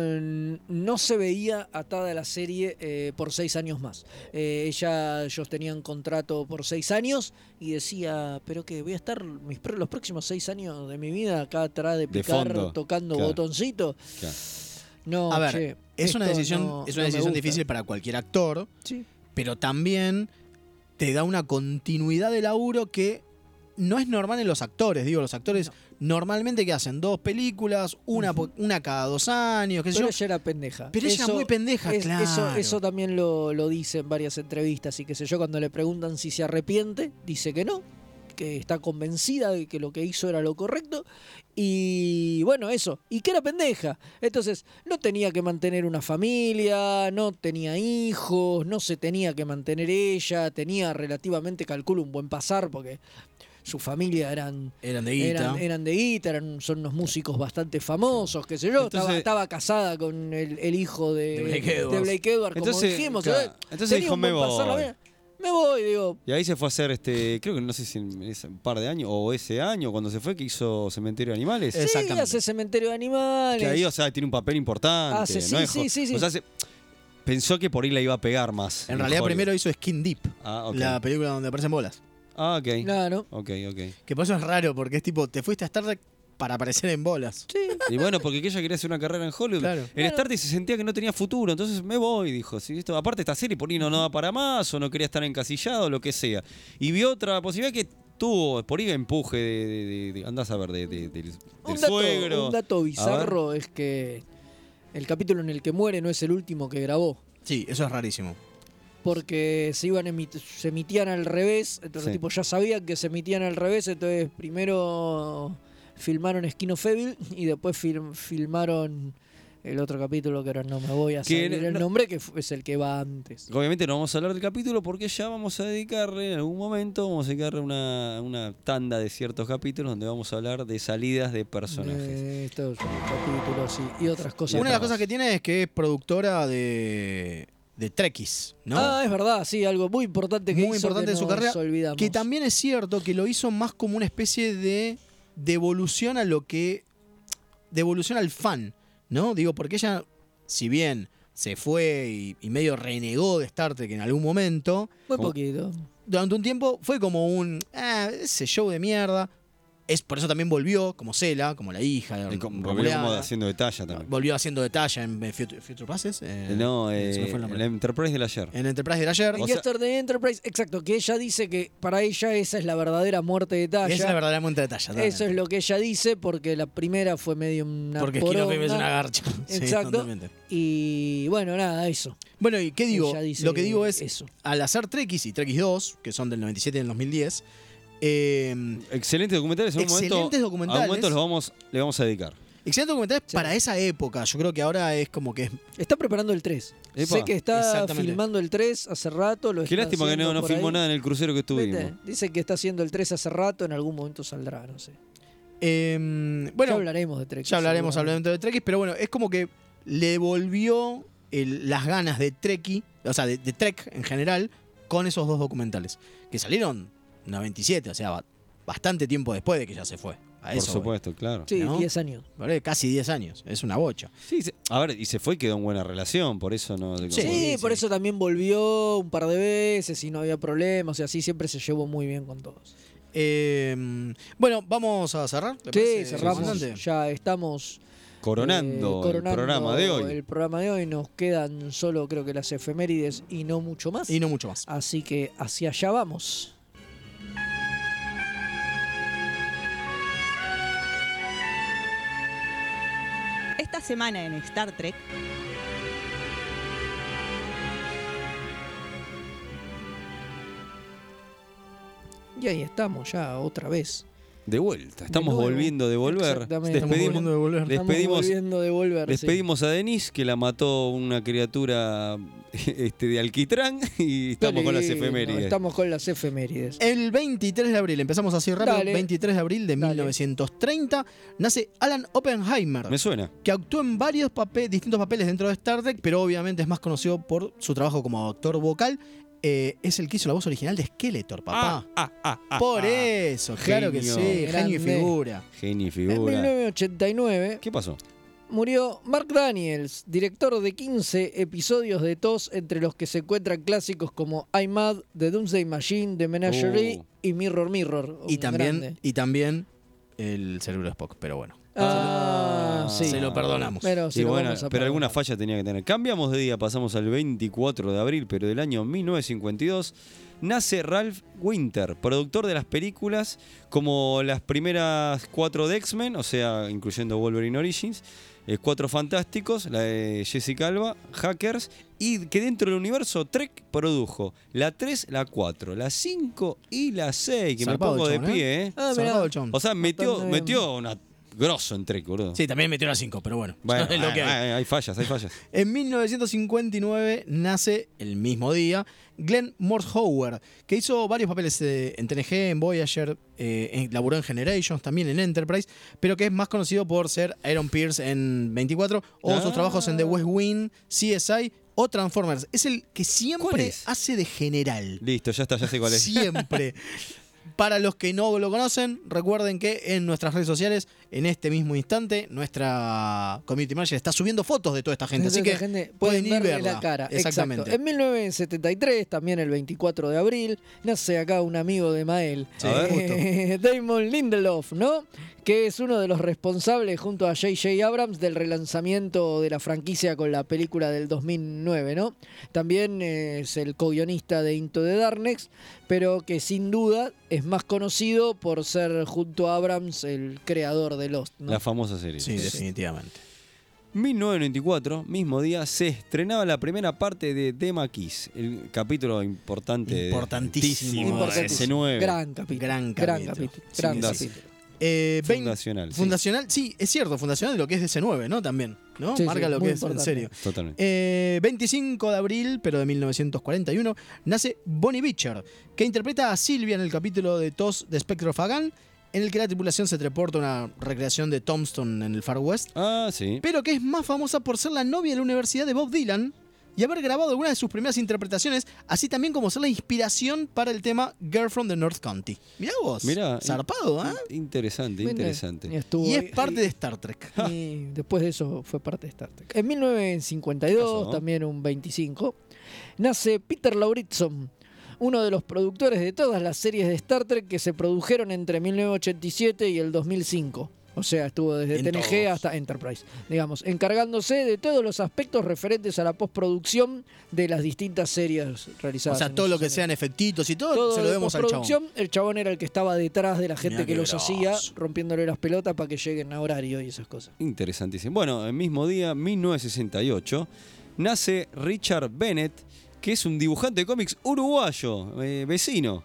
[SPEAKER 2] no se veía atada a la serie eh, por seis años más. Eh, ella, ellos tenían contrato por seis años y decía, pero que voy a estar mis, pr- los próximos seis años de mi vida acá atrás de
[SPEAKER 4] De
[SPEAKER 2] picar,
[SPEAKER 4] fondo,
[SPEAKER 2] tocando
[SPEAKER 4] claro.
[SPEAKER 2] botoncito.
[SPEAKER 4] Claro.
[SPEAKER 2] No,
[SPEAKER 3] a ver,
[SPEAKER 2] che,
[SPEAKER 3] es una
[SPEAKER 2] esto
[SPEAKER 3] decisión,
[SPEAKER 2] no-
[SPEAKER 3] es una
[SPEAKER 2] no me
[SPEAKER 3] decisión
[SPEAKER 2] gusta.
[SPEAKER 3] difícil para cualquier actor,
[SPEAKER 2] Sí.
[SPEAKER 3] pero también te da una continuidad de laburo que no es normal en los actores. Digo, los actores normalmente que hacen dos películas, una, po- una cada dos años, qué sé
[SPEAKER 2] Pero
[SPEAKER 3] yo.
[SPEAKER 2] ella era pendeja.
[SPEAKER 3] Pero ella es muy pendeja, claro.
[SPEAKER 2] Eso, eso también lo, lo dice en varias entrevistas y qué sé yo, cuando le preguntan si se arrepiente, dice que no, que está convencida de que lo que hizo era lo correcto y bueno, eso, y que era pendeja. Entonces, no tenía que mantener una familia, no tenía hijos, no se tenía que mantener ella, tenía relativamente, calculo, un buen pasar porque su familia eran
[SPEAKER 3] Eran de guita.
[SPEAKER 2] eran, eran de guita, eran- son unos músicos bastante famosos, qué sé yo. estaba,
[SPEAKER 4] Entonces-
[SPEAKER 2] estaba casada con el, el hijo de,
[SPEAKER 3] De Blake Edwards.
[SPEAKER 2] de Blake Edwards, como
[SPEAKER 4] Entonces,
[SPEAKER 2] dijimos.
[SPEAKER 4] claro,
[SPEAKER 2] ¿sabes?
[SPEAKER 4] entonces
[SPEAKER 2] Tenía
[SPEAKER 4] dijo,
[SPEAKER 2] un buen
[SPEAKER 4] "Me
[SPEAKER 2] pasar la
[SPEAKER 4] voy".
[SPEAKER 2] vida. Me voy, digo.
[SPEAKER 4] Y ahí se fue a hacer, este creo que no sé si en ese- un par de años o ese año cuando se fue que hizo Cementerio de Animales.
[SPEAKER 2] Sí, hace cementerio de animales.
[SPEAKER 4] Que ahí, o sea, tiene un papel importante.
[SPEAKER 2] Hace- Ah, sí,
[SPEAKER 4] no es jo-
[SPEAKER 2] sí, sí, sí.
[SPEAKER 4] O sea, se- pensó que por ahí la iba a pegar más.
[SPEAKER 3] En realidad
[SPEAKER 4] Hollywood.
[SPEAKER 3] primero hizo Skin Deep,
[SPEAKER 4] Ah, ok.
[SPEAKER 3] la película donde aparecen bolas.
[SPEAKER 4] Ah, ok.
[SPEAKER 2] Claro.
[SPEAKER 4] Ok, ok.
[SPEAKER 3] Que por eso es raro, porque es tipo, te fuiste a Star Trek para aparecer en bolas.
[SPEAKER 2] Sí.
[SPEAKER 4] Y bueno, porque ella quería hacer una carrera en Hollywood.
[SPEAKER 3] Claro.
[SPEAKER 4] En Star Trek se sentía que no tenía futuro, entonces me voy, dijo. ¿sí? Esto, aparte, esta serie por ahí no, no da para más, o no quería estar encasillado, lo que sea. Y vi otra posibilidad que tuvo, por ahí empuje de. de- de- de- andás a ver, de, de- del,
[SPEAKER 2] Un
[SPEAKER 4] del
[SPEAKER 2] dato,
[SPEAKER 4] suegro.
[SPEAKER 2] un dato
[SPEAKER 4] A ver.
[SPEAKER 2] bizarro es que el capítulo en el que muere no es el último que grabó.
[SPEAKER 3] Sí, eso es rarísimo.
[SPEAKER 2] Porque se iban emit- se emitían al revés, entonces
[SPEAKER 3] Sí.
[SPEAKER 2] los tipos ya sabían que se emitían al revés, entonces primero filmaron Skin of Evil y después film- filmaron el otro capítulo que ahora no me voy a
[SPEAKER 4] Que
[SPEAKER 2] salir el
[SPEAKER 4] no-
[SPEAKER 2] nombre, que fu- es el que va antes.
[SPEAKER 4] Obviamente no vamos a hablar del capítulo porque ya vamos a dedicarle en algún momento, vamos a dedicarle una, una tanda de ciertos capítulos donde vamos a hablar de salidas de personajes.
[SPEAKER 2] Eh, estos capítulos y, y otras cosas.
[SPEAKER 3] Una de las
[SPEAKER 2] más.
[SPEAKER 3] cosas que tiene es que es productora de, de Trekkies, ¿no?
[SPEAKER 2] Ah, es verdad, sí, algo muy importante que
[SPEAKER 3] Muy
[SPEAKER 2] hizo
[SPEAKER 3] importante
[SPEAKER 2] que
[SPEAKER 3] de su
[SPEAKER 2] nos
[SPEAKER 3] carrera.
[SPEAKER 2] olvidamos.
[SPEAKER 3] Que también es cierto que lo hizo más como una especie de devolución a lo que. devolución al fan, ¿no? Digo, porque ella, si bien se fue y, y medio renegó de Star Trek en algún momento.
[SPEAKER 2] Muy poquito.
[SPEAKER 3] Durante un tiempo fue como un. Ah, ese show de mierda. Es por eso también volvió, como Cela, como la hija.
[SPEAKER 4] Y como- volvió
[SPEAKER 3] Romuleada.
[SPEAKER 4] como haciendo detalle también.
[SPEAKER 3] Volvió haciendo detalle en eh, Future, Future Passes. eh,
[SPEAKER 4] no,
[SPEAKER 3] se me
[SPEAKER 4] eh,
[SPEAKER 3] fue el nombre. Eh.
[SPEAKER 4] la Enterprise del ayer.
[SPEAKER 3] En Enterprise del ayer.
[SPEAKER 2] En Yesterday Enterprise, exacto, que ella dice que para ella esa es la verdadera muerte de Talla.
[SPEAKER 3] Esa es la verdadera monta de talla.
[SPEAKER 2] Eso es lo que ella dice porque la primera fue medio una
[SPEAKER 3] Porque Skin of Evil es
[SPEAKER 2] poronga.
[SPEAKER 3] una garcha. Sí,
[SPEAKER 2] Exacto.
[SPEAKER 3] totalmente.
[SPEAKER 2] y bueno, nada, eso.
[SPEAKER 3] Bueno, ¿y qué digo?
[SPEAKER 2] Ella dice
[SPEAKER 3] Lo que digo es,
[SPEAKER 2] eso.
[SPEAKER 3] al hacer Trekkies y Trekkies 2, que son del 97 y del 2010, eh,
[SPEAKER 4] Excelentes documentales. En un momento,
[SPEAKER 3] Excelentes
[SPEAKER 4] A un
[SPEAKER 3] documentales.
[SPEAKER 4] momento los vamos, le vamos a dedicar.
[SPEAKER 3] excelentes documentales para esa época. Yo creo que ahora es como que... es-
[SPEAKER 2] Está preparando el 3.
[SPEAKER 4] Epa.
[SPEAKER 2] Sé que está
[SPEAKER 3] Exactamente.
[SPEAKER 2] filmando el 3 hace rato. Lo Pues
[SPEAKER 4] Qué
[SPEAKER 2] está
[SPEAKER 4] lástima que no,
[SPEAKER 2] haciendo
[SPEAKER 4] no
[SPEAKER 2] por
[SPEAKER 4] filmó
[SPEAKER 2] ahí.
[SPEAKER 4] nada en el crucero que estuvimos.
[SPEAKER 2] Viste, Dice que está haciendo el 3 hace rato, en algún momento saldrá, no sé.
[SPEAKER 3] eh, bueno,
[SPEAKER 2] ya hablaremos de Trekkies.
[SPEAKER 3] Ya hablaremos
[SPEAKER 2] seguramente.
[SPEAKER 3] hablando de Trekkies, pero bueno, es como que le devolvió el- las ganas de Trekkie, o sea, de, de Trek en general, con esos dos documentales, que salieron en 97, o sea, ba- bastante tiempo después de que ya se fue. A
[SPEAKER 4] Por
[SPEAKER 3] eso voy.
[SPEAKER 4] supuesto, claro.
[SPEAKER 2] Sí,
[SPEAKER 3] ¿no?
[SPEAKER 2] 10 años.
[SPEAKER 3] Vale, Casi 10 años, es una bocha.
[SPEAKER 4] Sí, se- a ver, y se fue y quedó en buena relación, por eso no.
[SPEAKER 2] Sí, por eso también volvió un par de veces y no había problemas. Y así siempre se llevó muy bien con todos.
[SPEAKER 3] Eh, bueno, vamos a cerrar.
[SPEAKER 2] Sí,
[SPEAKER 3] ¿le parece,
[SPEAKER 2] cerramos.
[SPEAKER 3] comandante?
[SPEAKER 2] Ya estamos
[SPEAKER 4] Coronando,
[SPEAKER 2] eh, coronando
[SPEAKER 4] el programa de hoy.
[SPEAKER 2] El programa de hoy nos quedan solo, creo que las efemérides y no mucho más.
[SPEAKER 3] Y no mucho más.
[SPEAKER 2] Así que hacia allá vamos.
[SPEAKER 12] Esta semana en Star Trek,
[SPEAKER 2] Y ahí estamos ya otra vez.
[SPEAKER 4] De vuelta, estamos
[SPEAKER 2] nuevo.
[SPEAKER 4] volviendo de volver.
[SPEAKER 2] Exactamente. Estamos
[SPEAKER 4] Despedimos,
[SPEAKER 2] volviendo de volver.
[SPEAKER 4] les
[SPEAKER 2] Estamos
[SPEAKER 4] pedimos-
[SPEAKER 2] volviendo de volver,
[SPEAKER 4] les
[SPEAKER 2] sí.
[SPEAKER 4] pedimos a Denise que la mató una criatura este, de alquitrán y estamos con las
[SPEAKER 2] Lindo,
[SPEAKER 4] efemérides.
[SPEAKER 2] Estamos con las efemérides.
[SPEAKER 3] El 23 de abril, empezamos así rápido,
[SPEAKER 2] Dale.
[SPEAKER 3] 23 de abril de 1930, nace Alan Oppenheimer.
[SPEAKER 4] Me suena.
[SPEAKER 3] que actuó en varios papeles, distintos papeles dentro de Star Trek, pero obviamente es más conocido por su trabajo como actor vocal. Eh, es el que hizo la voz original de Skeletor,
[SPEAKER 4] Ah,
[SPEAKER 3] papá. por eso, claro que
[SPEAKER 4] Genio.
[SPEAKER 3] sí, genio y
[SPEAKER 2] Grande.
[SPEAKER 3] figura.
[SPEAKER 4] Genio y
[SPEAKER 2] En
[SPEAKER 4] figura.
[SPEAKER 2] 1989
[SPEAKER 4] ¿Qué pasó?
[SPEAKER 2] murió Mark Daniels, director de 15 episodios de TOS, entre los que se encuentran clásicos como I'm Mad, The Doomsday Machine, The Menagerie
[SPEAKER 4] Uh.
[SPEAKER 3] Oh.
[SPEAKER 2] y Mirror Mirror.
[SPEAKER 3] Y
[SPEAKER 2] Un
[SPEAKER 3] también,
[SPEAKER 2] grande.
[SPEAKER 3] y también el cerebro de Spock, pero bueno.
[SPEAKER 2] Ah, sí.
[SPEAKER 3] Se lo perdonamos.
[SPEAKER 2] Pero se
[SPEAKER 4] Y
[SPEAKER 2] lo
[SPEAKER 4] bueno,
[SPEAKER 2] vamos a
[SPEAKER 4] pero
[SPEAKER 2] perdonar.
[SPEAKER 4] alguna falla tenía que tener. Cambiamos de día, pasamos al 24 de abril, pero del año 1952. Nace Ralph Winter, productor de las películas como las primeras cuatro de X-Men, o sea, incluyendo Wolverine Origins, eh, Cuatro Fantásticos, la de Jessica Alba, Hackers, y que dentro del universo Trek produjo la 3, la 4, la 5 y la 6, que
[SPEAKER 3] Zarpado
[SPEAKER 4] me pongo
[SPEAKER 3] el
[SPEAKER 4] de
[SPEAKER 3] chabón,
[SPEAKER 4] pie, ¿eh?
[SPEAKER 2] Ah, mirá.
[SPEAKER 3] Zarpado el chabón.
[SPEAKER 4] O sea, metió,
[SPEAKER 2] Bastante bien.
[SPEAKER 4] metió una grosso en Trek, boludo.
[SPEAKER 3] Sí, también metió las 5, pero bueno.
[SPEAKER 4] Bueno,
[SPEAKER 3] Es lo que hay.
[SPEAKER 4] hay, hay fallas, hay fallas.
[SPEAKER 3] En 1959 nace, el mismo día, Glenn Morshauer, que hizo varios papeles eh, en TNG, en Voyager, eh, en- laburó en Generations, también en Enterprise, pero que es más conocido por ser Aaron Pierce en 24 o
[SPEAKER 4] Ah.
[SPEAKER 3] sus trabajos en The West Wing, CSI o Transformers. Es el que
[SPEAKER 4] ¿Cuál
[SPEAKER 3] siempre
[SPEAKER 4] es?
[SPEAKER 3] hace de general.
[SPEAKER 4] Listo, ya está, ya sé cuál es.
[SPEAKER 3] Siempre. Para los que no lo conocen, recuerden que en nuestras redes sociales, en este mismo instante, nuestra community manager está subiendo fotos de toda esta gente. Así que
[SPEAKER 2] Entonces, la gente
[SPEAKER 3] pueden ir
[SPEAKER 2] verle
[SPEAKER 3] verla.
[SPEAKER 2] la cara. Exacto.
[SPEAKER 3] Exactamente.
[SPEAKER 2] En 1973, también el 24 de abril, nace acá un amigo de Mael,
[SPEAKER 3] Sí, A ver.
[SPEAKER 2] Eh, Damon Lindelof, ¿no? Que es uno de los responsables, junto a J.J. Abrams, del relanzamiento de la franquicia con la película del 2009, ¿no? También eh, es el co-guionista de Into the Darkness, pero que sin duda es más conocido por ser, junto a Abrams, el creador de Lost, ¿no?
[SPEAKER 4] La famosa serie.
[SPEAKER 3] Sí, definitivamente.
[SPEAKER 4] 1994, mismo día, se estrenaba la primera parte de Tema Kiss, el capítulo importante.
[SPEAKER 3] Importantísimo.
[SPEAKER 4] de ese
[SPEAKER 3] Importantísimo.
[SPEAKER 4] 9.
[SPEAKER 2] Gran capítulo.
[SPEAKER 3] Gran
[SPEAKER 2] Gran
[SPEAKER 3] capítulo.
[SPEAKER 2] capítulo.
[SPEAKER 3] Sí,
[SPEAKER 2] Gran
[SPEAKER 3] sí,
[SPEAKER 2] capítulo.
[SPEAKER 3] sí. Eh, vein-
[SPEAKER 4] Fundacional, sí.
[SPEAKER 3] Fundacional, sí. es cierto, fundacional de lo que es DC9, ¿no? También, ¿no?
[SPEAKER 2] Sí, sí,
[SPEAKER 3] Marca lo
[SPEAKER 2] muy
[SPEAKER 3] que es, en
[SPEAKER 2] importante.
[SPEAKER 3] serio.
[SPEAKER 4] Totalmente.
[SPEAKER 3] Eh, 25 de abril, pero de 1941, nace Bonnie Beecher, que interpreta a Silvia en el capítulo de TOS de Spectre of a Gun, en el que la tripulación se teleporta a una recreación de Tombstone en el Far West,
[SPEAKER 4] Ah, sí.
[SPEAKER 3] pero que es más famosa por ser la novia de la universidad de Bob Dylan y haber grabado algunas de sus primeras interpretaciones, así también como ser la inspiración para el tema Girl from the North County. Mirá vos,
[SPEAKER 4] Mirá.
[SPEAKER 3] zarpado, ¿eh?
[SPEAKER 4] in- Interesante,
[SPEAKER 2] Bueno,
[SPEAKER 4] interesante.
[SPEAKER 2] y estuvo
[SPEAKER 3] Y
[SPEAKER 2] ahí-
[SPEAKER 3] es parte de Star Trek.
[SPEAKER 2] Y después de eso fue parte de Star Trek. En 1952,
[SPEAKER 4] Pasó.
[SPEAKER 2] también un 25, nace Peter Lauritsen, uno de los productores de todas las series de Star Trek que se produjeron entre 1987 y el 2005. O sea, estuvo desde
[SPEAKER 3] En
[SPEAKER 2] TNG
[SPEAKER 3] todos.
[SPEAKER 2] hasta Enterprise, digamos, encargándose de todos los aspectos referentes a la postproducción de las distintas series
[SPEAKER 3] O
[SPEAKER 2] realizadas.
[SPEAKER 3] sea,
[SPEAKER 2] en
[SPEAKER 3] todo lo
[SPEAKER 2] esos
[SPEAKER 3] que
[SPEAKER 2] años.
[SPEAKER 3] sean efectitos y todo,
[SPEAKER 2] Todo
[SPEAKER 3] se lo
[SPEAKER 2] de
[SPEAKER 3] demos al chabón.
[SPEAKER 2] postproducción, El chabón era el que estaba detrás de la gente
[SPEAKER 3] Mirá
[SPEAKER 2] que
[SPEAKER 3] qué
[SPEAKER 2] los hacía,
[SPEAKER 3] grosso.
[SPEAKER 2] rompiéndole las pelotas para que lleguen a horario y esas cosas.
[SPEAKER 4] Interesantísimo. Bueno, el mismo día, 1968, nace Richard Bennett, que es un dibujante de cómics uruguayo, eh, vecino,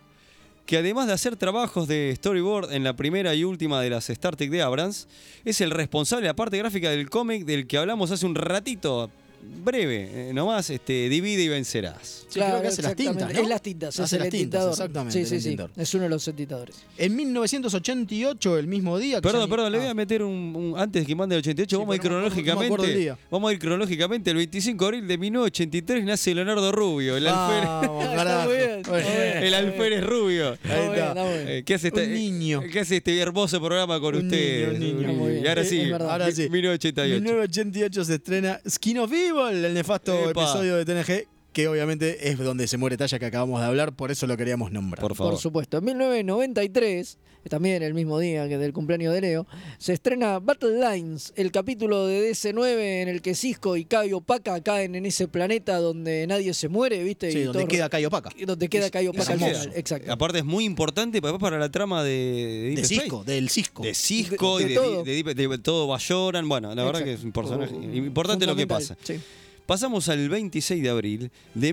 [SPEAKER 4] que además de hacer trabajos de storyboard en la primera y última de las Star Trek de Abrams, es el responsable de la parte gráfica del cómic del que hablamos hace un ratito, breve, eh, nomás, este, divide y vencerás.
[SPEAKER 3] Sí, creo que hace las tintas,
[SPEAKER 2] exactamente.
[SPEAKER 3] ¿no?
[SPEAKER 2] Es las tintas,
[SPEAKER 3] Hace
[SPEAKER 2] es el
[SPEAKER 3] las tintas,
[SPEAKER 2] entintador.
[SPEAKER 3] exactamente,
[SPEAKER 2] Sí,
[SPEAKER 3] el
[SPEAKER 2] sí, sí.
[SPEAKER 3] entintador.
[SPEAKER 2] Es uno de los entintadores.
[SPEAKER 3] En 1988, el mismo día. que
[SPEAKER 4] Perdón,
[SPEAKER 3] Johnny-
[SPEAKER 4] perdón, le
[SPEAKER 3] Ah,
[SPEAKER 4] voy a meter un, un- antes que mande el 88,
[SPEAKER 3] Sí,
[SPEAKER 4] vamos a ir
[SPEAKER 3] pero no me acuerdo- no me
[SPEAKER 4] cronológicamente.
[SPEAKER 3] acuerdo el día.
[SPEAKER 4] vamos a ir cronológicamente, el 25 de abril de 1983 nace Leonardo Rubio, el alférez.
[SPEAKER 3] Ah, Vamos,
[SPEAKER 2] Está
[SPEAKER 3] carajo.
[SPEAKER 2] muy bien, está muy bien,
[SPEAKER 4] El
[SPEAKER 2] está muy bien.
[SPEAKER 4] alférez rubio.
[SPEAKER 3] Ahí
[SPEAKER 2] Está muy bien,
[SPEAKER 3] está.
[SPEAKER 2] está muy bien.
[SPEAKER 4] Eh, ¿Qué hace este,
[SPEAKER 3] Un niño.
[SPEAKER 4] eh, qué hace este hermoso programa con
[SPEAKER 3] Un
[SPEAKER 4] ustedes?
[SPEAKER 3] niño, un niño.
[SPEAKER 2] Muy bien,
[SPEAKER 4] Y ahora
[SPEAKER 2] es-
[SPEAKER 4] sí,
[SPEAKER 2] es verdad.
[SPEAKER 3] Ahora sí.
[SPEAKER 4] 1988.
[SPEAKER 3] 1988 se estrena Skin of Evil, el nefasto
[SPEAKER 4] Epa.
[SPEAKER 3] episodio de TNG, que obviamente es donde se muere Talla que acabamos de hablar, por eso lo queríamos nombrar.
[SPEAKER 4] Por favor.
[SPEAKER 2] Por supuesto. En 1993, también el mismo día que del cumpleaños de Leo, se estrena Battle Lines, el capítulo de DC9 en el que Cisco y Caio Paca caen en ese planeta donde nadie se muere, ¿viste?
[SPEAKER 3] sí,
[SPEAKER 2] Y
[SPEAKER 3] donde
[SPEAKER 2] todo-
[SPEAKER 3] queda Cayo Paca.
[SPEAKER 2] Donde queda Caio
[SPEAKER 4] Es
[SPEAKER 2] Paca al
[SPEAKER 4] hermoso.
[SPEAKER 2] final, Exacto.
[SPEAKER 4] Aparte es muy importante para, para la trama de, de Deep
[SPEAKER 3] De
[SPEAKER 4] Space.
[SPEAKER 3] Cisco, del Cisco.
[SPEAKER 4] De Cisco
[SPEAKER 2] De-
[SPEAKER 4] y
[SPEAKER 2] de
[SPEAKER 4] de,
[SPEAKER 2] todo.
[SPEAKER 4] de Deep- de todo Bayoran. Bueno, la verdad que es un personaje importante lo que pasa. Pasamos al 26 de abril de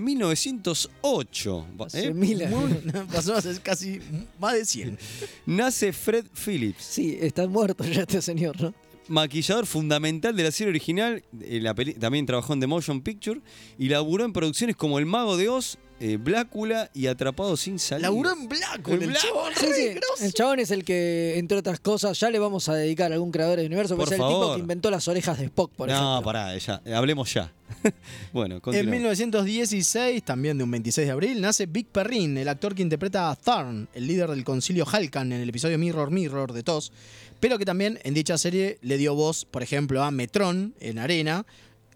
[SPEAKER 4] 1908. Va- ¿eh?
[SPEAKER 3] Pasó hace casi más de 100.
[SPEAKER 4] Nace Fred Phillips,
[SPEAKER 2] Sí, está muerto ya este señor, ¿no?
[SPEAKER 4] maquillador fundamental de la serie original. eh, la peli- también trabajó en The Motion Picture y laburó en producciones como El Mago de Oz, eh, Blácula y Atrapado sin Salida.
[SPEAKER 3] Laburó en blanco, el,
[SPEAKER 4] En blanco.
[SPEAKER 3] chabón,
[SPEAKER 2] Sí,
[SPEAKER 3] re
[SPEAKER 2] sí.
[SPEAKER 3] grosso.
[SPEAKER 2] El chabón es el que, entre otras cosas, ya le vamos a dedicar a algún creador del universo, porque
[SPEAKER 4] Por
[SPEAKER 2] es el tipo
[SPEAKER 4] favor.
[SPEAKER 2] que inventó las orejas de Spock, por
[SPEAKER 4] no,
[SPEAKER 2] ejemplo.
[SPEAKER 4] pará, ya, eh, hablemos ya. bueno,
[SPEAKER 3] En
[SPEAKER 4] continuamos.
[SPEAKER 3] 1916, también de un 26 de abril, nace Big Perrin, el actor que interpreta a Tharn, el líder del concilio Halkan en el episodio Mirror Mirror de TOS, pero que también en dicha serie le dio voz, por ejemplo, a Metron en Arena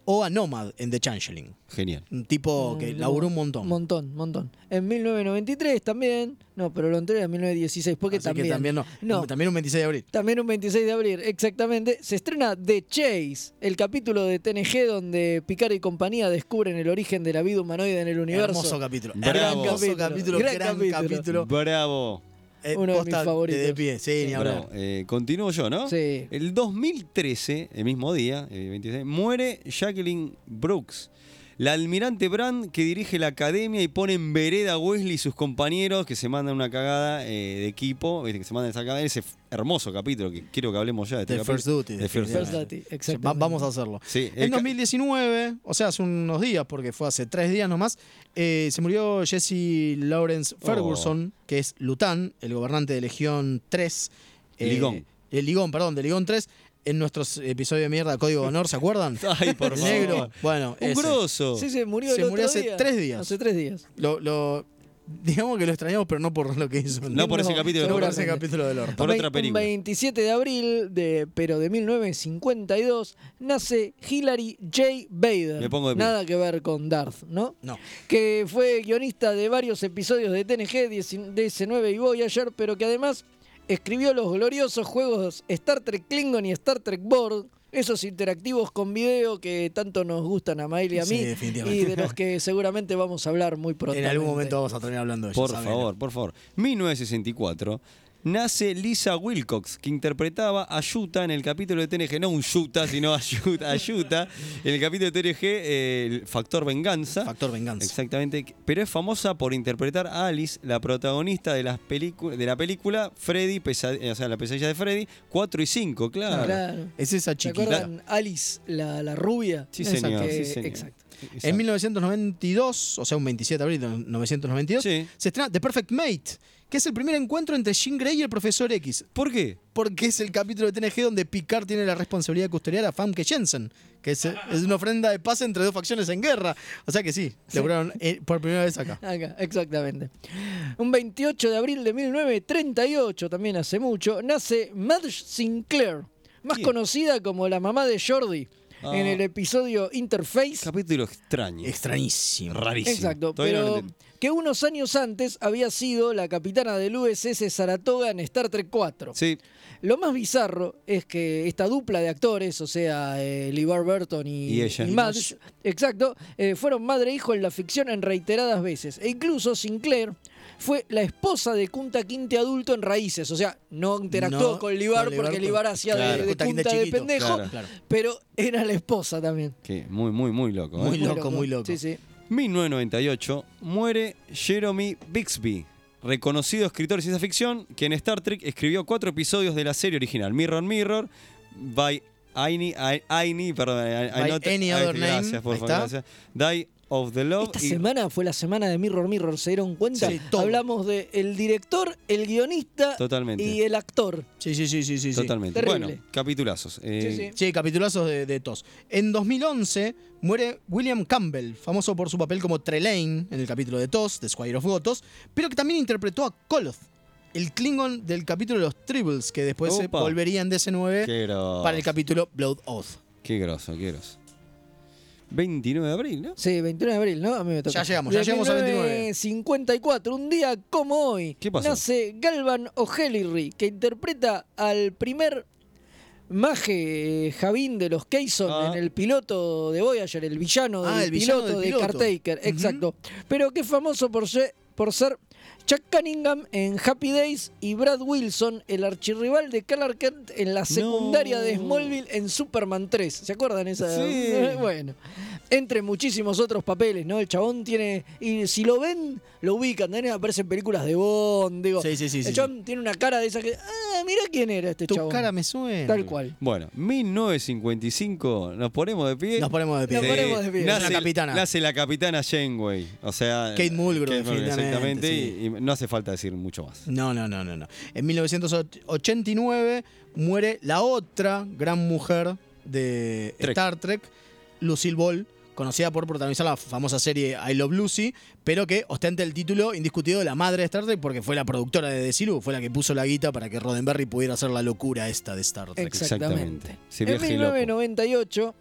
[SPEAKER 3] o a Nomad en The Changeling.
[SPEAKER 4] Genial.
[SPEAKER 3] Un tipo que
[SPEAKER 2] Mm, No,
[SPEAKER 3] Oh, laburó un montón.
[SPEAKER 2] Montón, montón. En 1993 también. No, pero lo anterior era 1916, porque
[SPEAKER 3] Así
[SPEAKER 2] también.
[SPEAKER 3] que también, no,
[SPEAKER 2] No.
[SPEAKER 3] también un 26 de abril.
[SPEAKER 2] También un 26 de abril, exactamente. Se estrena The Chase, el capítulo de TNG donde Picard y compañía descubren el origen de la vida humanoide en el universo.
[SPEAKER 3] Hermoso capítulo.
[SPEAKER 4] Bravo.
[SPEAKER 3] Hermoso capítulo, gran, capítulo.
[SPEAKER 4] Bravo.
[SPEAKER 3] Eh,
[SPEAKER 2] Uno de mis
[SPEAKER 3] posta
[SPEAKER 2] favoritos.
[SPEAKER 3] De pie, sí, ni
[SPEAKER 4] Bravo.
[SPEAKER 3] hablar.
[SPEAKER 4] Eh, continúo yo, ¿no?
[SPEAKER 2] Sí.
[SPEAKER 4] El 2013, el mismo día, el 26, muere Jacqueline Brooks, la almirante Brand que dirige la academia y pone en vereda a Wesley y sus compañeros que se mandan una cagada eh, de equipo, ¿viste? que se mandan esa cagada, ese f- hermoso capítulo que quiero que hablemos ya de este
[SPEAKER 3] The
[SPEAKER 4] capítulo.
[SPEAKER 3] First Duty.
[SPEAKER 4] The First
[SPEAKER 2] First
[SPEAKER 4] Duty.
[SPEAKER 2] Duty, exactamente.
[SPEAKER 3] Va- vamos a hacerlo.
[SPEAKER 4] Sí, el
[SPEAKER 3] En
[SPEAKER 4] Eh, ca-
[SPEAKER 3] 2019, o sea, hace unos días, porque fue hace tres días nomás, eh, se murió Jesse Lawrence
[SPEAKER 4] Oh.
[SPEAKER 3] Ferguson, que es Lután, el gobernante de Legión 3. eh,
[SPEAKER 4] Ligón.
[SPEAKER 3] El Ligón, perdón, de Legión 3. En nuestros episodios de mierda, Código de Honor, ¿se acuerdan?
[SPEAKER 4] Ay, por
[SPEAKER 3] El
[SPEAKER 4] favor.
[SPEAKER 3] negro. Bueno,
[SPEAKER 4] Un
[SPEAKER 3] ese.
[SPEAKER 4] grosso.
[SPEAKER 2] Sí, se murió el
[SPEAKER 3] Se
[SPEAKER 2] otro
[SPEAKER 3] murió hace
[SPEAKER 2] día.
[SPEAKER 3] tres días.
[SPEAKER 2] Hace tres días.
[SPEAKER 3] Lo, lo- Digamos que lo extrañamos, pero no por lo que hizo.
[SPEAKER 4] No por ese capítulo.
[SPEAKER 3] No por
[SPEAKER 4] Seguramente.
[SPEAKER 3] ese capítulo del orto.
[SPEAKER 4] Por otra película.
[SPEAKER 2] Un 27 de abril, de, pero de 1952, nace Hillary J. Bader.
[SPEAKER 4] Me pongo de pie.
[SPEAKER 2] Nada que ver con Darth, ¿no?
[SPEAKER 3] No.
[SPEAKER 2] Que fue guionista de varios episodios de TNG, 19 y Voyager, pero que además escribió los gloriosos juegos Star Trek Klingon y Star Trek Board. Esos interactivos con video que tanto nos gustan a Mael y a
[SPEAKER 3] Sí,
[SPEAKER 2] mí,
[SPEAKER 3] definitivamente.
[SPEAKER 2] y de los que seguramente vamos a hablar muy pronto.
[SPEAKER 3] En algún momento vamos a terminar hablando de eso.
[SPEAKER 4] Por
[SPEAKER 3] saben.
[SPEAKER 4] favor, por favor. 1964 nace Lisa Wilcox, que interpretaba a Yuta en el capítulo de TNG. No un Yuta, sino a Yuta. a Yuta. en el capítulo de TNG, eh, el Factor Venganza.
[SPEAKER 3] Factor Venganza.
[SPEAKER 4] Exactamente. Pero es famosa por interpretar a Alice, la protagonista de, las pelicu- de la película Freddy, pesa- eh, o sea, la pesadilla de Freddy, 4 y 5, claro.
[SPEAKER 2] Claro.
[SPEAKER 3] Es esa
[SPEAKER 2] ¿Se
[SPEAKER 3] chiquita.
[SPEAKER 2] acuerdan? Alice, la, la rubia.
[SPEAKER 4] Sí,
[SPEAKER 2] Esa
[SPEAKER 4] señor,
[SPEAKER 2] que-
[SPEAKER 4] sí, señor.
[SPEAKER 2] Exacto.
[SPEAKER 3] En 1992, o sea, un 27 de abril de 1992, se estrena The Perfect Mate, que es el primer encuentro entre Jean Grey y el Profesor X.
[SPEAKER 4] ¿Por qué?
[SPEAKER 3] Porque es el capítulo de TNG donde Picard tiene la responsabilidad de custodiar a Famke Jensen, que es, es una ofrenda de paz entre dos facciones en guerra. O sea que sí, lograron eh, por primera vez acá.
[SPEAKER 2] Acá, exactamente. Un 28 de abril de 1938, también hace mucho, nace Madge Sinclair, más conocida como la mamá de Jordi,
[SPEAKER 4] Ah.
[SPEAKER 2] en el episodio Interface.
[SPEAKER 4] Capítulo extraño.
[SPEAKER 3] Extrañísimo.
[SPEAKER 4] Rarísimo.
[SPEAKER 2] Exacto,
[SPEAKER 4] Todavía no lo
[SPEAKER 2] pero
[SPEAKER 4] entendí.
[SPEAKER 2] que unos años antes había sido la capitana del USS Saratoga en Star Trek 4.
[SPEAKER 4] Sí.
[SPEAKER 2] Lo más bizarro es que esta dupla de actores, o sea, eh, LeVar Burton y,
[SPEAKER 4] Y ella.
[SPEAKER 2] y Madge, exacto, eh, fueron madre e hijo en la ficción en reiteradas veces. E incluso Sinclair fue la esposa de Kunta Quinte adulto en Raíces, o sea, no interactuó
[SPEAKER 3] No,
[SPEAKER 2] con LeVar
[SPEAKER 3] con
[SPEAKER 2] porque
[SPEAKER 3] Libar
[SPEAKER 2] LeVar
[SPEAKER 3] con-
[SPEAKER 2] hacía de-
[SPEAKER 4] Claro.
[SPEAKER 2] de,
[SPEAKER 3] Kunta Kinte
[SPEAKER 2] Kunta de
[SPEAKER 3] chiquito,
[SPEAKER 2] pendejo,
[SPEAKER 4] claro,
[SPEAKER 3] claro.
[SPEAKER 2] pero era la esposa también.
[SPEAKER 4] Que muy, muy, muy loco. ¿eh?
[SPEAKER 3] Muy loco, muy loco.
[SPEAKER 2] Sí, sí.
[SPEAKER 4] 1998 muere Jeremy Bixby, reconocido escritor de ciencia ficción, que en Star Trek escribió cuatro episodios de la serie original, Mirror Mirror, by Aini, Ai- Aini, perdón, I- I
[SPEAKER 3] By
[SPEAKER 4] not-
[SPEAKER 3] Any
[SPEAKER 4] Ay,
[SPEAKER 3] Other
[SPEAKER 4] gracias,
[SPEAKER 3] Name.
[SPEAKER 4] por
[SPEAKER 3] Ahí
[SPEAKER 4] favor,
[SPEAKER 3] está.
[SPEAKER 4] gracias. Die of the Love.
[SPEAKER 2] Esta
[SPEAKER 4] y-
[SPEAKER 2] semana fue la semana de Mirror Mirror, ¿se dieron cuenta?
[SPEAKER 3] Sí, todo.
[SPEAKER 2] Hablamos de el director, el guionista
[SPEAKER 4] Totalmente.
[SPEAKER 2] y el actor.
[SPEAKER 3] Sí, sí, sí, sí, sí. sí.
[SPEAKER 4] Totalmente.
[SPEAKER 2] Terrible.
[SPEAKER 4] Bueno, capitulazos. Eh,
[SPEAKER 2] Sí, sí.
[SPEAKER 3] Sí, capitulazos de, de tos. En 2011 muere William Campbell, famoso por su papel como Trelane en el capítulo de tos, de Squire of Gotos, pero que también interpretó a Koloth, el Klingon del capítulo de los Tribbles, que después se
[SPEAKER 4] Opa.
[SPEAKER 3] volverían de DC9
[SPEAKER 4] Qué grosso.
[SPEAKER 3] para el capítulo Blood Oath.
[SPEAKER 4] Qué grosso, qué grosso. 29 de abril, ¿no?
[SPEAKER 2] Sí, 21 de abril, ¿no? A mí me toca.
[SPEAKER 3] Ya llegamos, ya
[SPEAKER 2] De
[SPEAKER 3] llegamos a 29.
[SPEAKER 2] 1954, un día como hoy,
[SPEAKER 4] ¿Qué pasó?
[SPEAKER 2] nace Galvan O'Hellery, que interpreta al primer maje eh, Javín de los Keyson
[SPEAKER 4] Ah.
[SPEAKER 2] en el piloto de Voyager, el villano
[SPEAKER 3] Ah,
[SPEAKER 2] del
[SPEAKER 3] el villano
[SPEAKER 2] piloto
[SPEAKER 3] del
[SPEAKER 2] de
[SPEAKER 3] piloto.
[SPEAKER 2] Cartaker, exacto. Pero que es famoso por ser, por ser Chuck Cunningham en Happy Days y Brad Wilson, el archirrival de Clark Kent en la secundaria de Smallville en Superman 3. ¿Se acuerdan esa?
[SPEAKER 4] Sí.
[SPEAKER 2] Bueno, entre muchísimos otros papeles, ¿no? El chabón tiene. Y si lo ven, lo ubican. También aparece en películas de Bond. Digo,
[SPEAKER 3] Sí, sí, sí,
[SPEAKER 2] el
[SPEAKER 3] sí,
[SPEAKER 2] chabón tiene una cara de esa que. Ah, mira quién era este
[SPEAKER 3] Tu
[SPEAKER 2] chabón.
[SPEAKER 3] cara me suena.
[SPEAKER 2] Tal cual.
[SPEAKER 4] Bueno, 1955, nos ponemos de pie.
[SPEAKER 3] Nos ponemos de pie.
[SPEAKER 2] Nos ponemos de pie.
[SPEAKER 3] Es
[SPEAKER 4] Nace,
[SPEAKER 3] una capitana.
[SPEAKER 4] nace la capitana Janeway. O sea,
[SPEAKER 3] Kate Mulgrew,
[SPEAKER 4] exactamente.
[SPEAKER 3] definitivamente,
[SPEAKER 4] y- y no hace falta decir mucho más.
[SPEAKER 3] No, no, no, no, no. En 1989 muere la otra gran mujer de
[SPEAKER 4] Trek.
[SPEAKER 3] Star Trek, Lucille Ball, conocida por protagonizar la famosa serie I Love Lucy, pero que ostenta el título indiscutido de la madre de Star Trek porque fue la productora de The Silu, fue la que puso la guita para que Roddenberry pudiera hacer la locura esta de Star Trek.
[SPEAKER 2] Exactamente.
[SPEAKER 4] Se
[SPEAKER 2] en
[SPEAKER 4] viaje loco.
[SPEAKER 2] 1998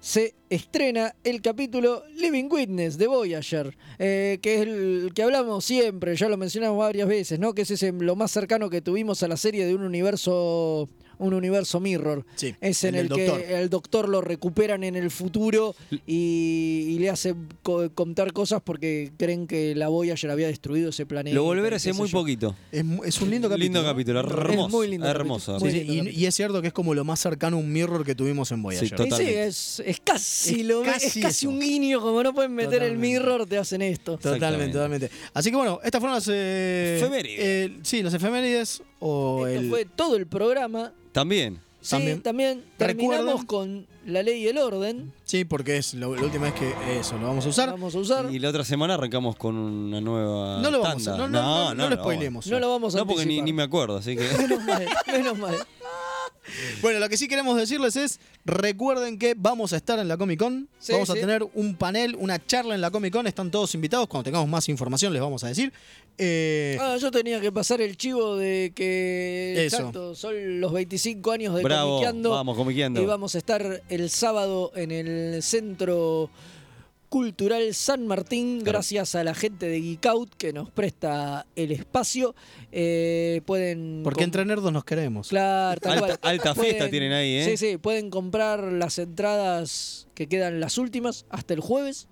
[SPEAKER 2] se estrena el capítulo Living Witness de Voyager, eh, que es el que hablamos siempre, ya lo mencionamos varias veces, ¿no? Que es ese, lo más cercano que tuvimos a la serie de un universo, un universo mirror.
[SPEAKER 3] Sí,
[SPEAKER 2] Es
[SPEAKER 3] el
[SPEAKER 2] en el,
[SPEAKER 3] del
[SPEAKER 2] que
[SPEAKER 3] doctor.
[SPEAKER 2] el doctor lo recuperan en el futuro y, y le hace co- contar cosas porque creen que la Voyager había destruido ese planeta.
[SPEAKER 4] Lo volver
[SPEAKER 2] y
[SPEAKER 4] hace
[SPEAKER 2] qué sé
[SPEAKER 4] muy
[SPEAKER 2] yo.
[SPEAKER 4] poquito.
[SPEAKER 3] Es, mu- es un lindo capítulo.
[SPEAKER 4] Lindo
[SPEAKER 3] ¿no?
[SPEAKER 4] capítulo, hermoso.
[SPEAKER 2] muy lindo
[SPEAKER 4] hermoso.
[SPEAKER 2] capítulo.
[SPEAKER 3] Sí,
[SPEAKER 2] Muy
[SPEAKER 3] sí,
[SPEAKER 2] lindo
[SPEAKER 3] y, y es cierto que es como lo más cercano a un mirror que tuvimos en Voyager.
[SPEAKER 4] Sí,
[SPEAKER 2] Y sí,
[SPEAKER 4] Totalmente.
[SPEAKER 2] es, es casi
[SPEAKER 3] Es
[SPEAKER 2] lo es
[SPEAKER 3] casi
[SPEAKER 2] casi
[SPEAKER 3] eso.
[SPEAKER 2] un guiño, como no pueden meter el
[SPEAKER 3] Totalmente.
[SPEAKER 2] mirror, te hacen esto.
[SPEAKER 3] Totalmente,
[SPEAKER 4] Exactamente.
[SPEAKER 3] totalmente. Así que bueno, estas fueron las. eh,
[SPEAKER 4] Efemérides.
[SPEAKER 3] eh, sí, las efemérides o
[SPEAKER 2] Esto
[SPEAKER 3] el.
[SPEAKER 2] fue todo el programa.
[SPEAKER 4] También.
[SPEAKER 2] Sí,
[SPEAKER 3] También-
[SPEAKER 2] también, terminamos
[SPEAKER 3] Recuerden-
[SPEAKER 2] con la ley y el orden.
[SPEAKER 3] Sí, porque es lo- la última vez que eso lo vamos a usar.
[SPEAKER 2] Vamos a usar.
[SPEAKER 4] Y la otra semana arrancamos con una nueva.
[SPEAKER 3] No lo vamos a no,
[SPEAKER 4] tanda.
[SPEAKER 3] no, no, no, lo
[SPEAKER 4] vamos.
[SPEAKER 3] spoilemos.
[SPEAKER 2] No lo vamos a
[SPEAKER 4] No, porque ni,
[SPEAKER 2] anticipar.
[SPEAKER 4] ni me acuerdo, así que.
[SPEAKER 2] Menos mal, menos mal.
[SPEAKER 3] Bueno, lo que sí queremos decirles es, recuerden que vamos a estar en la Comic Con,
[SPEAKER 2] Sí,
[SPEAKER 3] vamos a
[SPEAKER 2] sí.
[SPEAKER 3] tener un panel, una charla en la Comic Con, están todos invitados, cuando tengamos más información les vamos a decir. Eh,
[SPEAKER 2] Ah, yo tenía que pasar el chivo de que
[SPEAKER 3] Eso.
[SPEAKER 2] exacto, son los 25 años de
[SPEAKER 4] Bravo,
[SPEAKER 2] Comiqueando.
[SPEAKER 4] vamos, Comiqueando.
[SPEAKER 2] Y vamos a estar el sábado en el Centro Cultural San Martín, gracias a la gente de Geek Out que nos presta el espacio. Eh, pueden
[SPEAKER 3] porque
[SPEAKER 2] com-
[SPEAKER 3] entre nerdos nos queremos.
[SPEAKER 2] Claro, tal
[SPEAKER 4] Alta-
[SPEAKER 2] cual.
[SPEAKER 4] alta fiesta tienen ahí, ¿eh?
[SPEAKER 2] Sí, sí, pueden comprar las entradas que quedan las últimas hasta el jueves.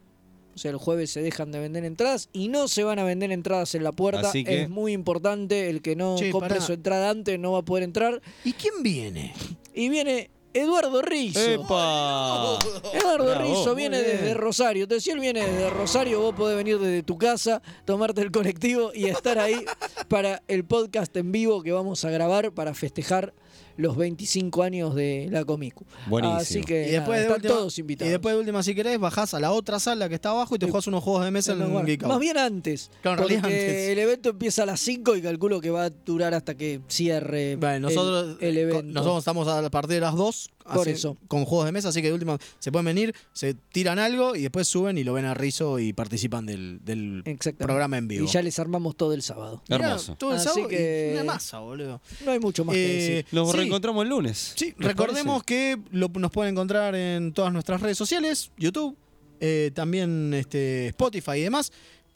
[SPEAKER 2] O sea, el jueves se dejan de vender entradas y no se van a vender entradas en la puerta.
[SPEAKER 4] Así que-
[SPEAKER 2] Es muy importante. El que no
[SPEAKER 3] Che,
[SPEAKER 2] compre
[SPEAKER 3] pará.
[SPEAKER 2] su entrada antes no va a poder entrar.
[SPEAKER 3] ¿Y quién viene?
[SPEAKER 2] Y viene Eduardo Rizzo.
[SPEAKER 4] ¡Epa!
[SPEAKER 2] Eduardo
[SPEAKER 4] Bravo.
[SPEAKER 2] Rizzo
[SPEAKER 4] Muy
[SPEAKER 2] viene
[SPEAKER 4] bien.
[SPEAKER 2] desde Rosario. Entonces, si él viene desde Rosario, vos podés venir desde tu casa, tomarte el colectivo y estar ahí para el podcast en vivo que vamos a grabar para festejar los 25 años de la Comicu.
[SPEAKER 4] Buenísimo.
[SPEAKER 2] Así que
[SPEAKER 3] Y después,
[SPEAKER 2] nada,
[SPEAKER 3] de
[SPEAKER 2] Eh, están
[SPEAKER 3] última,
[SPEAKER 2] todos invitados.
[SPEAKER 3] y después de última, si querés, bajás a la otra sala que está abajo y te jugás unos juegos de mesa
[SPEAKER 2] En los
[SPEAKER 3] en
[SPEAKER 2] lugares.
[SPEAKER 3] Geek Out.
[SPEAKER 2] Más bien antes.
[SPEAKER 3] Claro, en
[SPEAKER 2] porque
[SPEAKER 3] realidad antes.
[SPEAKER 2] el evento empieza a las 5 y calculo que va a durar hasta que cierre
[SPEAKER 3] Bueno, nosotros, eh,
[SPEAKER 2] el, el evento.
[SPEAKER 3] con- nosotros estamos a partir de las 2
[SPEAKER 2] Por eso.
[SPEAKER 3] con juegos de mesa, así que de última se pueden venir, se tiran algo y después suben y lo ven a Rizo y participan del, del
[SPEAKER 2] Exactamente.
[SPEAKER 3] programa en vivo.
[SPEAKER 2] Y ya les armamos todo el sábado.
[SPEAKER 3] Mirá,
[SPEAKER 4] Hermoso.
[SPEAKER 3] todo el
[SPEAKER 2] Así
[SPEAKER 3] sábado y
[SPEAKER 2] que-
[SPEAKER 3] una masa, boludo.
[SPEAKER 2] No hay mucho más que
[SPEAKER 3] Eh,
[SPEAKER 2] decir.
[SPEAKER 4] Los
[SPEAKER 3] sí.
[SPEAKER 4] reencontramos el lunes.
[SPEAKER 3] Sí,
[SPEAKER 4] ¿Les
[SPEAKER 3] recordemos que lo- nos pueden encontrar en todas nuestras redes sociales, YouTube, eh, también este, Spotify y demás.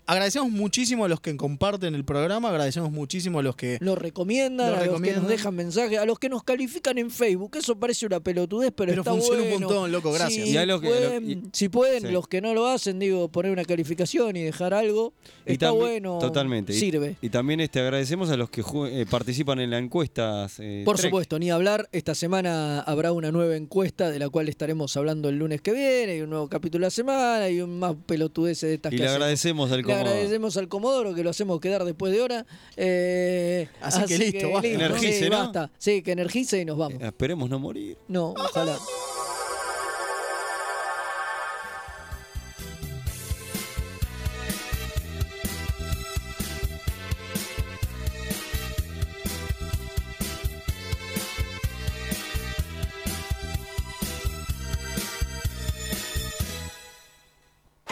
[SPEAKER 3] Agradecemos muchísimo a los que comparten el programa, agradecemos muchísimo a los que...
[SPEAKER 2] Nos recomiendan,
[SPEAKER 3] Nos
[SPEAKER 2] a los que
[SPEAKER 3] recomiendan.
[SPEAKER 2] nos dejan mensajes, a los que nos califican en Facebook. Eso parece una pelotudez, pero,
[SPEAKER 3] Pero
[SPEAKER 2] está
[SPEAKER 3] funciona un
[SPEAKER 2] bueno.
[SPEAKER 3] montón, loco, gracias.
[SPEAKER 2] Si,
[SPEAKER 4] Y a los que-
[SPEAKER 2] pueden,
[SPEAKER 4] lo- y-
[SPEAKER 2] si pueden,
[SPEAKER 4] sí.
[SPEAKER 2] los que no lo hacen, digo, poner una calificación y dejar algo.
[SPEAKER 4] Y
[SPEAKER 2] está
[SPEAKER 4] tambi-
[SPEAKER 2] bueno.
[SPEAKER 4] Totalmente. Y-
[SPEAKER 2] Sirve.
[SPEAKER 4] Y, también este, agradecemos a los que ju- eh, participan en las encuestas. eh,
[SPEAKER 2] Por
[SPEAKER 4] Trek.
[SPEAKER 2] supuesto, ni hablar. Esta semana habrá una nueva encuesta de la cual estaremos hablando el lunes que viene, y un nuevo capítulo a la semana, y un más pelotudeces de estas
[SPEAKER 4] Y
[SPEAKER 2] que
[SPEAKER 4] le
[SPEAKER 2] hacemos.
[SPEAKER 4] agradecemos al
[SPEAKER 2] Le
[SPEAKER 4] Comodo.
[SPEAKER 2] agradecemos al Comodoro que lo hacemos quedar después de hora. Eh,
[SPEAKER 3] Así que listo, basta.
[SPEAKER 2] sí,
[SPEAKER 4] Energice, ¿no?
[SPEAKER 2] basta. Sí, que energice y nos vamos.
[SPEAKER 4] Esperemos no morir.
[SPEAKER 2] No, ojalá.